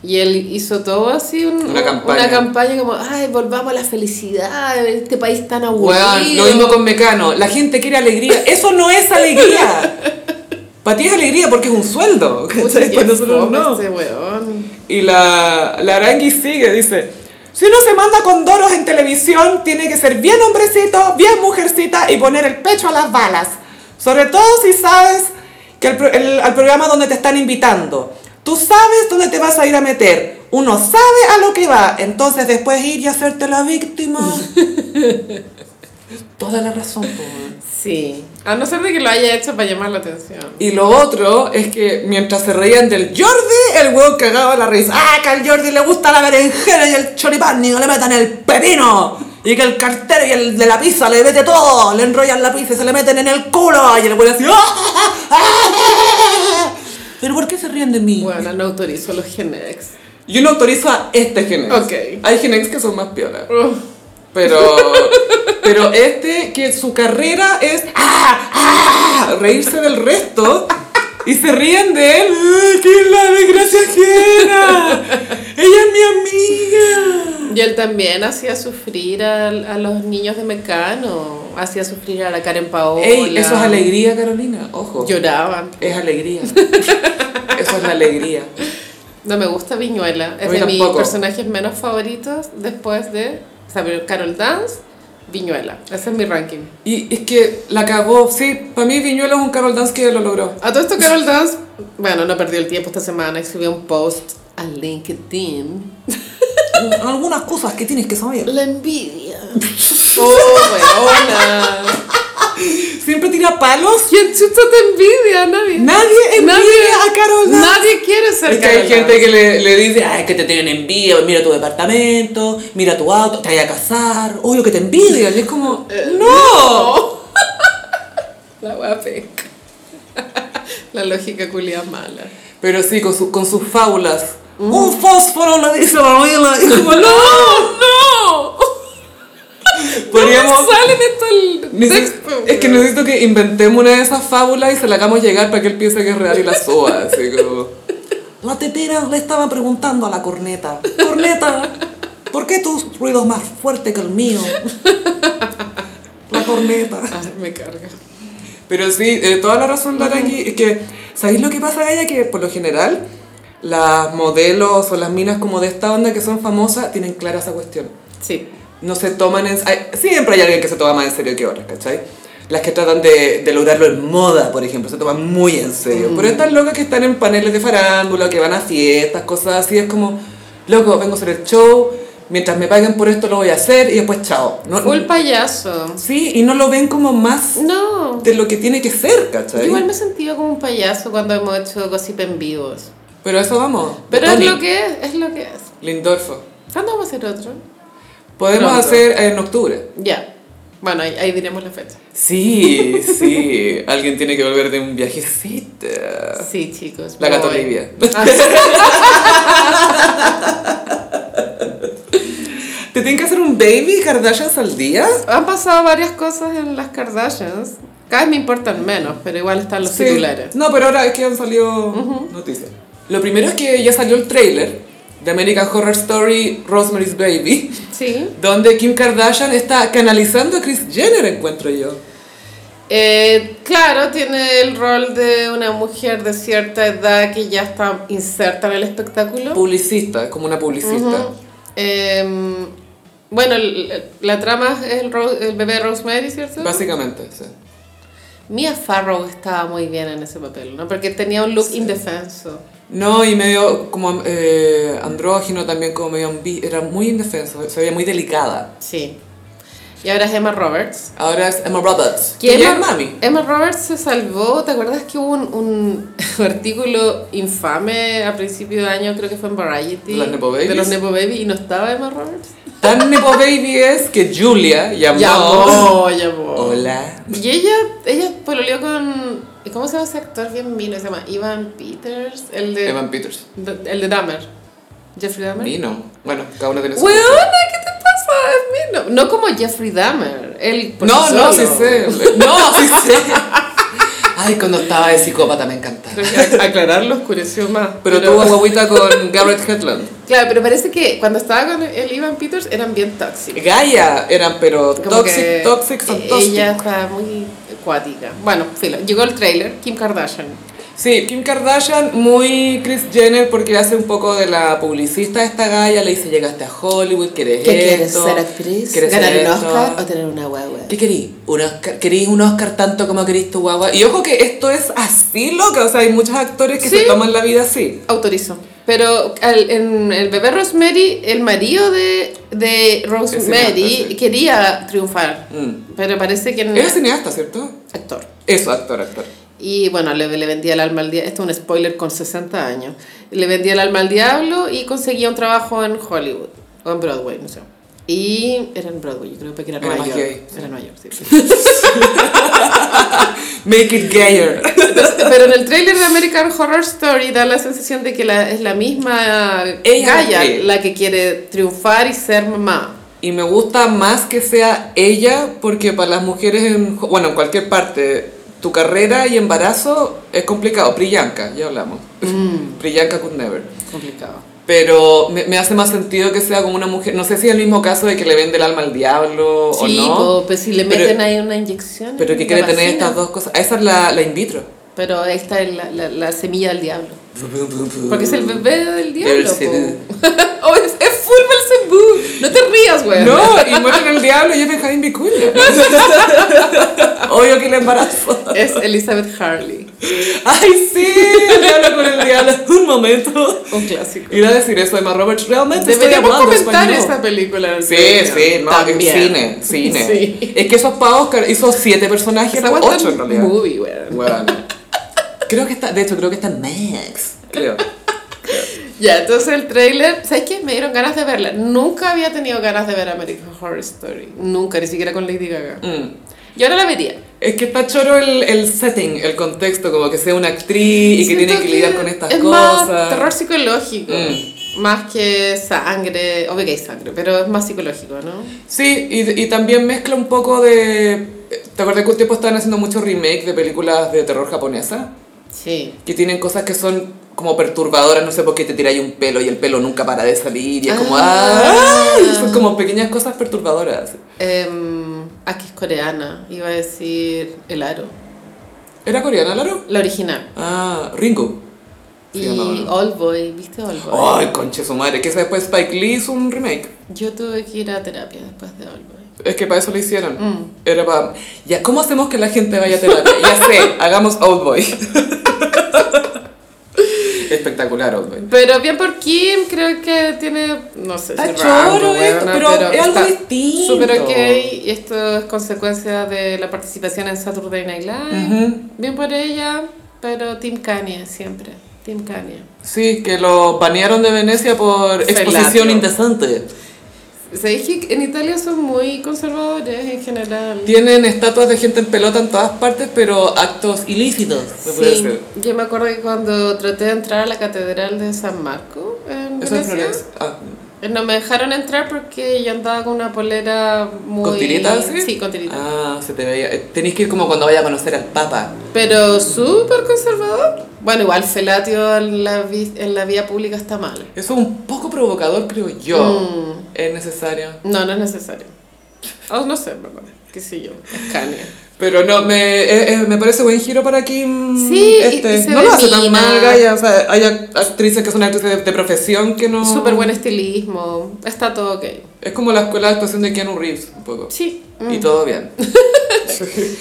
Speaker 2: Y él hizo todo así, un-
Speaker 1: Una campaña.
Speaker 2: una campaña como, ay, volvamos a la felicidad, este país tan aburrido.
Speaker 1: Weón, lo mismo con Mecano. La gente quiere alegría. Eso no es
Speaker 2: *laughs*
Speaker 1: alegría. Para ti es alegría porque es un sueldo.
Speaker 2: Puta,
Speaker 1: *laughs* ¿cachai?
Speaker 2: qué
Speaker 1: Para nosotros
Speaker 2: fome
Speaker 1: no.
Speaker 2: este weón.
Speaker 1: Y la, la Arangui sigue, dice. Si uno se manda con doros en televisión, tiene que ser bien hombrecito, bien mujercita y poner el pecho a las balas. Sobre todo si sabes que el pro- el- al programa donde te están invitando. Tú sabes dónde te vas a ir a meter. uno sabe a lo que va, entonces después ir y hacerte la víctima. Toda la razón, po, weón.
Speaker 2: Sí. A no ser de que lo haya hecho para llamar la atención.
Speaker 1: Y lo otro es que mientras se reían del Jordi, el weón cagaba la risa. ¡Ah, que al Jordi le gusta la berenjena y el choripán y no le metan el pepino! Y que el cartero y el de la pizza le mete todo, le enrollan la pizza y se le meten en el culo. Y el weón así... ¡Ah, ah, ah, ah! ¿Pero por qué se ríen de mí?
Speaker 2: Bueno, no autorizo los Genex.
Speaker 1: Yo no autorizo a este Genex.
Speaker 2: Ok.
Speaker 1: Hay Genex que son más piolas.
Speaker 2: Uf.
Speaker 1: Pero, pero este, que su carrera es ¡ah! ¡ah! reírse del resto y se ríen de él. ¡Ay, ¡Qué es la desgracia ajena! ¡Ella es mi amiga!
Speaker 2: Y él también hacía sufrir a, a los niños de Mecano. Hacía sufrir a la Karen Paola.
Speaker 1: ¡Ey! Eso es alegría, Carolina. Ojo.
Speaker 2: Lloraban.
Speaker 1: Es alegría. Eso es la alegría.
Speaker 2: No me gusta Viñuela. Es
Speaker 1: mí
Speaker 2: de mis
Speaker 1: tampoco.
Speaker 2: personajes menos favoritos después de o sea, primero Carol Dance, Viñuela. Ese es mi ranking.
Speaker 1: Y es que la cagó. Sí, para mí Viñuela es un Carol Dance que lo logró.
Speaker 2: A todo esto Carol Dance, bueno, no perdió el tiempo esta semana. Escribió un post a LinkedIn.
Speaker 1: Algunas cosas que tienes que saber.
Speaker 2: La envidia. Oh, weona.
Speaker 1: Siempre tira palos.
Speaker 2: *laughs* ¿Quién chuta te envidia? Nadie.
Speaker 1: Nadie envidia
Speaker 2: Nadie.
Speaker 1: a Carol Dance.
Speaker 2: Nadie quiere ser
Speaker 1: *laughs* Es que hay
Speaker 2: Carol
Speaker 1: gente
Speaker 2: Dance.
Speaker 1: que le, le dice, ay, que te tienen envidia, mira tu departamento, mira tu auto, te vaya a casar, obvio que te envidian. Y es como,
Speaker 2: Eh,
Speaker 1: no.
Speaker 2: *laughs* La wea peca. *laughs* La lógica culia mala.
Speaker 1: Pero sí, con, su- con sus fábulas. Un fósforo le dice la abuela. Y es como,
Speaker 2: *laughs*
Speaker 1: no.
Speaker 2: ¡No!
Speaker 1: Podríamos...
Speaker 2: salen estos
Speaker 1: Neces- es que necesito que inventemos una de esas fábulas y se la hagamos llegar para que él piense que es real y la soa. Así como...
Speaker 5: La tetera le estaba preguntando a la corneta. Corneta, ¿por qué tus ruidos más fuertes que el mío?
Speaker 1: La corneta.
Speaker 2: Ay, Ah, me carga.
Speaker 1: Pero sí, eh, toda la razón la aquí es que, ¿sabéis lo que pasa, Gaya? Que por lo general, las modelos o las minas como de esta onda que son famosas tienen clara esa cuestión.
Speaker 2: Sí.
Speaker 1: No se toman en... hay- siempre hay alguien que se toma más en serio que otras, ¿cachai? Las que tratan de, de lograrlo en moda, por ejemplo, se toman muy en serio. Pero estas locas que están en paneles de farándula, que van a fiestas, cosas así, es como, loco, vengo a hacer el show, mientras me paguen por esto lo voy a hacer y después chao. No,
Speaker 2: Full payaso.
Speaker 1: sí, y no lo ven como más
Speaker 2: No.
Speaker 1: de lo que tiene que ser, ¿cachai?
Speaker 2: Igual me he sentido como un payaso cuando hemos hecho gossip en vivos.
Speaker 1: Pero eso vamos.
Speaker 2: Pero
Speaker 1: Tony,
Speaker 2: es lo que es, es lo que es.
Speaker 1: Lindorfo.
Speaker 2: ¿Cuándo vamos a hacer otro?
Speaker 1: Podemos
Speaker 2: Pronto.
Speaker 1: hacer en
Speaker 2: *laughs*
Speaker 1: octubre.
Speaker 2: Ya. Bueno, ahí, ahí diremos la fecha.
Speaker 1: Sí, sí. Alguien tiene que volver de un viajecito.
Speaker 2: Sí, chicos.
Speaker 1: Ah. La
Speaker 2: voy.
Speaker 1: gata Olivia.
Speaker 2: Ah,
Speaker 1: ¿Te tienen que hacer un baby Kardashians al día?
Speaker 2: Han pasado varias cosas en las Kardashians. Cada vez me importan menos, pero igual están los titulares.
Speaker 1: No, pero ahora es que han salido noticias. Lo primero es que ya salió el trailer de American Horror Story Rosemary's Baby,
Speaker 2: Sí.
Speaker 1: donde Kim Kardashian está canalizando a Kris Jenner, encuentro yo.
Speaker 2: Eh, claro, tiene el rol de una mujer de cierta edad que ya está inserta en el espectáculo.
Speaker 1: Publicista, como una publicista.
Speaker 2: Ujú. Eh, bueno, el- el- la trama es el, ro- el bebé de Rosemary, ¿cierto?
Speaker 1: Básicamente, sí.
Speaker 2: Mia Farrow estaba muy bien en ese papel, ¿no? Porque tenía un look indefenso.
Speaker 1: No, y medio como eh, andrógino también, como medio ambi era muy indefenso, se veía muy delicada.
Speaker 2: Sí. Y ahora es Emma Roberts.
Speaker 1: Ahora es Emma Roberts.
Speaker 2: Que
Speaker 1: ¿Quién es mami?
Speaker 2: Emma Roberts se salvó, ¿te acuerdas que hubo un, un *laughs* artículo infame a principio de año, creo que fue en Variety?
Speaker 1: ¿De los Nepo
Speaker 2: De los
Speaker 1: Babies?
Speaker 2: Nepo Baby y no estaba Emma Roberts.
Speaker 1: Tan nepo baby es que Julia llamó.
Speaker 2: Llamó, llamó.
Speaker 1: Hola.
Speaker 2: Y ella, ella pololeó con, ¿cómo se llama ese actor bien mino? Se llama Ivan Peters, el de,
Speaker 1: Evan Peters.
Speaker 2: de- el de Dahmer. Jeffrey Dahmer.
Speaker 1: Mino. Bueno, cada uno tiene su.
Speaker 2: Weona, ¿qué te pasa? Es mino. No como Jeffrey Dahmer. él por
Speaker 1: no, no, sí
Speaker 2: solo.
Speaker 1: sé. *laughs* No, sí sé. Ay, cuando estaba de psicópata me encantaba.
Speaker 2: Creo que aclararlo oscureció más.
Speaker 1: Pero tuvo guaguita con Garrett Hedlund.
Speaker 2: Claro, pero parece que cuando estaba con el Ivan Peters eran bien tóxicos.
Speaker 1: Gaia eran, pero
Speaker 2: Como que e-,
Speaker 1: toxic, toxic, son
Speaker 2: Ella está muy acuática. Bueno, filo. Llegó el trailer, Kim Kardashian.
Speaker 1: Sí, Kim Kardashian, muy Kris Jenner, porque hace un poco de la publicista de esta galla, le dice, llegaste a Hollywood, querés esto, querés ser esto".
Speaker 2: tener una guagua?
Speaker 1: ¿Qué querís? ¿Un Oscar? ¿Querís un Oscar tanto como querís tu guagua? Y ojo que esto es así, loca, o sea, hay muchos actores que
Speaker 2: Sí.
Speaker 1: se toman la vida así.
Speaker 2: Autorizo. Pero al- en el bebé Rosemary, el marido de, de Rosemary
Speaker 1: cineasta, sí.
Speaker 2: quería triunfar. Pero parece que no
Speaker 1: Era Mm. cineasta, ¿cierto?
Speaker 2: actor.
Speaker 1: Eso, actor, actor.
Speaker 2: Y bueno, le, le vendía el alma al diablo. Esto es un spoiler con 60 años. Le vendía el alma al diablo y conseguía un trabajo en Hollywood. O en Broadway, no sé. Y era en Broadway, yo creo que era en
Speaker 1: Era más
Speaker 2: Nueva York.
Speaker 1: gay,
Speaker 2: Era en Nueva York, sí. *laughs*
Speaker 1: Make it gayer.
Speaker 2: Pero en el tráiler de American Horror Story da la sensación de que la- es la misma
Speaker 1: Ella
Speaker 2: Gaia
Speaker 1: que-
Speaker 2: la que quiere triunfar y ser mamá.
Speaker 1: Y me gusta más que sea ella, porque para las mujeres, en, bueno, en cualquier parte, tu carrera y embarazo es complicado. Priyanka, ya hablamos. Priyanka could never.
Speaker 2: Mm, Complicado.
Speaker 1: Pero me, me hace más sentido que sea como una mujer. No sé si es el mismo caso de que le vende el alma al diablo
Speaker 2: Sí,
Speaker 1: o no.
Speaker 2: po, pues si le
Speaker 1: Pero-
Speaker 2: meten ahí una inyección.
Speaker 1: Pero que
Speaker 2: la
Speaker 1: quiere tener
Speaker 2: vacina.
Speaker 1: estas dos cosas. Ah, Esa es la, la in vitro.
Speaker 2: Pero ahí está la, la- la semilla del diablo. Porque es el bebé del diablo.
Speaker 1: sí.
Speaker 2: po. *laughs* oh, es, es full Belcebú. No te rías, güey.
Speaker 1: No, y muestran el diablo y es Benjamín
Speaker 2: *laughs*
Speaker 1: Vicuña. Obvio que el embarazo.
Speaker 2: Es Elizabeth Harley.
Speaker 1: ¡Ay, sí! El diablo con el diablo. *laughs* Un momento.
Speaker 2: Un clásico.
Speaker 1: Ir a decir eso de Emma Roberts, realmente estoy
Speaker 2: Deberíamos
Speaker 1: hablando
Speaker 2: comentar
Speaker 1: español.
Speaker 2: esta película.
Speaker 1: Sí, sí, no,
Speaker 2: También.
Speaker 1: cine, cine.
Speaker 2: Sí.
Speaker 1: Es que eso es para Oscar, hizo siete personajes,
Speaker 2: Esa
Speaker 1: ocho
Speaker 2: guata
Speaker 1: en realidad.
Speaker 2: movie, güey.
Speaker 1: Bueno. Creo que está, de hecho, creo que está en Max. Creo.
Speaker 2: Ya, entonces el trailer, ¿sabes qué? Me dieron ganas de verla. Nunca había tenido ganas de ver American Horror Story. Nunca, ni siquiera con Lady Gaga.
Speaker 1: Mm.
Speaker 2: Y ahora la vería.
Speaker 1: Es que está choro el, el setting, el contexto, como que sea una actriz y que
Speaker 2: Siento
Speaker 1: tiene que lidiar con estas
Speaker 2: es
Speaker 1: cosas.
Speaker 2: Más terror psicológico.
Speaker 1: Mm.
Speaker 2: Más que sangre. Obvio que hay sangre, pero es más psicológico, ¿no?
Speaker 1: Sí, y, y también mezcla un poco de... ¿Te acuerdas que un tiempo estaban haciendo muchos remake de películas de terror japonesa?
Speaker 2: Sí.
Speaker 1: Que tienen cosas que son como perturbadoras, no sé por qué te tiráis un pelo y el pelo nunca para de salir y es como...
Speaker 2: Ah.
Speaker 1: ¡Ay! Son como pequeñas cosas perturbadoras.
Speaker 2: Em, aquí es coreana. Iba a decir El Aro.
Speaker 1: ¿Era coreana, Laro?
Speaker 2: La original.
Speaker 1: Ah, Ringo. Sí,
Speaker 2: y
Speaker 1: no, Oh. no.
Speaker 2: Old Boy. ¿Viste Old Boy?
Speaker 1: ¡Ay, conche su madre! Que esa después Spike Lee hizo un remake.
Speaker 2: Yo tuve que ir a terapia después de Old Boy.
Speaker 1: Es que para eso lo hicieron.
Speaker 2: Mm.
Speaker 1: Era para... Ya, ¿Cómo hacemos que la gente vaya a terapia? ya *laughs* sé, hagamos Old Boy. Espectacular Old Boy.
Speaker 2: Pero bien por Kim, creo que tiene, no sé,
Speaker 1: Está
Speaker 2: si
Speaker 1: choro esto,
Speaker 2: weona,
Speaker 1: Ah, pero es algo
Speaker 2: está
Speaker 1: distinto.
Speaker 2: Súper ok, y esto es consecuencia de la participación en Saturday Night Live. Bien por ella, pero Team Kanye siempre, Team Kanye.
Speaker 1: Sí, que lo banearon de Venecia por
Speaker 2: Fellatio.
Speaker 1: exposición indecente.
Speaker 2: Sabéis que en Italia son muy conservadores en general.
Speaker 1: Tienen estatuas de gente en pelota en todas partes, pero actos ilícitos. se puede
Speaker 2: Sí,
Speaker 1: decir.
Speaker 2: yo me acuerdo que cuando traté de entrar a la catedral de San Marco en
Speaker 1: Eso es
Speaker 2: Venecia, eh,
Speaker 1: Flores. Ah,
Speaker 2: no me dejaron entrar porque yo andaba con una polera muy...
Speaker 1: ¿Con tiritas?
Speaker 2: Sí, con tiritas.
Speaker 1: Ah, se te veía. Eh, Tenés que ir como cuando vaya a conocer al Papa.
Speaker 2: Pero súper conservador. Bueno, igual felatio en la, vi- en la vía pública está mal.
Speaker 1: Eso es un poco provocador, creo yo.
Speaker 2: Mm.
Speaker 1: Es necesario.
Speaker 2: No, no es necesario. O no sé, en ¿verdad? Qué sé yo. Es Kanye.
Speaker 1: Pero no, me, eh, eh, me parece buen giro para Kim. este,
Speaker 2: Sí, y- y se
Speaker 1: no lo hace tan
Speaker 2: domina.
Speaker 1: mal, Gaia. O sea, hay act- actrices que son actrices de, de profesión que no.
Speaker 2: Súper buen estilismo. Está todo ok.
Speaker 1: Es como la escuela de actuación de Keanu Reeves, un poco.
Speaker 2: Sí. mm.
Speaker 1: Y todo bien.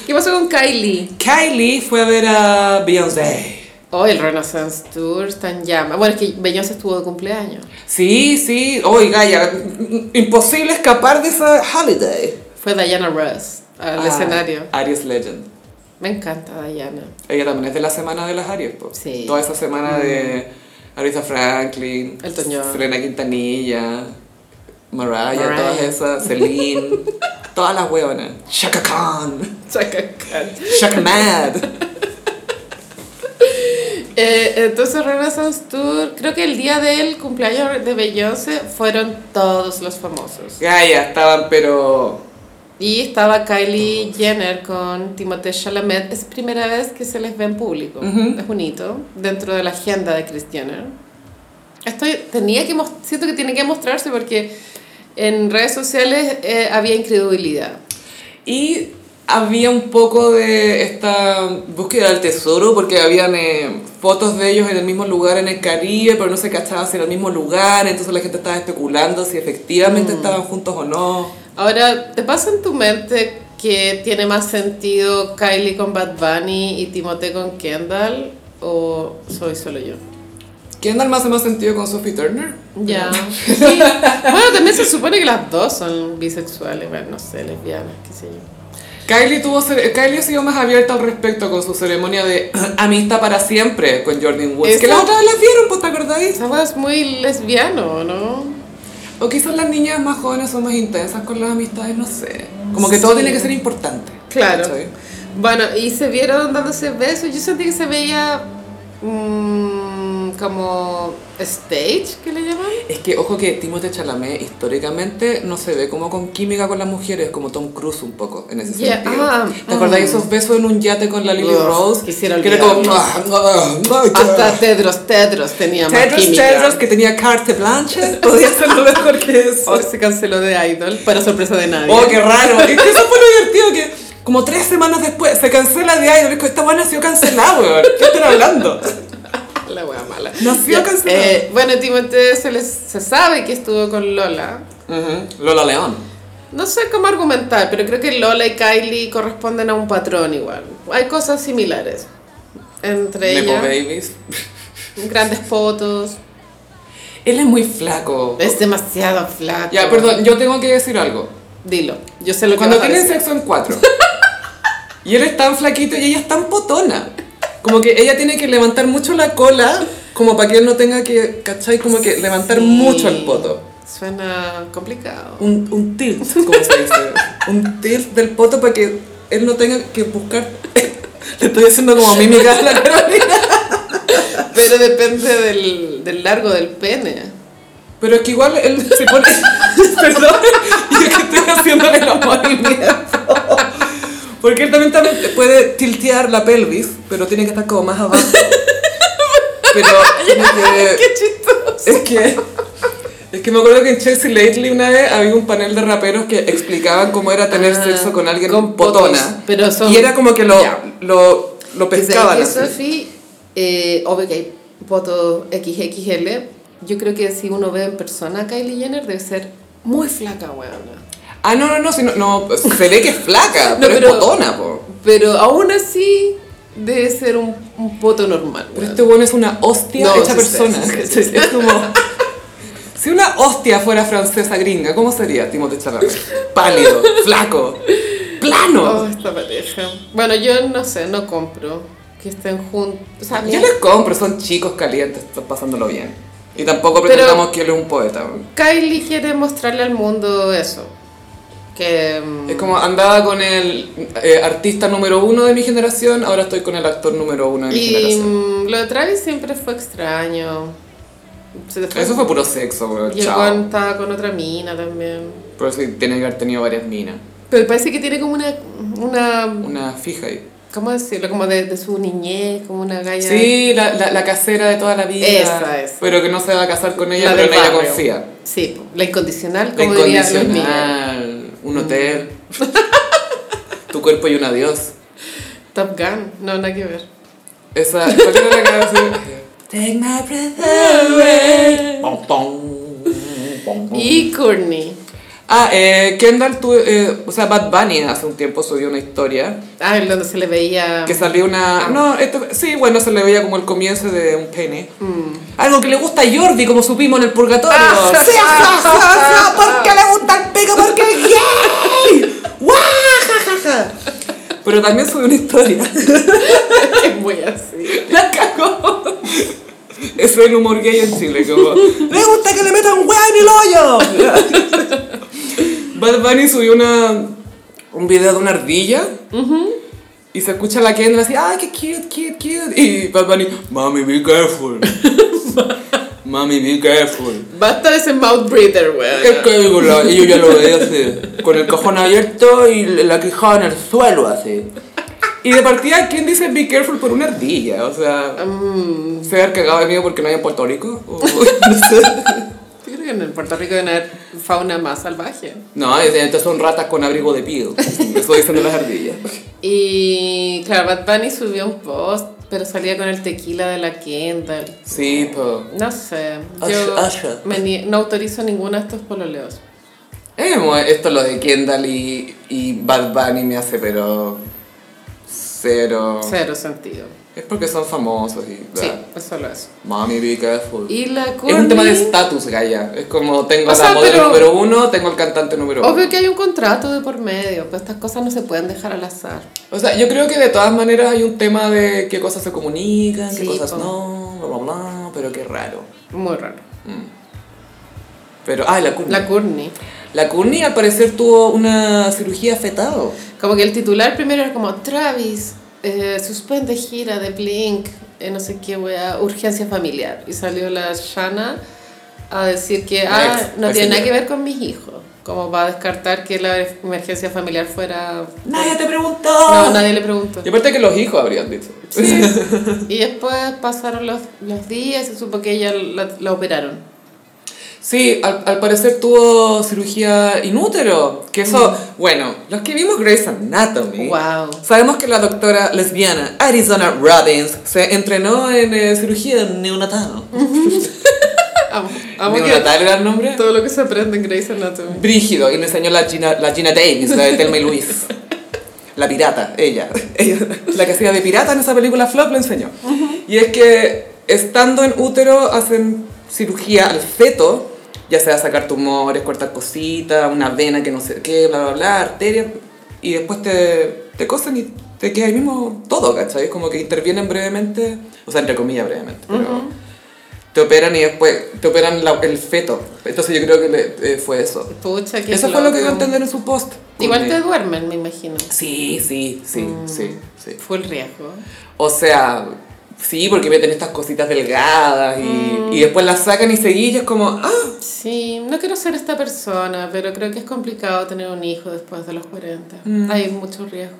Speaker 2: ¿Qué pasó con Kylie?
Speaker 1: Kylie fue a ver a Beyoncé.
Speaker 2: Oh, el Renaissance Tour está en llama. Bueno, es que Beyoncé estuvo de cumpleaños.
Speaker 1: Sí, sí. Oye, Gaia, imposible escapar de esa holiday.
Speaker 2: Fue Diana Ross al
Speaker 1: Ah,
Speaker 2: escenario.
Speaker 1: Aries Legend.
Speaker 2: Me encanta Diana. *laughs*
Speaker 1: Ella también es de la semana de las Aries, po.
Speaker 2: Sí.
Speaker 1: Toda esa semana de Aretha Franklin,
Speaker 2: Elton John.
Speaker 1: Selena Quintanilla, Mariah,
Speaker 2: Mariah.
Speaker 1: todas esas, Celine, todas las hueonas. Shaka Khan,
Speaker 2: Chaka Khan.
Speaker 1: Shaka Mad.
Speaker 2: Eh, entonces Renaissance Tour, creo que el día del cumpleaños de Beyoncé fueron todos los famosos.
Speaker 1: Gaia estaban, pero.
Speaker 2: Y estaba Kylie Jenner con Timothée Chalamet. Es primera vez que se les ve en público.
Speaker 1: Ujú.
Speaker 2: Es un hito dentro de la agenda de Kris Jenner. Estoy, tenía que mos- siento que tiene que mostrarse porque en redes sociales eh, había incredulidad.
Speaker 1: Y había un poco de esta búsqueda del tesoro, porque habían eh, fotos de ellos en el mismo lugar en el Caribe, pero no se cachaba si era el mismo lugar, entonces la gente estaba especulando si efectivamente estaban juntos o no.
Speaker 2: Ahora, ¿te pasa en tu mente que tiene más sentido Kylie con Bad Bunny y Timothée con Kendall? ¿O soy solo yo?
Speaker 1: Kendall me hace más sentido con Sophie Turner.
Speaker 2: Ya. *laughs* Sí. Bueno, también se supone que las dos son bisexuales, bueno, no sé, lesbianas, qué sé yo.
Speaker 1: Kylie, tuvo cere- Kylie ha sido más abierta al respecto con su ceremonia de *clears throat* amistad para siempre con Jordan Woods. Que
Speaker 2: Esa-
Speaker 1: las otras las vieron, pues, ¿te acordáis?
Speaker 2: Esa hueá es muy lesbiano, ¿no?
Speaker 1: O quizás las niñas más jóvenes son más intensas con las amistades, no sé. Como que todo tiene que ser importante.
Speaker 2: Claro.
Speaker 1: ¿cachai?
Speaker 2: Bueno, y se vieron dándose besos. Yo sentí que se veía mm, como stage, ¿qué le llaman?
Speaker 1: Es que, ojo que Timothée Chalamet históricamente no se ve como con química con las mujeres, como Tom Cruise un poco, en ese
Speaker 2: Yeah,
Speaker 1: sentido.
Speaker 2: ah,
Speaker 1: ¿Te acordás de
Speaker 2: mm.
Speaker 1: esos besos en un yate con la Lily
Speaker 2: Ugh,
Speaker 1: Rose?
Speaker 2: quisiera
Speaker 1: que era como... "Ah,
Speaker 2: Hasta Tedros, Tedros tenía más
Speaker 1: Tedros
Speaker 2: química.
Speaker 1: Tedros que tenía carte blanche, podía ser lo mejor
Speaker 2: *laughs*
Speaker 1: que eso.
Speaker 2: O se canceló de Idol, para sorpresa de nadie.
Speaker 1: Oh, qué raro. Es que eso fue lo divertido que como tres semanas después se cancela de Idol. Es que Esta buena nació cancelada, weón. ¿Qué están hablando?
Speaker 2: La wea mala.
Speaker 1: Nació
Speaker 2: Ya,
Speaker 1: cancelada.
Speaker 2: eh, bueno, Timothée se, les- se sabe que estuvo con Lola.
Speaker 1: Ujú, Lola León.
Speaker 2: No sé cómo argumentar, pero creo que Lola y Kylie corresponden a un patrón igual. Hay cosas similares. Entre
Speaker 1: Nepo
Speaker 2: ellas,
Speaker 1: Babies.
Speaker 2: grandes fotos.
Speaker 1: Él es muy flaco.
Speaker 2: Es demasiado flaco.
Speaker 1: Ya, perdón, yo tengo que decir algo.
Speaker 2: Dilo. Yo sé lo que
Speaker 1: Cuando
Speaker 2: vas a
Speaker 1: tienen
Speaker 2: decir.
Speaker 1: sexo en cuatro y él es tan flaquito y ella es tan potona, como que ella tiene que levantar mucho la cola como para que él no tenga que, ¿cachai? Como que levantar
Speaker 2: Sí.
Speaker 1: mucho el poto.
Speaker 2: Suena complicado.
Speaker 1: Un, un tilt, como se dice. un tilt del poto para que él no tenga que buscar. *laughs* Le estoy haciendo como mímica a la Carolina.
Speaker 2: Pero depende del, del largo del pene.
Speaker 1: Pero es que igual él se pone. *laughs* Perdón, *laughs* yo que estoy haciéndole los movimientos. Porque él también, también puede tiltear la pelvis, pero tiene que estar como más abajo. Pero como que-
Speaker 2: *laughs* *laughs* ¡Qué chistoso!
Speaker 1: es que. Es que me acuerdo que en Chelsea Lately una vez había un panel de raperos que explicaban cómo era tener
Speaker 2: Ah,
Speaker 1: sexo con alguien
Speaker 2: con
Speaker 1: potona.
Speaker 2: potos, pero son-
Speaker 1: y era como que lo,
Speaker 2: Ya.
Speaker 1: lo, lo
Speaker 2: Que
Speaker 1: pescaban.
Speaker 2: sabes que
Speaker 1: así.
Speaker 2: Sophie, eh, obvio que hay fotos XXL. Yo creo que si uno ve en persona a Kylie Jenner, debe ser muy flaca, weona.
Speaker 1: Ah, no, no, no, si no, no, se ve que es flaca,
Speaker 2: *laughs* No,
Speaker 1: pero,
Speaker 2: pero-
Speaker 1: es potona, po.
Speaker 2: Pero aún así, debe ser un, un poto normal.
Speaker 1: Pero
Speaker 2: weona.
Speaker 1: este bueno es una hostia
Speaker 2: No,
Speaker 1: hecha
Speaker 2: sí sé,
Speaker 1: persona.
Speaker 2: sí sé, sí sé.
Speaker 1: Es como. Si una hostia fuera francesa gringa, ¿cómo sería Timothée Chalamet?
Speaker 2: *laughs*
Speaker 1: Pálido, flaco,
Speaker 2: Oh,
Speaker 1: plano.
Speaker 2: esta pareja. Bueno, yo no sé, no compro que estén juntos. O sea,
Speaker 1: Yo les compro, son chicos calientes, están pasándolo bien. Y tampoco
Speaker 2: Pero-
Speaker 1: pretendamos que él es un poeta. weón.
Speaker 2: Kylie quiere mostrarle al mundo eso. Que. mm,
Speaker 1: Es como andaba con el eh, artista número uno de mi generación, ahora estoy con el actor número uno de mi
Speaker 2: Y
Speaker 1: generación.
Speaker 2: mm, lo de Travis siempre fue extraño. Se le
Speaker 1: Eso fue puro sexo, weón,
Speaker 2: Y el
Speaker 1: chao.
Speaker 2: Juan estaba con otra mina también.
Speaker 1: Por eso tiene que haber tenido varias minas.
Speaker 2: Pero parece que tiene como una, una
Speaker 1: Una fija ahí.
Speaker 2: ¿cómo decirlo? Como de, de su niñez, como una galla.
Speaker 1: Sí, la, la, la casera de toda la vida.
Speaker 2: Esa, esa.
Speaker 1: Pero que no se va a casar con ella,
Speaker 2: La
Speaker 1: pero
Speaker 2: del
Speaker 1: en ella
Speaker 2: barrio.
Speaker 1: confía.
Speaker 2: Sí, po, la incondicional,
Speaker 1: La
Speaker 2: como diría Luis Miguel.
Speaker 1: incondicional, un
Speaker 2: *laughs*
Speaker 1: hotel, tu cuerpo y un adiós.
Speaker 2: Top Gun, no, nada que ver.
Speaker 1: Esa, ¿cuál era la canción?
Speaker 5: Take my breath away.
Speaker 1: Pom, pom, pom, pom.
Speaker 2: Y Courtney.
Speaker 1: Ah, eh, Kendall, tu- eh, o sea, Bad Bunny hace un tiempo subió una historia
Speaker 2: Ah, en donde se le veía... *laughs*
Speaker 1: que salió una... No, esto- sí, bueno, se le veía como el comienzo de un pene. Algo que le gusta a Jordi, como supimos en el purgatorio.
Speaker 2: Oh,
Speaker 5: Sí, ja, ja, ja, porque le gusta el pico, porque es gay. Guajajaja.
Speaker 1: *laughs* Pero también subió una historia. *laughs*
Speaker 2: es muy así.
Speaker 1: La cagó. Eso es el humor gay en Chile, como...
Speaker 5: Me gusta que le metan hueá en el hoyo.
Speaker 1: Bad Bunny subió una, un video de una ardilla y se escucha la Kendra así, ¡ay, qué cute, cute, cute! Y Bad Bunny, ¡Mami, be careful! ¡Mami, be careful!
Speaker 2: Basta de ese mouth breather,
Speaker 1: Es
Speaker 2: weón.
Speaker 1: que digo, la- y yo ya lo veía así, con el cajón abierto y la quijada en el suelo así. Y de partida, ¿quién dice be careful por una ardilla? O sea,
Speaker 2: Mm,
Speaker 1: ¿se había cagado de miedo porque no hay en Puerto Rico? O- *laughs* no sé.
Speaker 2: Yo creo que en el Puerto Rico hay una fauna más salvaje.
Speaker 1: No, es- entonces son ratas con abrigo de piel. Eso dicen las ardillas.
Speaker 2: Y claro, Bad Bunny subió un post, pero salía con el tequila de la Kendall.
Speaker 1: Sí, pues.
Speaker 2: No sé, yo
Speaker 5: Asha, asha.
Speaker 2: me nie- no autorizo ninguno de estos pololeos.
Speaker 1: Eh, mo- esto lo de Kendall y, y Bad Bunny me hace, pero. se- cero.
Speaker 2: Cero sentido.
Speaker 1: Es porque son famosos y...
Speaker 2: Sí,
Speaker 1: bla.
Speaker 2: es solo eso.
Speaker 1: Mommy, be careful.
Speaker 2: Y la
Speaker 1: Es un tema de
Speaker 2: Courtney-
Speaker 1: estatus, Gaia. Es como tengo
Speaker 2: O
Speaker 1: a la
Speaker 2: sea,
Speaker 1: modelo
Speaker 2: pero-
Speaker 1: número uno, tengo al cantante número uno.
Speaker 2: Obvio que hay un contrato de por medio, pero estas cosas no se pueden dejar al azar.
Speaker 1: O sea, yo creo que de todas maneras hay un tema de qué cosas se comunican,
Speaker 2: Sí,
Speaker 1: qué cosas
Speaker 2: po.
Speaker 1: no, bla, bla, bla, pero qué raro.
Speaker 2: Muy raro.
Speaker 1: Pero, ah, la Courtney.
Speaker 2: La
Speaker 1: La,
Speaker 2: Courtney.
Speaker 1: Courtney al parecer tuvo una cirugía fetal.
Speaker 2: Como que el titular primero era como Travis eh, suspende gira de Blink, eh, no sé qué wea, urgencia familiar. Y salió la Shana a decir que
Speaker 1: La
Speaker 2: ah,
Speaker 1: ex,
Speaker 2: no
Speaker 1: la
Speaker 2: tiene
Speaker 1: señora.
Speaker 2: nada que ver con mis hijos. Como va a descartar que la emergencia familiar fuera.
Speaker 5: Nadie te preguntó.
Speaker 2: No, nadie le preguntó.
Speaker 1: Y aparte que los hijos habrían dicho.
Speaker 2: Sí. y después pasaron los, los días y se supo que ella la, la operaron.
Speaker 1: *laughs* Sí, al, al parecer tuvo cirugía inútero. Que eso,
Speaker 2: Mm.
Speaker 1: bueno, los que vimos Grey's Anatomy.
Speaker 2: Wow.
Speaker 1: Sabemos que la doctora lesbiana Arizona Robbins se entrenó en eh, cirugía neonatal.
Speaker 2: Amo, amo que
Speaker 1: ¿Neonatal era el nombre?
Speaker 2: todo lo que se aprende en Grey's Anatomy.
Speaker 1: Brígido, y le enseñó la Gina, la Gina Davis, la de Thelma y Luis. La pirata, ella. *laughs* Ella, La que hacía de pirata en esa película Flop lo enseñó. Y es que estando en útero hacen cirugía al feto, ya sea sacar tumores, cortar cositas, una vena que no sé qué, bla, bla, bla, arteria, y después te, te cosen y te queda ahí mismo todo, ¿cachai? Es como que intervienen brevemente, o sea, entre comillas brevemente, pero te operan y después te operan la- el feto. Entonces yo creo que le- eh, fue eso.
Speaker 2: Pucha, qué
Speaker 1: Eso fue lo que dio a
Speaker 2: loco.
Speaker 1: entender en su post.
Speaker 2: Igual te Mm. duermen, me imagino.
Speaker 1: Sí, sí, sí, sí, sí.
Speaker 2: Fue el riesgo.
Speaker 1: O sea, sí, porque meten estas cositas delgadas y,
Speaker 2: Mm.
Speaker 1: y después las sacan y seguí y es como, ah,
Speaker 2: Sí, no quiero ser esta persona, pero creo que es complicado tener un hijo después de los 40.
Speaker 1: Mm.
Speaker 2: Hay mucho riesgo.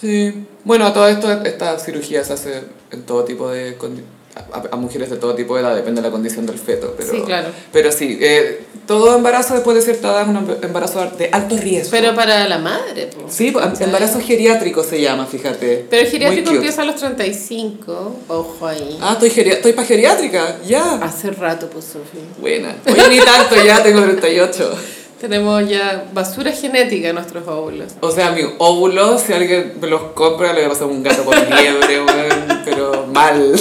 Speaker 1: sí. Bueno, a todo esto, esta cirugía se hace en todo tipo de... condi- A, a mujeres de todo tipo de edad, depende de la condición del feto. Pero,
Speaker 2: Sí, claro.
Speaker 1: Pero sí, eh, todo embarazo después de cierta edad es un emb- embarazo de alto riesgo.
Speaker 2: Pero para la madre, pues.
Speaker 1: sí, pues, embarazo geriátrico se llama, fíjate.
Speaker 2: Pero el
Speaker 1: Muy
Speaker 2: geriátrico
Speaker 1: cute.
Speaker 2: empieza a los 35. Ojo ahí.
Speaker 1: Ah, estoy, geria- estoy para geriátrica, ya.
Speaker 2: Hace rato, pues, Sofía.
Speaker 1: Buena. Oye, ni tanto ya, tengo 38.
Speaker 2: Tenemos ya basura genética en
Speaker 1: *laughs*
Speaker 2: nuestros óvulos.
Speaker 1: O sea, mi óvulo, si alguien me los compra, le voy a pasar un gato con liebre, weón, pero mal.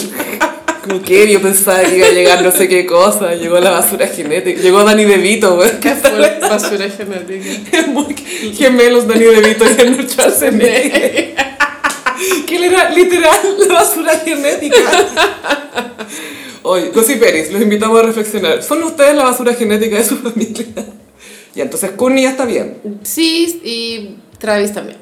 Speaker 1: Como que yo pensaba que iba a llegar no sé qué cosa, llegó la basura genética, llegó Dani DeVito, weón.
Speaker 2: ¿Qué fue basura genética?
Speaker 1: *laughs* Es muy gemelos Dani DeVito y Arnold Schwarzenegger. que él era literal la basura genética. Hoy, Cosy Peris, los invitamos a reflexionar. ¿Son ustedes la basura genética de su familia? Y entonces Courtney ya está bien.
Speaker 2: Sí, y Travis también.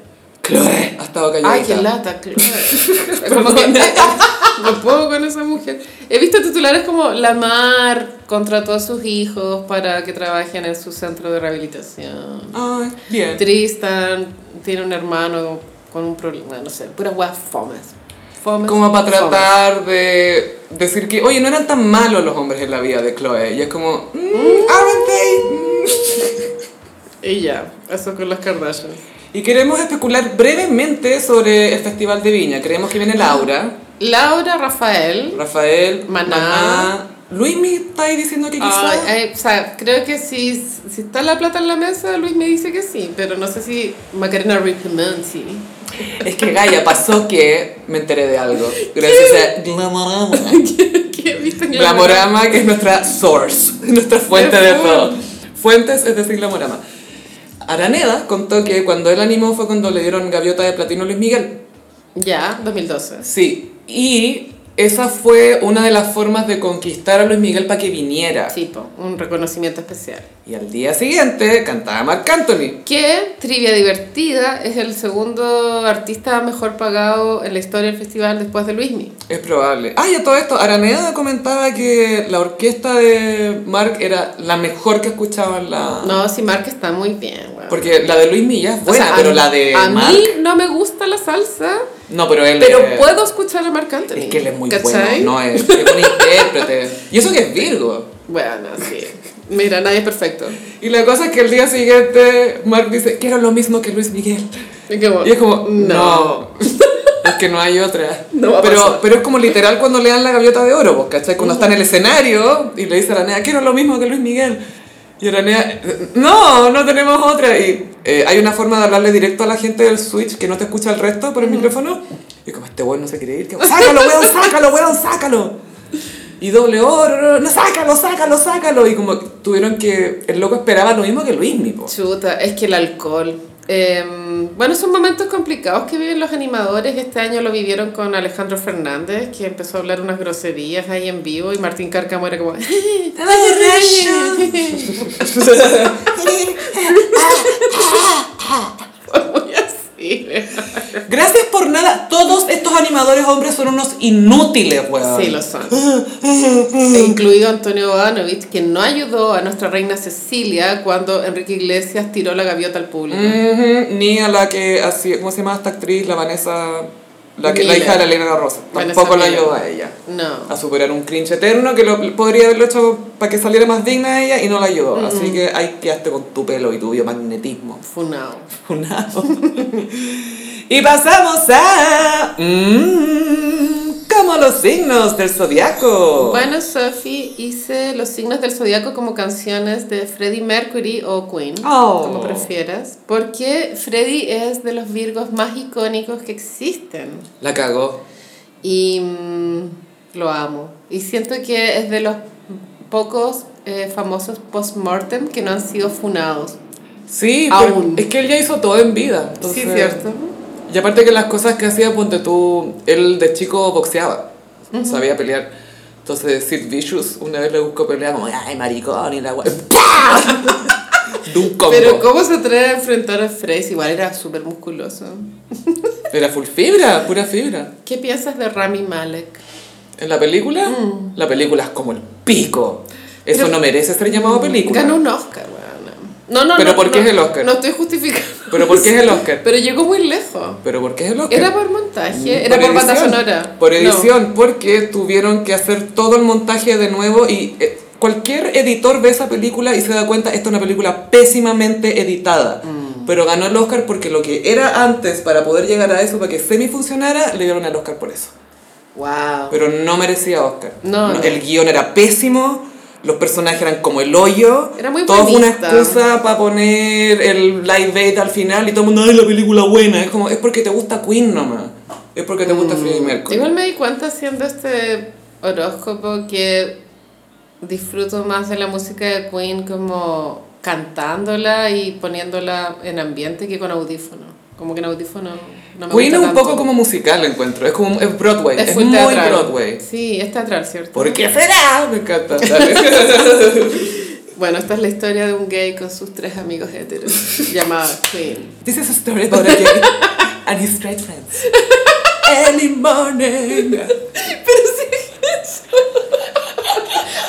Speaker 1: Chloe ha estado calladita.
Speaker 2: Ay, Ah, qué lata, claro.
Speaker 1: *laughs*
Speaker 2: como que *laughs* no puedo con esa mujer. He visto titulares como La Mar contrató a sus hijos para que trabajen en su centro de rehabilitación.
Speaker 1: Ay, bien.
Speaker 2: Tristan tiene un hermano con un problema, no sé, puras weas fomes. Fomes,
Speaker 1: Como para
Speaker 2: fomes.
Speaker 1: tratar de decir que, oye, no eran tan malos los hombres en la vida de Chloe. Y es como, mm, aren't they? Mm.
Speaker 2: Y ya, eso con las Kardashian.
Speaker 1: Y queremos especular brevemente sobre el Festival de Viña. Creemos que viene Laura,
Speaker 2: Laura Rafael.
Speaker 1: Rafael,
Speaker 2: Maná.
Speaker 1: Luismi está ahí diciendo que quizás.
Speaker 2: Ay, ay, o sea, creo que si, si está la plata en la mesa, Luis me dice que sí, pero no sé si Macarena Rippman sí.
Speaker 1: Es que Gaia, pasó que me enteré de algo. Gracias
Speaker 2: *laughs*
Speaker 1: a Glamorama.
Speaker 2: ¿Qué viste en
Speaker 1: Glamorama, que es nuestra source, *laughs* nuestra fuente
Speaker 2: Qué
Speaker 1: de
Speaker 2: cool.
Speaker 1: todo. Fuentes es decir, Glamorama. Araneda contó que cuando él animó fue cuando le dieron gaviota de platino a Luis Miguel.
Speaker 2: Ya, 2012.
Speaker 1: Sí, y esa fue una de las formas de conquistar a Luis Miguel para que viniera.
Speaker 2: Tipo, un reconocimiento especial.
Speaker 1: Y al día siguiente cantaba Marc Anthony.
Speaker 2: Que, trivia divertida, es el segundo artista mejor pagado en la historia del festival después de Luismi.
Speaker 1: Es probable. Ah, y a todo esto, Araneda comentaba que la orquesta de Marc era la mejor que escuchaba en la...
Speaker 2: No, si Marc está muy bien, weón.
Speaker 1: Porque la de Luis Milla es
Speaker 2: O
Speaker 1: buena,
Speaker 2: sea, a
Speaker 1: pero
Speaker 2: mí-
Speaker 1: la de
Speaker 2: A
Speaker 1: Marc...
Speaker 2: mí no me gusta la salsa,
Speaker 1: No, pero él...
Speaker 2: pero
Speaker 1: eh,
Speaker 2: puedo escuchar a Marc Anthony.
Speaker 1: Es que él es muy
Speaker 2: ¿cachai?
Speaker 1: bueno, no es, es un intérprete. Y eso que es Virgo.
Speaker 2: Bueno, sí. Mira, nadie es perfecto.
Speaker 1: Y la cosa es que el día siguiente Mark dice, quiero lo mismo que Luis Miguel.
Speaker 2: Y, como,
Speaker 1: Y es como, no. *laughs* Es que no hay otra.
Speaker 2: No va a
Speaker 1: pero,
Speaker 2: pasar.
Speaker 1: pero es como literal cuando le dan la gaviota de oro, ¿vos ¿cachai? Cuando está en el escenario y le dice a Aranea, quiero lo mismo que Luis Miguel. Y Aranea, no, no tenemos otra. Y eh, hay una forma de hablarle directo a la gente del Switch que no te escucha el resto por el micrófono. Y Y como este weón no se quiere ir, que sácalo, weón, sácalo, weón, sácalo. Y doble oro, no, sácalo, sácalo, sácalo. Y como tuvieron que. El loco esperaba lo mismo que Luismi, po.
Speaker 2: Chuta, es que el alcohol. Eh, bueno, son momentos complicados que viven los animadores. Este año lo vivieron con Alejandro Fernández, que empezó a hablar unas groserías ahí en vivo, y Martín Cárcamo era como. *laughs*
Speaker 5: *laughs*
Speaker 2: Muy así.
Speaker 1: Gracias por nada. Todos estos animadores hombres son unos inútiles, weón.
Speaker 2: Sí, lo son. E incluido Antonio Bodanovich, que no ayudó a nuestra reina Cecilia cuando Enrique Iglesias tiró la gaviota al público.
Speaker 1: Ujú, Ni a la que hacía, ¿cómo se llama esta actriz? La Vanessa, la, que, la
Speaker 2: Miller.
Speaker 1: hija de la Elena Rosa.
Speaker 2: Vanessa
Speaker 1: Tampoco la
Speaker 2: Miller.
Speaker 1: ayudó a ella.
Speaker 2: No.
Speaker 1: A superar un cringe eterno que lo podría haberlo hecho para que saliera más digna de ella y no la ayudó.
Speaker 2: Mm.
Speaker 1: Así que ahí quedaste con tu pelo y tu biomagnetismo. *laughs*
Speaker 2: Funao.
Speaker 1: Funado. *laughs* y pasamos a. mm, como los signos del zodiaco.
Speaker 2: Bueno, Sophie, hice los signos del zodiaco como canciones de Freddie Mercury o Queen,
Speaker 1: Oh.
Speaker 2: como prefieras, porque Freddie es de los virgos más icónicos que existen
Speaker 1: La cagó.
Speaker 2: y mm, lo amo. Y siento que es de los pocos eh, famosos post-mortem que no han sido funados.
Speaker 1: Sí,
Speaker 2: Aún.
Speaker 1: pero es que él ya hizo todo en vida. entonces-
Speaker 2: sí, cierto.
Speaker 1: Y aparte que las cosas que hacía, ponte tú, él de chico boxeaba, sabía pelear. Entonces Sid Vicious una vez le buscó pelea como,
Speaker 2: *laughs*
Speaker 1: ay, maricón, y la guay. De un combo.
Speaker 2: Pero ¿cómo se atreve a enfrentar a Freddie? Igual era súper musculoso.
Speaker 1: Era full fibra, pura fibra.
Speaker 2: ¿Qué piensas de Rami Malek?
Speaker 1: En la película, la película es como el pico. Eso
Speaker 2: Mm. Pero-
Speaker 1: no merece ser llamado película.
Speaker 2: Ganó un Oscar, weón. No, no,
Speaker 1: Pero
Speaker 2: no,
Speaker 1: ¿por qué
Speaker 2: no,
Speaker 1: es el Oscar?
Speaker 2: No estoy justificando.
Speaker 1: Pero ¿por qué es el Oscar?
Speaker 2: Pero llegó muy lejos.
Speaker 1: Pero ¿por qué es el Oscar?
Speaker 2: Era por montaje, era por, banda
Speaker 1: Mm, edición.
Speaker 2: sonora.
Speaker 1: Por
Speaker 2: No.
Speaker 1: edición, porque tuvieron que hacer todo el montaje de nuevo y eh, cualquier editor ve esa película y se da cuenta, esta es una película pésimamente editada.
Speaker 2: Mm.
Speaker 1: Pero ganó el Oscar porque lo que era antes para poder llegar a eso, para que semi funcionara, le dieron el Oscar por eso.
Speaker 2: Wow.
Speaker 1: Pero no merecía Oscar.
Speaker 2: No, no.
Speaker 1: El guión era pésimo, los personajes eran como el hoyo.
Speaker 2: Era muy
Speaker 1: Todo fue una
Speaker 2: bromista.
Speaker 1: excusa para poner el live bait al final y todo el mundo, ay, la película buena. Es como, es porque te gusta Queen nomás. Es porque te
Speaker 2: Mm.
Speaker 1: gusta Freddie Mercury.
Speaker 2: Igual me di cuenta haciendo este horóscopo que disfruto más de la música de Queen como cantándola y poniéndola en ambiente que con audífono. Como que en audífono no
Speaker 1: Queen
Speaker 2: me gusta
Speaker 1: es un
Speaker 2: tanto.
Speaker 1: poco como musical, encuentro. Es como, es Broadway. Es,
Speaker 2: full
Speaker 1: muy
Speaker 2: teatral.
Speaker 1: Broadway.
Speaker 2: Sí, es teatral, ¿cierto?
Speaker 1: ¿Por qué será? Me encanta. Dale.
Speaker 2: *laughs* Bueno, esta es la historia de un gay con sus tres amigos
Speaker 1: *laughs*
Speaker 2: heteros, llamado Queen.
Speaker 1: This is a story about a gay and his straight
Speaker 2: *laughs*
Speaker 1: friends. Early morning.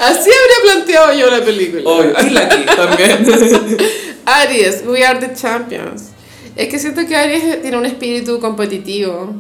Speaker 2: Así habría planteado yo la película.
Speaker 1: Obvio. Y Lucky
Speaker 2: *laughs*
Speaker 1: también.
Speaker 2: Aries, we are the champions. Es que siento que Aries tiene un espíritu competitivo.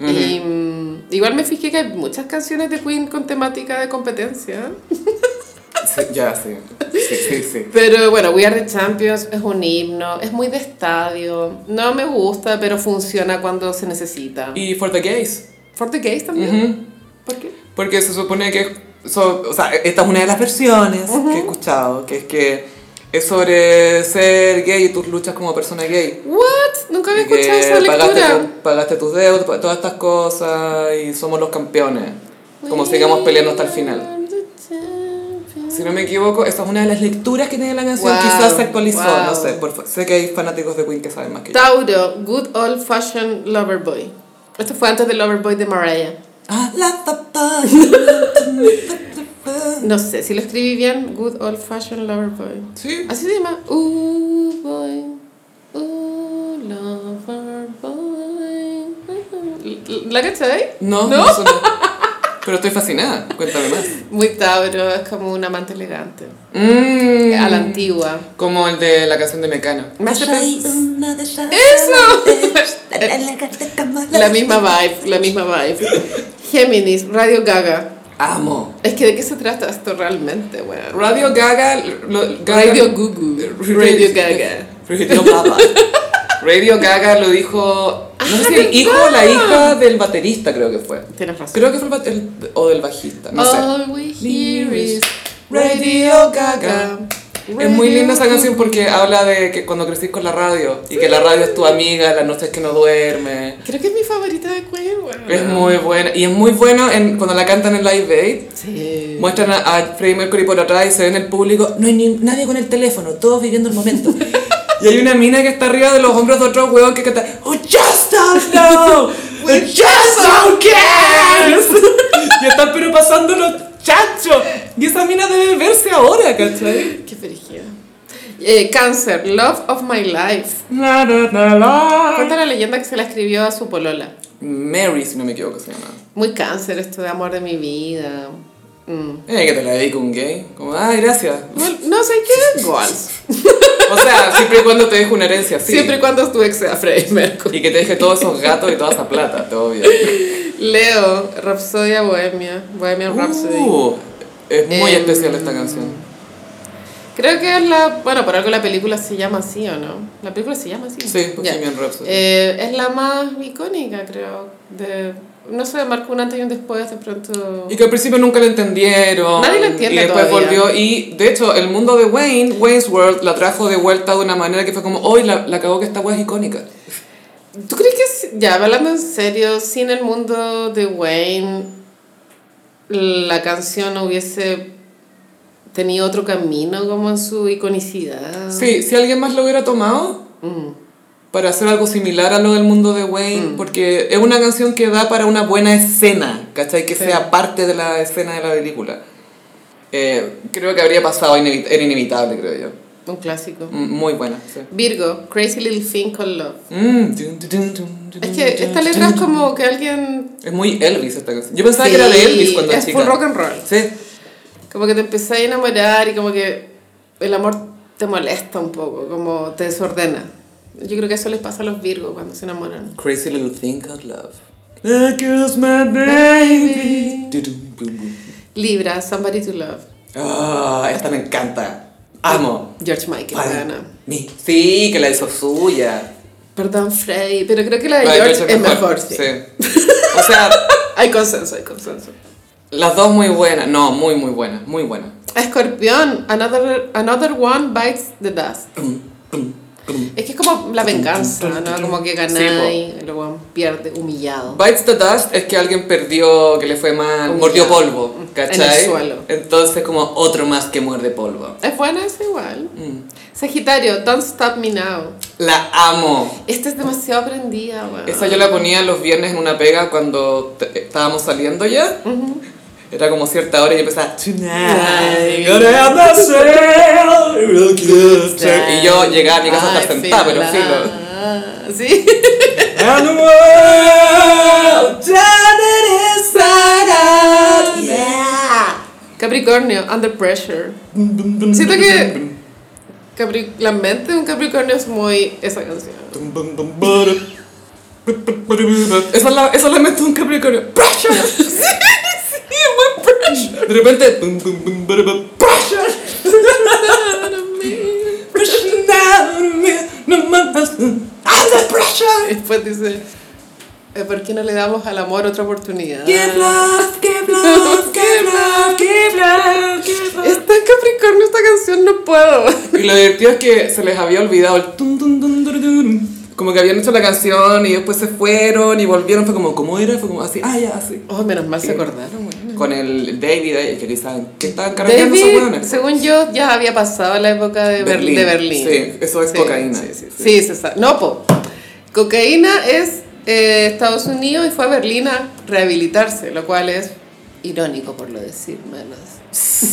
Speaker 2: Y mm, igual me fijé que hay muchas canciones de Queen con temática de competencia.
Speaker 1: Sí, ya, sí. Sí, sí, sí.
Speaker 2: Pero bueno, We Are the Champions es un himno, es muy de estadio. No me gusta, pero funciona cuando se necesita.
Speaker 1: Y For the Gays.
Speaker 2: For the Gays también. ¿Por qué?
Speaker 1: Porque se supone que. so- o sea, esta es una de las versiones que he escuchado, que es que es sobre ser gay y tus luchas como persona gay.
Speaker 2: ¿What? Nunca había
Speaker 1: Y que
Speaker 2: escuchado esa
Speaker 1: pagaste,
Speaker 2: lectura.
Speaker 1: tu- pagaste tus deudas, pa- todas estas cosas y somos los campeones. Como sigamos peleando hasta el final. Si no me equivoco, esa es una de las lecturas que tiene la canción.
Speaker 2: Wow,
Speaker 1: Quizás se actualizó,
Speaker 2: wow.
Speaker 1: no sé. por fa- sé que hay fanáticos de Queen que saben más que yo.
Speaker 2: Tauro, Good Old Fashioned Lover Boy. Esto fue antes del Lover Boy de Mariah.
Speaker 1: Ah, la *laughs* tapa.
Speaker 2: No sé, si lo escribí bien, Good Old Fashioned Lover Boy.
Speaker 1: Sí.
Speaker 2: Así se llama. Ooh, boy. Ooh, lover boy. ¿La cachai?
Speaker 1: No, no, eso no. Pero estoy fascinada. Cuéntame más.
Speaker 2: Muy Tauro, es como un amante elegante.
Speaker 1: Mm,
Speaker 2: A la antigua.
Speaker 1: Como el de la canción de Mecano.
Speaker 2: Me hace
Speaker 5: Soy
Speaker 2: pensar-
Speaker 5: una de esas
Speaker 1: *laughs*
Speaker 2: ¡Eso! *laughs*
Speaker 5: amantes,
Speaker 2: La misma vibe, la misma vibe. Géminis, Radio Gaga.
Speaker 1: Amo.
Speaker 2: Es que de qué se trata esto realmente, weón.
Speaker 1: Radio Gaga. lo- Gaga-
Speaker 2: Radio Gugu.
Speaker 1: *laughs*
Speaker 2: Radio Gaga.
Speaker 1: Radio Gaga. Radio Gaga lo dijo.
Speaker 2: Ah,
Speaker 1: No sé si el hijo o la hija del baterista, creo que fue.
Speaker 2: Tienes razón.
Speaker 1: Creo que fue el, bate-
Speaker 2: Oh.
Speaker 1: el- o del bajista, no sé.
Speaker 2: All we hear is
Speaker 1: Radio Gaga. Es muy linda esa canción porque habla de que cuando crecís con la radio y que la radio es tu amiga, las noches que no duerme.
Speaker 2: Creo que es mi favorita de Queen, weón.
Speaker 1: Es muy buena. Y es muy bueno en, cuando la cantan en Live Aid.
Speaker 2: Sí.
Speaker 1: Muestran a, a Freddie Mercury por atrás y se ve en el público. No hay ni- nadie con el teléfono, todos viviendo el *laughs* momento. y hay una mina que está arriba de los hombros de otro huevón que canta. "Oh, just don't know! *laughs* We just don't care! *laughs* y están pero pasando los chanchos. Y esa mina debe verse ahora, ¿cachai?
Speaker 2: Qué perigida. Eh, Cáncer, Love of My Life.
Speaker 1: La, la, la, la.
Speaker 2: Cuenta la leyenda que se la escribió a su polola.
Speaker 1: Mary, si no me equivoco, se llama.
Speaker 2: Muy cáncer esto de amor de mi vida. Mm.
Speaker 1: Eh, que te la dedico un gay. Como, ay, gracias.
Speaker 2: No, no sé qué. Goals.
Speaker 1: O sea, siempre y cuando te dejo una herencia, sí.
Speaker 2: Siempre y cuando tú ex a Freddie Mercury.
Speaker 1: Y que te deje todos esos gatos y toda esa plata, todo bien.
Speaker 2: Leo, Rhapsodia Bohemia. Bohemian Rhapsody.
Speaker 1: Uh, es muy
Speaker 2: Em,
Speaker 1: especial esta canción.
Speaker 2: Creo que es la. Bueno, por algo la película se llama así, ¿o no? La película se llama así.
Speaker 1: Sí, pues Bohemian
Speaker 2: Ya.
Speaker 1: Rhapsody.
Speaker 2: Eh, es la más icónica, creo. De, no sé, marcó un antes y un después, de pronto.
Speaker 1: Y que al principio nunca la entendieron.
Speaker 2: Nadie la entiende
Speaker 1: Y después
Speaker 2: todavía.
Speaker 1: volvió. Y de hecho, el mundo de Wayne, Wayne's World, la trajo de vuelta de una manera que fue como, hoy la, la cagó que esta wea es icónica.
Speaker 2: ¿Tú crees que, si- ya hablando en serio, si en el mundo de Wayne la canción hubiese tenido otro camino como en su iconicidad?
Speaker 1: Sí, si alguien más lo hubiera tomado,
Speaker 2: Mm.
Speaker 1: para hacer algo similar a lo del mundo de Wayne, porque es una canción que da para una buena escena, ¿cachai? Que
Speaker 2: Sí.
Speaker 1: sea parte de la escena de la película. Eh, creo que habría pasado, inevit- era inevitable, creo yo.
Speaker 2: Un clásico.
Speaker 1: Mm, Muy buena, sí.
Speaker 2: Virgo, Crazy Little Thing con Love.
Speaker 1: Mm, dun, dun, dun, dun, dun,
Speaker 2: Es que esta
Speaker 1: dun,
Speaker 2: letra es
Speaker 1: dun.
Speaker 2: como que alguien...
Speaker 1: Es muy Elvis esta canción. Yo pensaba que era de
Speaker 2: Sí,
Speaker 1: Elvis cuando
Speaker 2: Es
Speaker 1: chica.
Speaker 2: full rock and roll.
Speaker 1: Sí.
Speaker 2: Como que te empezás a enamorar y como que el amor te molesta un poco, como te desordena. Yo creo que eso les pasa a los Virgos cuando se enamoran.
Speaker 1: Crazy little thing called love. That kills my baby. Dun, dun, dun, dun.
Speaker 2: Libra, Somebody to Love.
Speaker 1: Ah, esta me encanta. Amo.
Speaker 2: George Michael,
Speaker 1: Para
Speaker 2: gana.
Speaker 1: mí. Sí, que la hizo suya.
Speaker 2: Perdón, Freddy, pero creo que la de
Speaker 1: La de
Speaker 2: George,
Speaker 1: George
Speaker 2: es mejor. sí.
Speaker 1: sí. O sea,
Speaker 2: Hay consenso, hay consenso.
Speaker 1: las dos muy buenas. No, muy, muy buenas. Muy buenas.
Speaker 2: Escorpión, another, another One Bites the Dust. Es que es como la venganza, ¿no? Como que ganáis, y luego pierde humillado.
Speaker 1: Bites the Dust es que alguien perdió, que le fue mal,
Speaker 2: Humillado.
Speaker 1: mordió polvo, ¿cachai?
Speaker 2: En el suelo.
Speaker 1: Entonces, como otro más que muerde polvo.
Speaker 2: Es buena esa igual.
Speaker 1: Mm.
Speaker 2: Sagitario, Don't Stop Me Now.
Speaker 1: La amo.
Speaker 2: Esta es demasiado prendida, weón.
Speaker 1: Esa yo la ponía los viernes en una pega cuando te- estábamos saliendo ya. Era como cierta hora y yo empezaba
Speaker 5: Tonight,
Speaker 1: "Gonna have myself a real good time". Y yo llegaba a mi casa a estar
Speaker 2: Ay,
Speaker 1: sentada, pero
Speaker 2: fila.
Speaker 1: filo.
Speaker 2: Sí.
Speaker 1: And the world turning inside out.
Speaker 2: Capricornio, Under Pressure. Siento
Speaker 1: Siento
Speaker 2: que Capri- la mente de un Capricornio es muy esa canción.
Speaker 1: Esa es la, esa es la mente de un Capricornio. Pressure. Sí, sí, muy pressure. De repente. bum, bum, bum, bada, bum, Pressure. Pressure down on me, no más. Under pressure.
Speaker 2: Y Después dice, eh, ¿por qué no le damos al amor otra oportunidad?
Speaker 1: Give love, give love, give love, give love, give love.
Speaker 2: Es tan Capricornio esta canción, no puedo.
Speaker 1: Y lo divertido es que se les había olvidado el tum, tum, tum, tum, tum. Como que habían hecho la canción y después se fueron y volvieron. Fue como, ¿cómo era? Fue como así, ah, ya, así.
Speaker 2: Oh, menos mal se acordaron, weón.
Speaker 1: Con el David, eh, que estaban, que estaban cargando esos
Speaker 2: David,
Speaker 1: hueones.
Speaker 2: según yo, ya había pasado la época de
Speaker 1: Berlín,
Speaker 2: Berlín. de Berlín.
Speaker 1: sí, eso es cocaína.
Speaker 2: Sí, sí, sí. Sí, se sa- No, po. Cocaína es eh, Estados Unidos y fue a Berlín a rehabilitarse, lo cual es irónico por lo decir menos.
Speaker 1: Sí,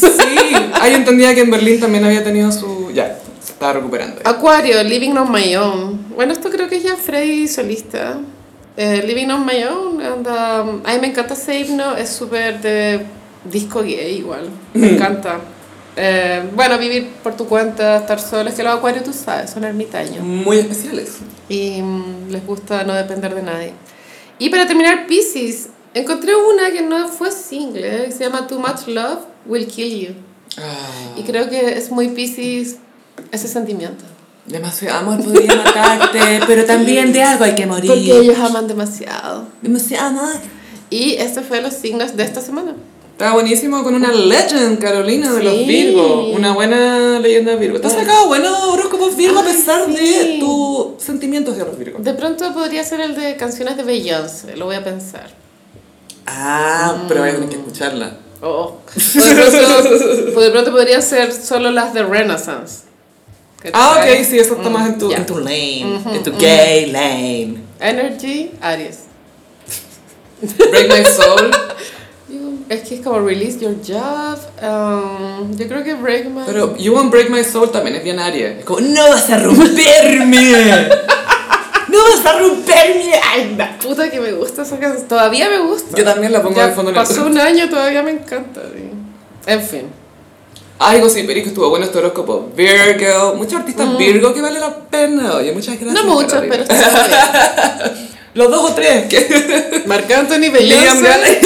Speaker 1: ah, yo entendía que en Berlín también había tenido su. Ya, se estaba recuperando.
Speaker 2: Acuario, Living on My Own. Bueno, esto creo que es ya Freddy solista. Eh, Living on My Own, anda. A mí me encanta ese himno, es súper de disco gay igual. Me encanta. Eh, bueno, vivir por tu cuenta, estar solo. Es que los acuarios, tú sabes, son ermitaños.
Speaker 1: Muy especiales.
Speaker 2: Y mm, les gusta no depender de nadie. Y para terminar, Pisces. Encontré una que no fue single, eh, que se llama Too Much Love Will Kill You.
Speaker 1: Ah,
Speaker 2: Y creo que es muy Pisces ese sentimiento.
Speaker 1: demasiado amor podría matarte,
Speaker 5: Pero también de algo hay que morir.
Speaker 2: Porque ellos aman demasiado. este
Speaker 5: Demasiado amor.
Speaker 2: Y estos fueron los signos de esta semana.
Speaker 1: Está buenísimo con una legend, Carolina, de los
Speaker 2: Sí.
Speaker 1: Virgo. Una buena leyenda Virgo.
Speaker 5: Te
Speaker 1: Está
Speaker 5: has
Speaker 1: sacado
Speaker 5: sacado buenos horóscopos Virgo a
Speaker 2: Ay,
Speaker 5: pesar de
Speaker 2: sí.
Speaker 5: tus sentimientos de los Virgo.
Speaker 2: De pronto podría ser el de canciones de Beyoncé, lo voy a pensar.
Speaker 5: Ah,
Speaker 2: Mm.
Speaker 1: pero voy a tener que escucharla.
Speaker 2: Oh. O, de pronto, o de pronto podría ser solo las de Renaissance.
Speaker 1: Ah,
Speaker 2: ¿Cachai?
Speaker 1: ok, sí, eso está más en tu...
Speaker 2: Mm, ya.
Speaker 1: en
Speaker 5: En
Speaker 1: tu-
Speaker 5: tu lane, en tu gay lane.
Speaker 2: Energy, Aries.
Speaker 1: Break My Soul.
Speaker 2: Es que es como release your job. um, yo creo que Break My.
Speaker 1: Pero You Won't Break My Soul también es bien Aries. Es como,
Speaker 5: Como, no vas a romperme. no vas a romper mi alma.
Speaker 2: Puta que me gusta esa canción. Todavía me gusta.
Speaker 1: Yo también la pongo
Speaker 2: Ya
Speaker 1: de fondo en el...
Speaker 2: Pasó un año, todavía me encanta. sí. En fin.
Speaker 1: Ay, Ah, José Perico estuvo bueno este horóscopo. Virgo. Muchos artistas Virgo que vale la pena. Oye, muchas gracias.
Speaker 2: Mm. No mucho,
Speaker 1: Carolina.
Speaker 2: pero está bien.
Speaker 1: Los dos o tres que...
Speaker 2: Marc Anthony,
Speaker 1: Liam
Speaker 2: Beyoncé,
Speaker 1: Gallagher.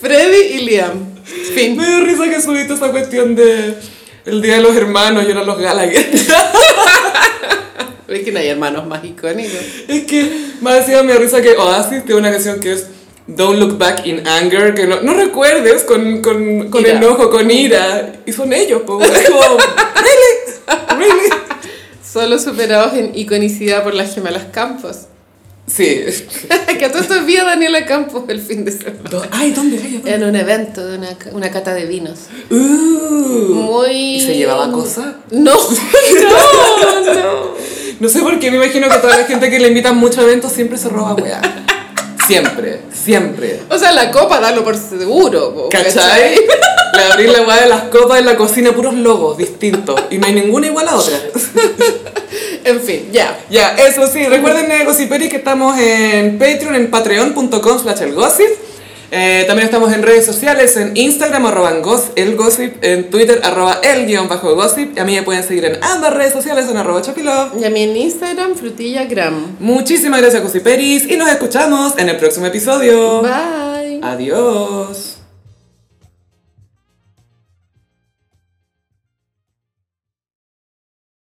Speaker 2: Freddy y Liam.
Speaker 1: *laughs*
Speaker 2: Fin.
Speaker 1: Me dio risa que subiste esa cuestión de... El día de los hermanos y ahora los Gallagher.
Speaker 2: Es que no hay hermanos más icónicos.
Speaker 1: Es que más encima me da risa que Oasis tiene una canción que es Don't Look Back in Anger, que no, no recuerdes con, con, con
Speaker 2: Ira.
Speaker 1: enojo, con ira. Y son ellos, po.
Speaker 2: *laughs*
Speaker 1: Es como, really, really.
Speaker 2: Solo superados en iconicidad por las gemelas Campos. *laughs*
Speaker 1: Sí.
Speaker 2: que a todo esto vi a Daniela Campos el fin de semana.
Speaker 5: Do- Ay, ¿dónde hay?
Speaker 2: En un evento de una, una cata de vinos.
Speaker 1: Uh.
Speaker 2: Muy...
Speaker 5: ¿Y se llevaba cosa?
Speaker 2: No, *laughs* no, no.
Speaker 1: No sé por qué, me imagino que toda la gente que le invitan mucho a eventos siempre se roba weá. Siempre, siempre.
Speaker 2: O sea, la copa dalo por seguro. po,
Speaker 1: ¿Cachai? Le abrí la weá de las copas en la cocina, puros logos distintos. Y no hay ninguna igual a otra.
Speaker 2: En fin, ya.
Speaker 1: Ya, eso sí, recuerden eh, Gossiperi que estamos en Patreon, en patreon.com slash el gossip. Eh, también estamos en redes sociales, en Instagram arroba en gos- el gossip, en Twitter arroba el guión bajo gossip. Y a mí me pueden seguir en ambas redes sociales en arroba chapilove.
Speaker 2: Y a mí en Instagram, frutillagram.
Speaker 1: Muchísimas gracias Gossiperis y nos escuchamos en el próximo episodio.
Speaker 2: Bye.
Speaker 1: Adiós.